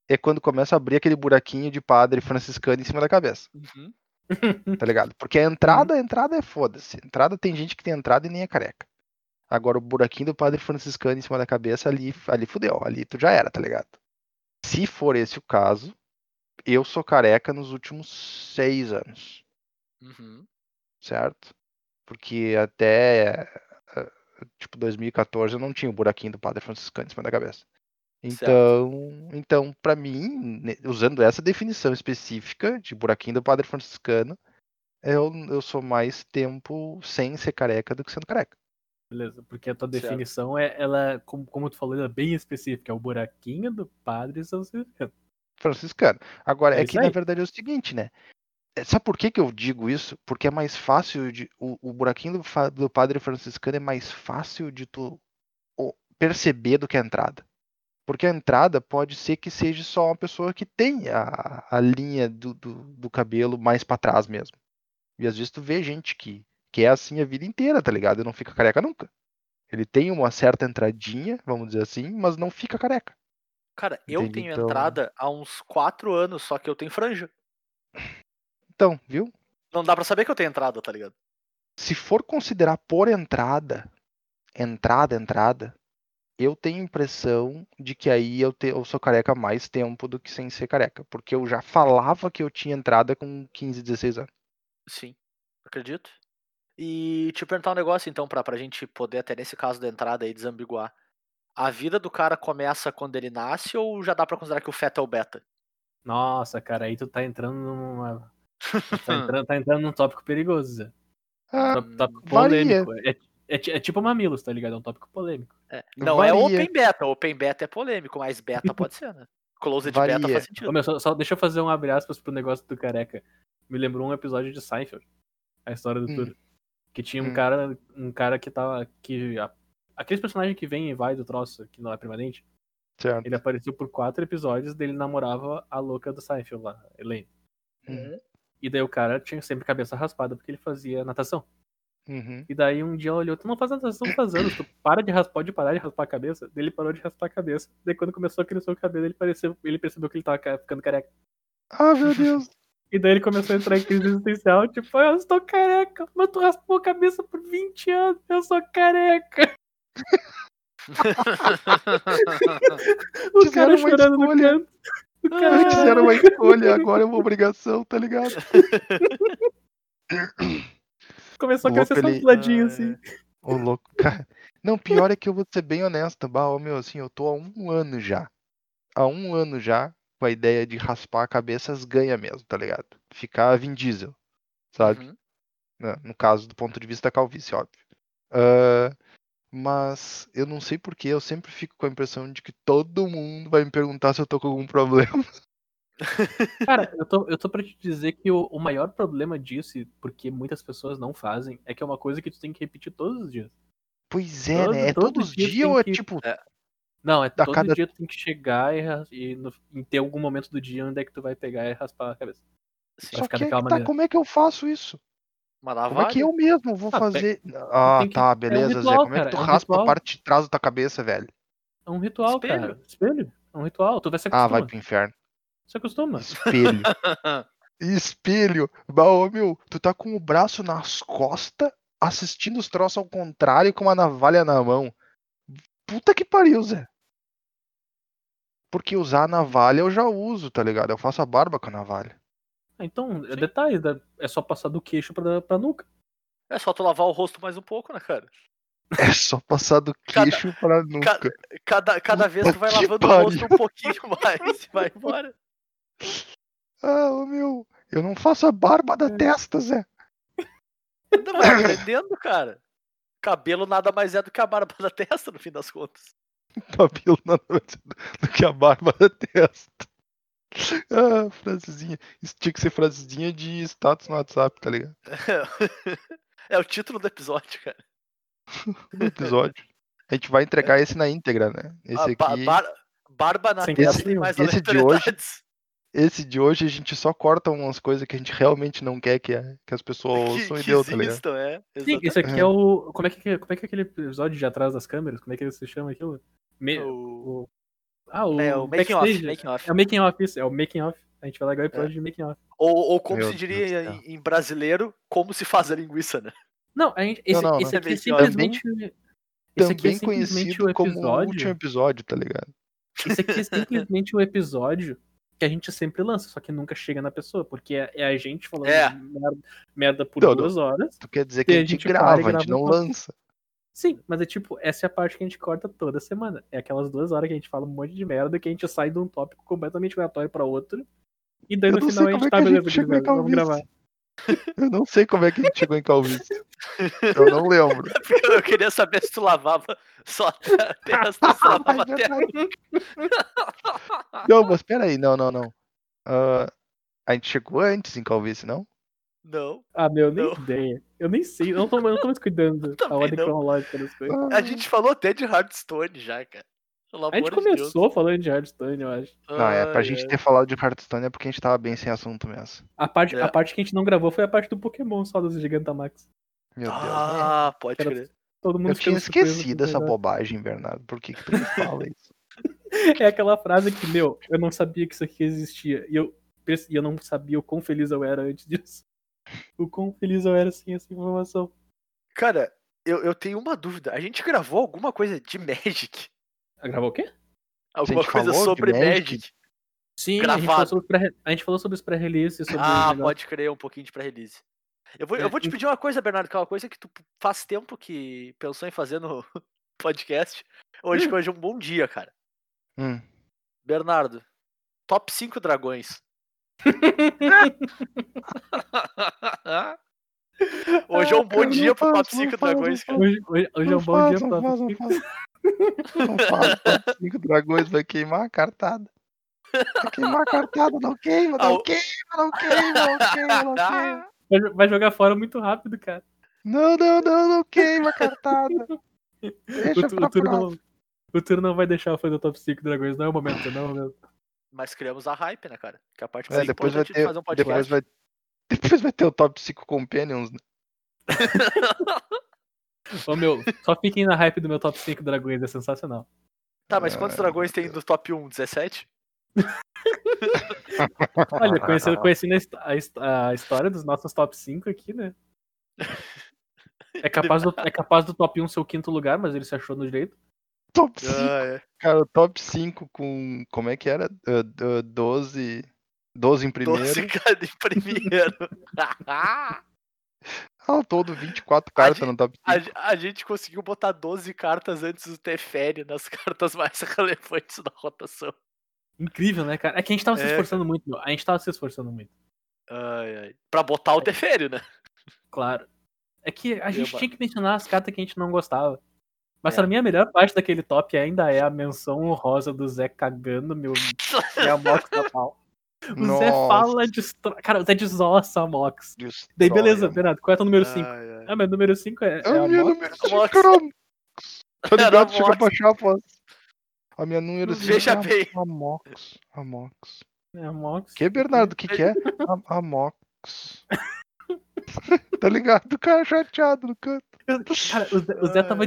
Speaker 1: é quando começa a abrir aquele buraquinho de padre franciscano em cima da cabeça,
Speaker 3: Uhum.
Speaker 1: tá ligado? Porque a entrada, a entrada é foda-se. Entrada tem gente que tem entrada e nem é careca. Agora o buraquinho do padre franciscano em cima da cabeça ali, ali fudeu, ali tu já era, tá ligado? Se for esse o caso, eu sou careca nos últimos seis anos.
Speaker 3: Uhum.
Speaker 1: certo? Porque até eh, tipo 2014 eu não tinha o buraquinho do Padre Franciscano em cima da cabeça.
Speaker 3: Certo.
Speaker 1: Então, então para mim, ne- usando essa definição específica de buraquinho do Padre Franciscano, eu, eu sou mais tempo sem ser careca do que sendo careca.
Speaker 2: Beleza, porque a tua
Speaker 3: Certo.
Speaker 2: definição é, ela, como, como tu falou, ela é bem específica. É o buraquinho do padre São Silvestre.
Speaker 1: Franciscano. Agora,
Speaker 2: É
Speaker 1: é,
Speaker 2: isso
Speaker 1: que na
Speaker 2: aí.
Speaker 1: verdade é o seguinte, né? Eh, Sabe por que, que eu digo isso? Porque é mais fácil de. O, o buraquinho do, fa- do padre franciscano é mais fácil de tu o- perceber do que a entrada. Porque a entrada pode ser que seja só uma pessoa que tem a, a linha do, do, do cabelo mais pra trás mesmo. E às vezes tu vê gente que, que é assim a vida inteira, tá ligado? E não fica careca nunca. Ele tem uma certa entradinha, vamos dizer assim, mas não fica careca.
Speaker 3: Cara, eu
Speaker 1: Entendi,
Speaker 3: tenho
Speaker 1: então.
Speaker 3: entrada há uns 4 anos, só que eu tenho franja.
Speaker 1: Então, viu?
Speaker 3: Não dá pra saber que eu tenho entrada, tá ligado?
Speaker 1: se for considerar por entrada, entrada, entrada, eu tenho a impressão de que aí eu, te- eu sou careca há mais tempo do que sem ser careca. Porque eu já falava que eu tinha entrada com 15, 16 anos.
Speaker 3: Sim, acredito. E te perguntar um negócio, então, pra, pra gente poder, até nesse caso da entrada aí, desambiguar. A vida do cara começa quando ele nasce ou já dá pra considerar que o feto é o beta?
Speaker 2: Nossa, cara, aí tu tá entrando numa. Tá entrando, tá entrando num tópico perigoso, Zé.
Speaker 1: Ah,
Speaker 2: Tó- Tópico
Speaker 1: varia.
Speaker 2: polêmico. É, é ti- é tipo mamilos, tá ligado? É um tópico polêmico.
Speaker 3: É, Não é
Speaker 1: Varia.
Speaker 3: open beta. Open beta é polêmico, mas beta pode ser, né? Closed beta
Speaker 1: Varia.
Speaker 3: faz
Speaker 2: Ô,
Speaker 3: sentido.
Speaker 2: meu, só, só deixa eu fazer um abre aspas pro negócio do careca. Me lembrou um episódio de Seinfeld, a história do
Speaker 1: Hum.
Speaker 2: Turo. Que tinha um
Speaker 1: Hum.
Speaker 2: cara, um cara que tava. Que, a- aqueles personagens que vem e vai do troço, que não é permanente,
Speaker 1: certo.
Speaker 2: ele apareceu por quatro episódios, dele namorava a louca do Seinfeld lá, Elaine.
Speaker 1: Uhum.
Speaker 2: E daí o cara tinha sempre cabeça raspada porque ele fazia natação.
Speaker 1: Uhum.
Speaker 2: E daí um dia ela olhou, tu não faz natação faz anos, tu para de raspar, pode parar de raspar a cabeça. Daí ele parou de raspar a cabeça. Daí quando começou a crescer o cabelo, ele, pareceu, ele percebeu que ele tava ca- ficando careca.
Speaker 1: Ah, meu Deus.
Speaker 2: E daí ele começou a entrar em crise existencial, tipo, eu estou careca, mas tu raspou a cabeça por 20 anos, eu sou careca.
Speaker 3: Uhum.
Speaker 2: O
Speaker 1: Fizeram
Speaker 2: cara
Speaker 1: uma
Speaker 2: chorando no
Speaker 1: escolha.
Speaker 2: canto. O cara
Speaker 1: Eles fizeram uma escolha, agora é uma obrigação, tá ligado?
Speaker 2: começou a
Speaker 1: Louco,
Speaker 2: crescer só
Speaker 1: ele-
Speaker 2: do ladinho, assim.
Speaker 1: Ô, louco, cara. Não, pior é que eu vou ser bem honesto, bah, ô, meu, assim, eu tô há um ano já. Há um ano já com a ideia de raspar a cabeça as ganha mesmo, tá ligado? Ficar Vin Diesel, sabe?
Speaker 3: Uhum.
Speaker 1: Né, No caso, do ponto de vista da calvície, óbvio. Ah, mas eu não sei porque eu sempre fico com a impressão de que todo mundo vai me perguntar se eu tô com algum problema.
Speaker 2: É. Cara, eu tô, eu tô pra te dizer que o, o maior problema disso, e porque muitas pessoas não fazem, é que é uma coisa que tu tem que repetir todos os dias.
Speaker 1: Pois é,
Speaker 2: Todo-
Speaker 1: né? É
Speaker 2: todo
Speaker 1: todos os
Speaker 2: dia tu
Speaker 1: dias
Speaker 2: tem
Speaker 1: ou é
Speaker 2: que-
Speaker 1: tipo.
Speaker 2: Não, é
Speaker 1: A
Speaker 2: todo
Speaker 1: cada-
Speaker 2: dia tu tem que chegar e, ras- e no- em ter algum momento do dia onde é que tu vai pegar e raspar a cabeça.
Speaker 3: Sim.
Speaker 1: Só
Speaker 2: ficar
Speaker 1: que é
Speaker 2: daquela
Speaker 1: que tá,
Speaker 2: maneira.
Speaker 1: como é que eu faço isso?
Speaker 3: Mas lá
Speaker 1: Como é que
Speaker 3: vale.
Speaker 1: eu mesmo vou
Speaker 2: Ah, pe-
Speaker 1: fazer. Ah,
Speaker 2: tem que- é
Speaker 1: tá,
Speaker 2: um
Speaker 1: beleza, Zé.
Speaker 2: ritual,
Speaker 1: Como é que
Speaker 2: cara,
Speaker 1: tu
Speaker 2: é um
Speaker 1: raspa a
Speaker 2: ritual.
Speaker 1: parte de trás da cabeça, velho?
Speaker 2: É um ritual,
Speaker 3: Espelho.
Speaker 2: cara. Espelho. É um ritual. Tu vai
Speaker 1: Ah,
Speaker 2: se acostuma.
Speaker 1: vai pro inferno.
Speaker 2: Se acostuma.
Speaker 1: Espelho. Espelho. Bah, ô, meu, tu tá com o braço nas costas assistindo os troços ao contrário com uma navalha na mão. Puta que pariu, Zé. Porque usar a navalha eu já uso, tá ligado? Eu faço a barba com a navalha.
Speaker 2: Ah, Então, é detalhe, dá- é só passar do queixo pra, pra nuca.
Speaker 3: É só tu lavar o rosto mais um pouco, né, cara?
Speaker 1: É só passar do
Speaker 3: Cada-
Speaker 1: queixo pra nuca.
Speaker 3: Cada, cada vez tu vai
Speaker 1: que
Speaker 3: lavando o
Speaker 1: pariu.
Speaker 3: rosto um pouquinho mais e vai embora.
Speaker 1: Ah, ô meu, eu não faço a barba
Speaker 2: É.
Speaker 1: da testa, Zé.
Speaker 3: Ainda vai aprendendo, cara. Cabelo nada mais é do que a barba da testa, no fim das contas.
Speaker 1: Papilo na noite do que a barba da testa. Ah, frasezinha. Isso tinha que ser frasezinha de status no WhatsApp, tá ligado?
Speaker 3: É o título do episódio, cara.
Speaker 1: No episódio. A gente vai entregar esse na íntegra, né? Esse
Speaker 3: Ah, ba-
Speaker 1: aqui.
Speaker 3: bar- barba na
Speaker 2: Sem
Speaker 3: testa
Speaker 2: graça
Speaker 3: tem mais
Speaker 1: nenhuma. Esse de hoje-
Speaker 3: aleatoriedades.
Speaker 1: Esse de hoje a gente só corta umas coisas que a gente realmente não quer que, que as pessoas
Speaker 3: que,
Speaker 1: ouçam e
Speaker 3: que
Speaker 1: deu, tá ligado?
Speaker 3: existam, é.
Speaker 2: Sim,
Speaker 3: Exatamente.
Speaker 2: esse aqui é o. Como é, que, como é que é aquele episódio de atrás das câmeras? Como é que ele se chama aquilo? Me...
Speaker 3: É O...
Speaker 2: Ah, o.
Speaker 3: É o making off,
Speaker 2: backstage.
Speaker 3: making É. off.
Speaker 2: É o making off, isso. É o making off. A gente vai largar o episódio de making off.
Speaker 3: Ou, ou como
Speaker 1: Meu
Speaker 3: se
Speaker 1: Deus do
Speaker 3: diria
Speaker 1: céu.
Speaker 3: em, em brasileiro, como se faz a linguiça, né?
Speaker 2: Não, a gente, esse,
Speaker 1: Não, não,
Speaker 2: esse
Speaker 1: não.
Speaker 2: aqui é
Speaker 3: Também- também-
Speaker 2: simplesmente. esse aqui
Speaker 1: Também
Speaker 2: é simplesmente o
Speaker 1: conhecido como o último
Speaker 2: episódio.
Speaker 1: episódio, tá ligado?
Speaker 2: Esse aqui é simplesmente o episódio que a gente sempre lança, só que nunca chega na pessoa, porque é, é a gente falando
Speaker 3: É.
Speaker 2: merda, merda por
Speaker 1: Não, não.
Speaker 2: duas horas.
Speaker 1: Tu quer dizer que a
Speaker 2: E a
Speaker 1: gente,
Speaker 2: gente
Speaker 1: grava,
Speaker 2: para e
Speaker 1: a gente
Speaker 2: grava
Speaker 1: não
Speaker 2: um pouco.
Speaker 1: lança.
Speaker 2: Sim, mas é tipo, essa é a parte que a gente corta toda semana. É aquelas duas horas que a gente fala um monte de merda, que a gente sai de um tópico completamente aleatório pra outro. E daí
Speaker 1: Eu
Speaker 2: no
Speaker 1: não
Speaker 2: final
Speaker 1: sei
Speaker 2: a
Speaker 1: como
Speaker 2: gente
Speaker 1: é que
Speaker 2: tá,
Speaker 1: a
Speaker 2: beleza,
Speaker 1: gente chegou então em
Speaker 2: gurizada, vamos gravar.
Speaker 1: Calvície. Eu não sei como é que a gente chegou em Calvície. Eu não lembro.
Speaker 3: Porque eu queria saber se tu lavava só a testa,
Speaker 2: Ah,
Speaker 3: se lavava a testa.
Speaker 2: um.
Speaker 1: Não, mas peraí, não, não, não. Ah, a gente chegou antes em Calvície, não?
Speaker 3: Não.
Speaker 2: Ah, meu, nem
Speaker 3: Não.
Speaker 2: ideia. Eu nem sei, eu não tô, eu não tô mais cuidando da
Speaker 3: Também
Speaker 2: ordem
Speaker 3: não.
Speaker 2: cronológica das coisas.
Speaker 3: A gente falou até de Hardstone já, cara. Pelo
Speaker 2: A gente
Speaker 3: amor de Deus.
Speaker 2: começou falando de Hardstone, eu acho.
Speaker 1: Não, é pra
Speaker 3: Ai,
Speaker 1: gente
Speaker 3: ai.
Speaker 1: ter falado de Hearthstone é porque a gente tava bem sem assunto mesmo.
Speaker 2: A parte,
Speaker 3: É.
Speaker 2: a parte que a gente não gravou foi a parte do Pokémon só dos Gigantamax.
Speaker 1: Meu Deus.
Speaker 3: Ah, pode
Speaker 2: Era-
Speaker 3: crer.
Speaker 2: Todo mundo
Speaker 1: Eu tinha
Speaker 2: ficando surpreso
Speaker 1: esquecido
Speaker 2: com o
Speaker 1: essa
Speaker 2: negócio.
Speaker 1: bobagem, Bernardo. Por que, que tu me fala isso?
Speaker 2: É aquela frase que, meu, eu não sabia que isso aqui existia. E eu, perce- e eu não sabia o quão feliz eu era antes disso. O quão feliz eu era sem essa informação.
Speaker 3: Cara, eu, eu tenho uma dúvida. A gente gravou alguma coisa de Magic?
Speaker 2: Ah, Gravou o quê?
Speaker 3: Alguma
Speaker 1: gente
Speaker 3: coisa
Speaker 1: falou de
Speaker 3: sobre
Speaker 1: Magic?
Speaker 3: Magic?
Speaker 2: Sim,
Speaker 3: a
Speaker 2: a
Speaker 3: gente
Speaker 2: gente,
Speaker 3: Gravado. falou
Speaker 2: falou sobre a gente falou sobre os pré-release, sobre
Speaker 3: Ah,
Speaker 1: né?
Speaker 3: pode crer, um pouquinho de pré-release. Eu vou, eu
Speaker 2: É,
Speaker 3: vou te
Speaker 2: em-
Speaker 3: pedir uma coisa, Bernardo, que é uma coisa que tu faz tempo que pensou em fazer no podcast. Hoje,
Speaker 2: Hum.
Speaker 3: que hoje é um bom dia, cara.
Speaker 1: Hum.
Speaker 3: Bernardo, top 5 dragões. hoje é um
Speaker 1: Ah,
Speaker 3: bom
Speaker 1: cara,
Speaker 3: dia
Speaker 1: não
Speaker 3: pro
Speaker 1: faz,
Speaker 3: top
Speaker 1: não
Speaker 3: 5
Speaker 1: faz, não
Speaker 3: dragões, cara.
Speaker 2: Hoje, hoje, hoje é um
Speaker 1: Não
Speaker 2: bom
Speaker 1: faz,
Speaker 2: dia
Speaker 1: não
Speaker 2: pra
Speaker 1: faz, não faz. Não faz, tá? Cinco dragões vai queimar a cartada. Vai queimar a cartada, não queima,
Speaker 3: Ah,
Speaker 1: não
Speaker 3: o-
Speaker 1: queima, não queima, não queima, não queima.
Speaker 2: Vai jo- Vai jogar fora muito rápido, cara.
Speaker 1: Não, não, não, não queima a cartada.
Speaker 2: O,
Speaker 1: Deixa
Speaker 2: tu-
Speaker 1: pra
Speaker 2: o, turno
Speaker 1: próxima.
Speaker 2: não, o turno não vai deixar eu fazer o top 5 dragões. Não é o momento, não é o momento.
Speaker 3: Mas criamos a hype, né, cara? Que é a parte mais
Speaker 1: É, depois vai
Speaker 3: importante de
Speaker 1: ter,
Speaker 3: fazer um
Speaker 1: depois
Speaker 3: podcast.
Speaker 1: vai, depois vai ter o top 5 companions, né?
Speaker 2: Ô, meu, só fiquem na hype do meu top 5 dragões, é sensacional.
Speaker 3: Tá, mas quantos dragões tem do top 1? 17?
Speaker 2: Olha, conhecendo, conhecendo a his- a, his- a história dos nossos top 5 aqui, né? É capaz, do, é capaz do top 1 ser o quinto lugar, mas ele se achou no direito.
Speaker 1: Top 5,
Speaker 3: Ah, é.
Speaker 1: cara, o top 5 com, como é que era? Uh, 12, 12 em primeiro,
Speaker 3: 12 cada em primeiro.
Speaker 1: ao todo 24 cartas
Speaker 3: gente-
Speaker 1: no top 5.
Speaker 3: A, ge- a gente conseguiu botar 12 cartas antes do Teferi nas cartas mais relevantes da rotação.
Speaker 2: Incrível, né, cara? É que a gente tava se
Speaker 3: É,
Speaker 2: esforçando muito, meu. A gente tava se esforçando muito,
Speaker 3: Ai, ai. Pra botar o Teferi, né?
Speaker 2: claro. É que a gente
Speaker 3: Eba.
Speaker 2: tinha que mencionar as cartas que a gente não gostava. Mas
Speaker 3: É.
Speaker 2: pra mim a melhor parte daquele top ainda é a menção honrosa do Zé cagando meu,
Speaker 3: é
Speaker 2: minha mox na pau. O Zé fala, destrói. Cara, o Zé desossa a mox.
Speaker 1: disso.
Speaker 2: Daí beleza, Bernardo, qual é o teu número 5?
Speaker 3: Ai, ai.
Speaker 2: Ah, meu número 5 é,
Speaker 1: É
Speaker 2: é a
Speaker 1: o meu
Speaker 2: mox.
Speaker 1: número
Speaker 3: a
Speaker 1: 5,
Speaker 3: Mox.
Speaker 1: caramba. Tá
Speaker 3: Era
Speaker 1: ligado?
Speaker 3: a
Speaker 1: Chega a
Speaker 3: Mox.
Speaker 1: baixar a voz. A minha número 5
Speaker 3: Veja
Speaker 1: é a-
Speaker 3: bem.
Speaker 1: a Mox. A Mox.
Speaker 2: É a mox.
Speaker 1: Que, Bernardo? O que, que é? A, a Mox. tá ligado? O cara chateado no canto.
Speaker 2: Eu- Cara, o Zé, o Zé tava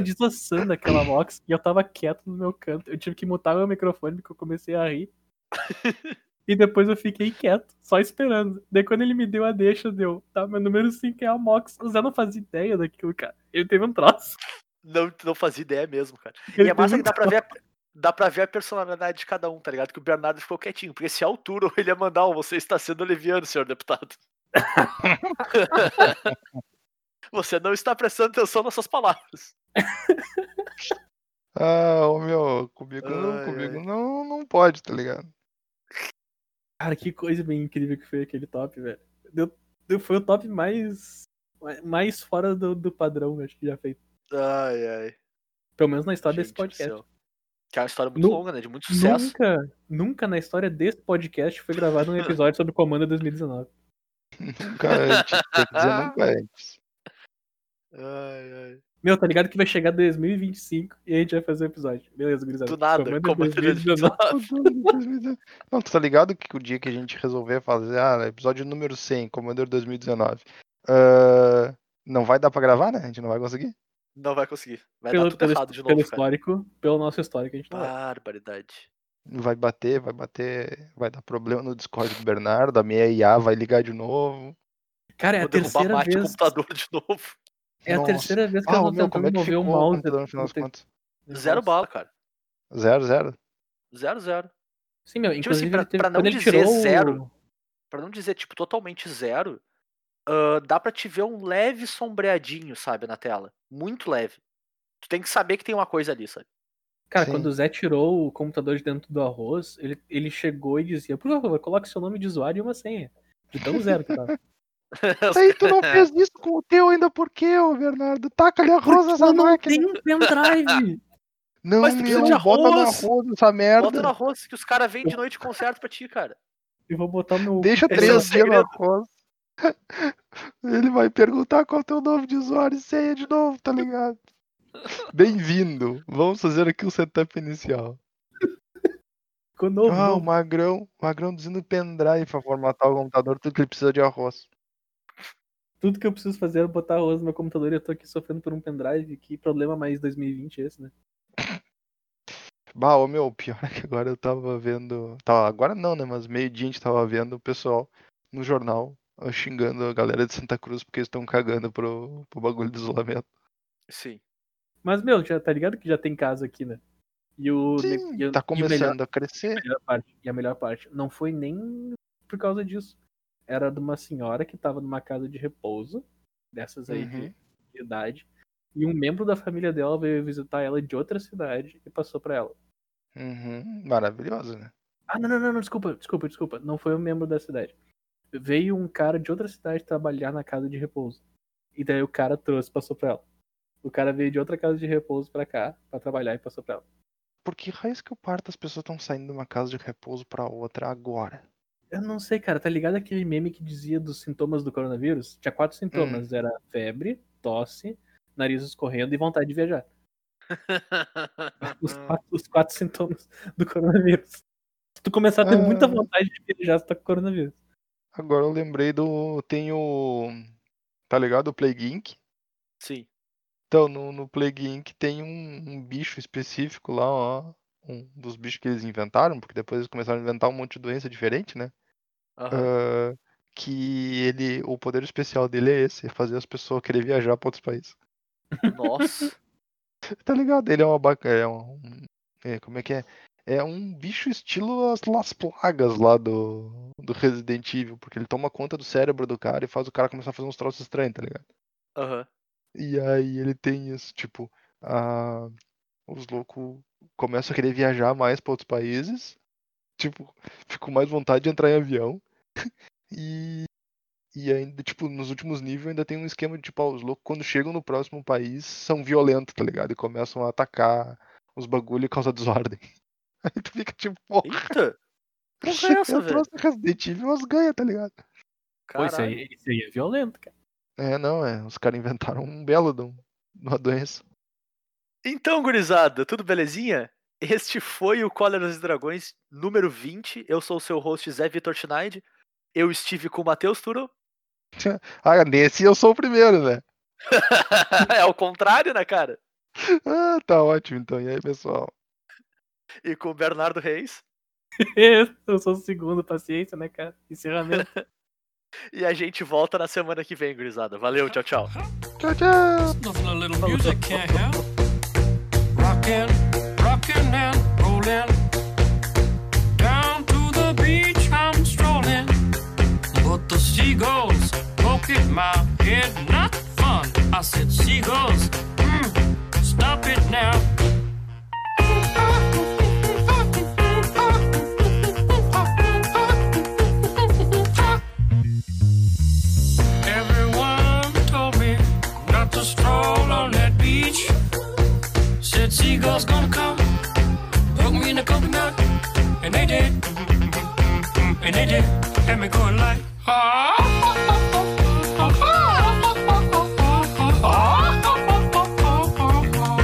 Speaker 2: desossando aquela box e eu tava quieto no meu canto. Eu tive que mutar meu microfone porque eu comecei a rir. E depois eu fiquei quieto, só esperando. Daí quando ele me deu a deixa, deu. Tá, meu número 5 é a Mox. O Zé não fazia ideia daquilo, cara. Ele teve um troço.
Speaker 3: Não, não fazia ideia mesmo, cara.
Speaker 2: Ele
Speaker 3: E é massa que
Speaker 2: teve um
Speaker 3: dá pra
Speaker 2: troço.
Speaker 3: ver a, dá pra ver a personalidade de cada um, tá ligado? Que o Bernardo ficou quietinho, porque se altura ele ia mandar um, você está sendo leviano, senhor deputado. você não está prestando atenção nas suas palavras.
Speaker 1: Ah, ô meu, comigo não,
Speaker 3: Ai,
Speaker 1: comigo não, não pode, tá ligado?
Speaker 2: Cara, que coisa bem incrível que foi aquele top, velho. Deu- deu- foi o top mais. Mais fora do, do padrão, acho que já feito.
Speaker 3: Ai, ai.
Speaker 2: Pelo menos na história desse
Speaker 3: gente do
Speaker 2: podcast.
Speaker 3: céu. Que é uma história muito
Speaker 2: Nu-
Speaker 3: longa, né? De muito sucesso.
Speaker 2: Nunca, nunca na história desse podcast foi gravado um episódio sobre Comando 2019.
Speaker 1: Nunca antes. Tem que dizer nunca antes.
Speaker 3: Ai, ai.
Speaker 2: Meu, tá ligado que vai chegar 2025 e a gente vai fazer o episódio. Beleza, gurizada.
Speaker 3: Do nada, Comando 2019.
Speaker 1: Não, tu tá ligado que o dia que a gente resolver fazer, ah, episódio número 100, Comandante 2019, ah, não vai dar pra gravar, né? A gente não vai conseguir?
Speaker 3: Não vai conseguir. Vai
Speaker 2: Pelo,
Speaker 3: dar tudo
Speaker 2: pelo-
Speaker 3: errado de
Speaker 2: pelo
Speaker 3: novo, cara. Ah,
Speaker 2: histórico, pelo nosso histórico, a gente tá não vai.
Speaker 3: Barbaridade.
Speaker 1: Vai bater, vai bater, vai dar problema no Discord do Bernardo, a minha IA vai ligar de novo.
Speaker 2: Cara, é a
Speaker 3: Vou derrubar
Speaker 2: terceira
Speaker 3: mate o
Speaker 2: vez.
Speaker 3: computador de novo.
Speaker 2: É a
Speaker 1: Nossa.
Speaker 2: terceira vez que
Speaker 1: Ah,
Speaker 2: eu
Speaker 1: o
Speaker 2: não
Speaker 1: meu,
Speaker 2: tentando
Speaker 1: como é que
Speaker 2: mover
Speaker 1: ficou
Speaker 2: o
Speaker 1: o
Speaker 2: mouse.
Speaker 1: computador no final das
Speaker 2: Puta-
Speaker 1: contas?
Speaker 3: Zero bala, cara.
Speaker 1: Zero, zero?
Speaker 3: Zero, zero.
Speaker 2: Sim, meu,
Speaker 3: Tipo assim,
Speaker 2: inclusive
Speaker 3: pra-
Speaker 2: ele teve,
Speaker 3: pra não
Speaker 2: quando ele
Speaker 3: dizer
Speaker 2: tirou o-
Speaker 3: zero, Pra não dizer, tipo, totalmente zero, ah, dá pra te ver um leve sombreadinho, sabe, na tela. Muito leve. Tu tem que saber que tem uma coisa ali, sabe?
Speaker 2: Cara,
Speaker 1: Sim.
Speaker 2: quando o Zé tirou o computador de dentro do arroz, ele, ele chegou e dizia, por favor, coloque seu nome de usuário e uma senha. De tão zero que tá. tava.
Speaker 1: Aí tu não fez isso com o teu ainda, por quê, ô Bernardo? Taca ali arroz
Speaker 2: Porque
Speaker 1: nessa
Speaker 2: eu não
Speaker 1: máquina.
Speaker 2: tem pendrive!
Speaker 1: Não,
Speaker 3: Mas tu precisa
Speaker 1: meu,
Speaker 3: de
Speaker 1: bota no
Speaker 3: arroz.
Speaker 1: arroz essa
Speaker 3: Bota
Speaker 1: merda.
Speaker 3: no arroz que os caras vêm de noite e consertam pra ti, cara.
Speaker 2: Eu vou botar meu.
Speaker 1: Deixa
Speaker 3: Esse é
Speaker 1: três
Speaker 3: o
Speaker 1: dias na
Speaker 3: segredo.
Speaker 1: costa. Ele vai perguntar qual é o teu nome de usuário e senha de novo, tá ligado? Bem-vindo. Vamos fazer aqui o setup inicial.
Speaker 2: Ficou novo.
Speaker 1: Ah, o
Speaker 2: novo.
Speaker 1: Magrão. O Magrão dizendo pendrive pra formatar o computador, tudo que ele precisa de arroz.
Speaker 2: Tudo que eu preciso fazer é botar arroz no meu computador e eu tô aqui sofrendo por um pendrive. Que problema mais 2020 é esse, né?
Speaker 1: Bah, ô meu, o pior é que agora eu tava vendo. Tava, agora não, né? Mas meio-dia a gente tava vendo o pessoal no jornal ah, xingando a galera de Santa Cruz porque eles estão cagando pro, pro bagulho do isolamento.
Speaker 3: Sim.
Speaker 2: Mas, meu, já tá ligado que já tem caso aqui, né? E o.
Speaker 1: Sim,
Speaker 2: e o-
Speaker 1: tá
Speaker 2: e o melhor-
Speaker 1: começando a crescer.
Speaker 2: melhor parte. E a melhor parte não foi nem por causa disso. Era de uma senhora que tava numa casa de repouso, dessas aí
Speaker 1: Uhum.
Speaker 2: de idade, e um membro da família dela veio visitar ela de outra cidade e passou pra ela.
Speaker 1: Uhum, maravilhoso, né?
Speaker 2: Ah, não, não, não, não, desculpa, desculpa, desculpa. Não foi um membro da cidade. Veio um cara de outra cidade trabalhar na casa de repouso. E daí o cara trouxe, passou pra ela. O cara veio de outra casa de repouso pra cá, pra trabalhar e passou pra ela.
Speaker 1: Por que raios que eu parto as pessoas estão saindo de uma casa de repouso pra outra agora?
Speaker 2: Eu não sei, cara, tá ligado aquele meme que dizia dos sintomas do coronavírus? Tinha quatro sintomas: era febre, tosse, nariz escorrendo e vontade de viajar.
Speaker 3: Ah.
Speaker 2: Os quatro, os quatro sintomas do coronavírus. Se tu começar a ter
Speaker 1: Ah.
Speaker 2: muita vontade de viajar, tu tá com coronavírus.
Speaker 1: Agora eu lembrei do. Tem o. Tá ligado? O Plague Inc.
Speaker 3: Sim.
Speaker 1: Então, no, no Plague Inc. tem um, um bicho específico lá, ó. Um dos bichos que eles inventaram, porque depois eles começaram a inventar um monte de doença diferente, né?
Speaker 3: Aham.
Speaker 1: Ah, que ele. O poder especial dele é esse, é fazer as pessoas querer viajar pra outros países.
Speaker 3: Ah. Nossa.
Speaker 1: Tá ligado? Ele é uma baca. É um. um- é, como é que é? É um bicho estilo as Las Plagas lá do, do Resident Evil, porque ele toma conta do cérebro do cara e faz o cara começar a fazer uns troços estranhos, tá ligado?
Speaker 3: Aham.
Speaker 1: E aí ele tem isso, tipo, a, os loucos começam a querer viajar mais pra outros países, tipo, ficam mais vontade de entrar em avião. E, e ainda, tipo, nos últimos níveis ainda tem um esquema de, tipo, ah, os loucos quando chegam no próximo país são violentos, tá ligado? E começam a atacar os bagulho e causar desordem. Aí tu fica tipo, pô,
Speaker 3: Eita. Porra é essa,
Speaker 1: eu
Speaker 3: velho?
Speaker 1: trouxe Resident Evil, mas ganha, tá ligado?
Speaker 2: Pô, isso
Speaker 3: Caralho.
Speaker 2: aí, isso aí é violento, cara.
Speaker 1: É, não, é, os caras inventaram um belo de um- de uma doença.
Speaker 3: Então, gurizada, tudo belezinha? Este foi o Cóleras e Dragões número 20. Eu sou o seu host, Zé Vitor Schneid. Eu estive com o Matheus Turo.
Speaker 1: Ah, nesse eu sou o primeiro, né?
Speaker 3: é o contrário, né, cara?
Speaker 1: Ah, tá ótimo então. E aí, pessoal?
Speaker 3: E com o Bernardo Reis.
Speaker 2: Eu sou o segundo, paciência, né, cara? Encerramento.
Speaker 3: E a gente volta na semana que vem, gurizada. Valeu, tchau, tchau.
Speaker 1: Tchau, tchau!
Speaker 4: Nothing a little music can't help. Rockin', rockin' and rollin'. Down to the beach I'm strolling. But the seagulls poking my head, not fun. I said, seagulls, mm, stop it now. Everyone told me not to stroll on that beach. Said seagulls gonna come, hook me in the coconut, and they did, and they did, had me going like. "Ah."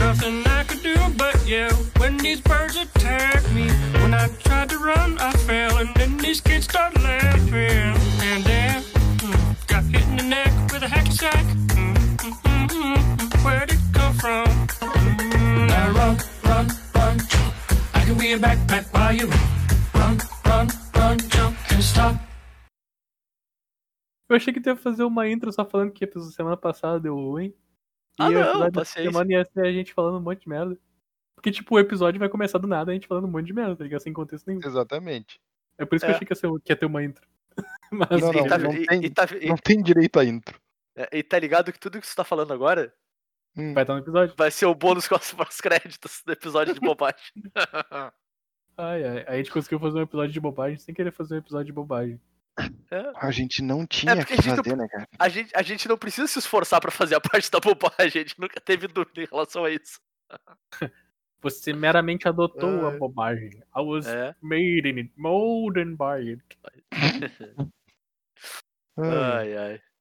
Speaker 4: Nothing I could do but yell when these birds attacked me. When I tried to run, I fell, and then these kids started laughing. And then mm, got hit in the neck with a hacky sack. Mm, mm, mm, mm, mm, Where'd it come from? Mm, I run, run, run, jump. I can be a backpack while you run. Run, run, run, jump, and stop.
Speaker 2: Eu achei que tu ia fazer uma intro só falando que a semana passada deu ruim.
Speaker 3: Ah,
Speaker 2: e o
Speaker 3: não,
Speaker 2: episódio dessa
Speaker 3: paciência.
Speaker 2: semana ia ser a gente falando um monte de merda. Porque, tipo, o episódio vai começar do nada a gente falando um monte de merda, tá ligado? Sem contexto nenhum.
Speaker 1: Exatamente.
Speaker 2: É por isso que
Speaker 3: É.
Speaker 2: eu achei que ia, ser- que ia ter uma intro. Mas
Speaker 1: Não,
Speaker 3: e, tá,
Speaker 1: não
Speaker 3: e-
Speaker 1: tem-
Speaker 3: e tá- e-
Speaker 1: Não tem direito a intro.
Speaker 3: e tá ligado que tudo que você tá falando agora
Speaker 1: Hum.
Speaker 2: vai estar no episódio.
Speaker 3: vai ser o bônus com os créditos do episódio de bobagem.
Speaker 2: Ai, ai. Aí a gente conseguiu fazer um episódio de bobagem sem querer fazer um episódio de bobagem.
Speaker 3: É.
Speaker 1: A gente não tinha
Speaker 3: porque a
Speaker 1: que
Speaker 3: gente não-
Speaker 1: fazer, né, cara?
Speaker 3: a, gente, a gente não precisa se esforçar pra fazer a parte da bobagem, a gente nunca teve dúvida em relação a isso.
Speaker 2: Você meramente adotou
Speaker 3: Ai.
Speaker 2: a bobagem. I was
Speaker 3: É.
Speaker 2: made in it, molded by it.
Speaker 3: Ai, ai.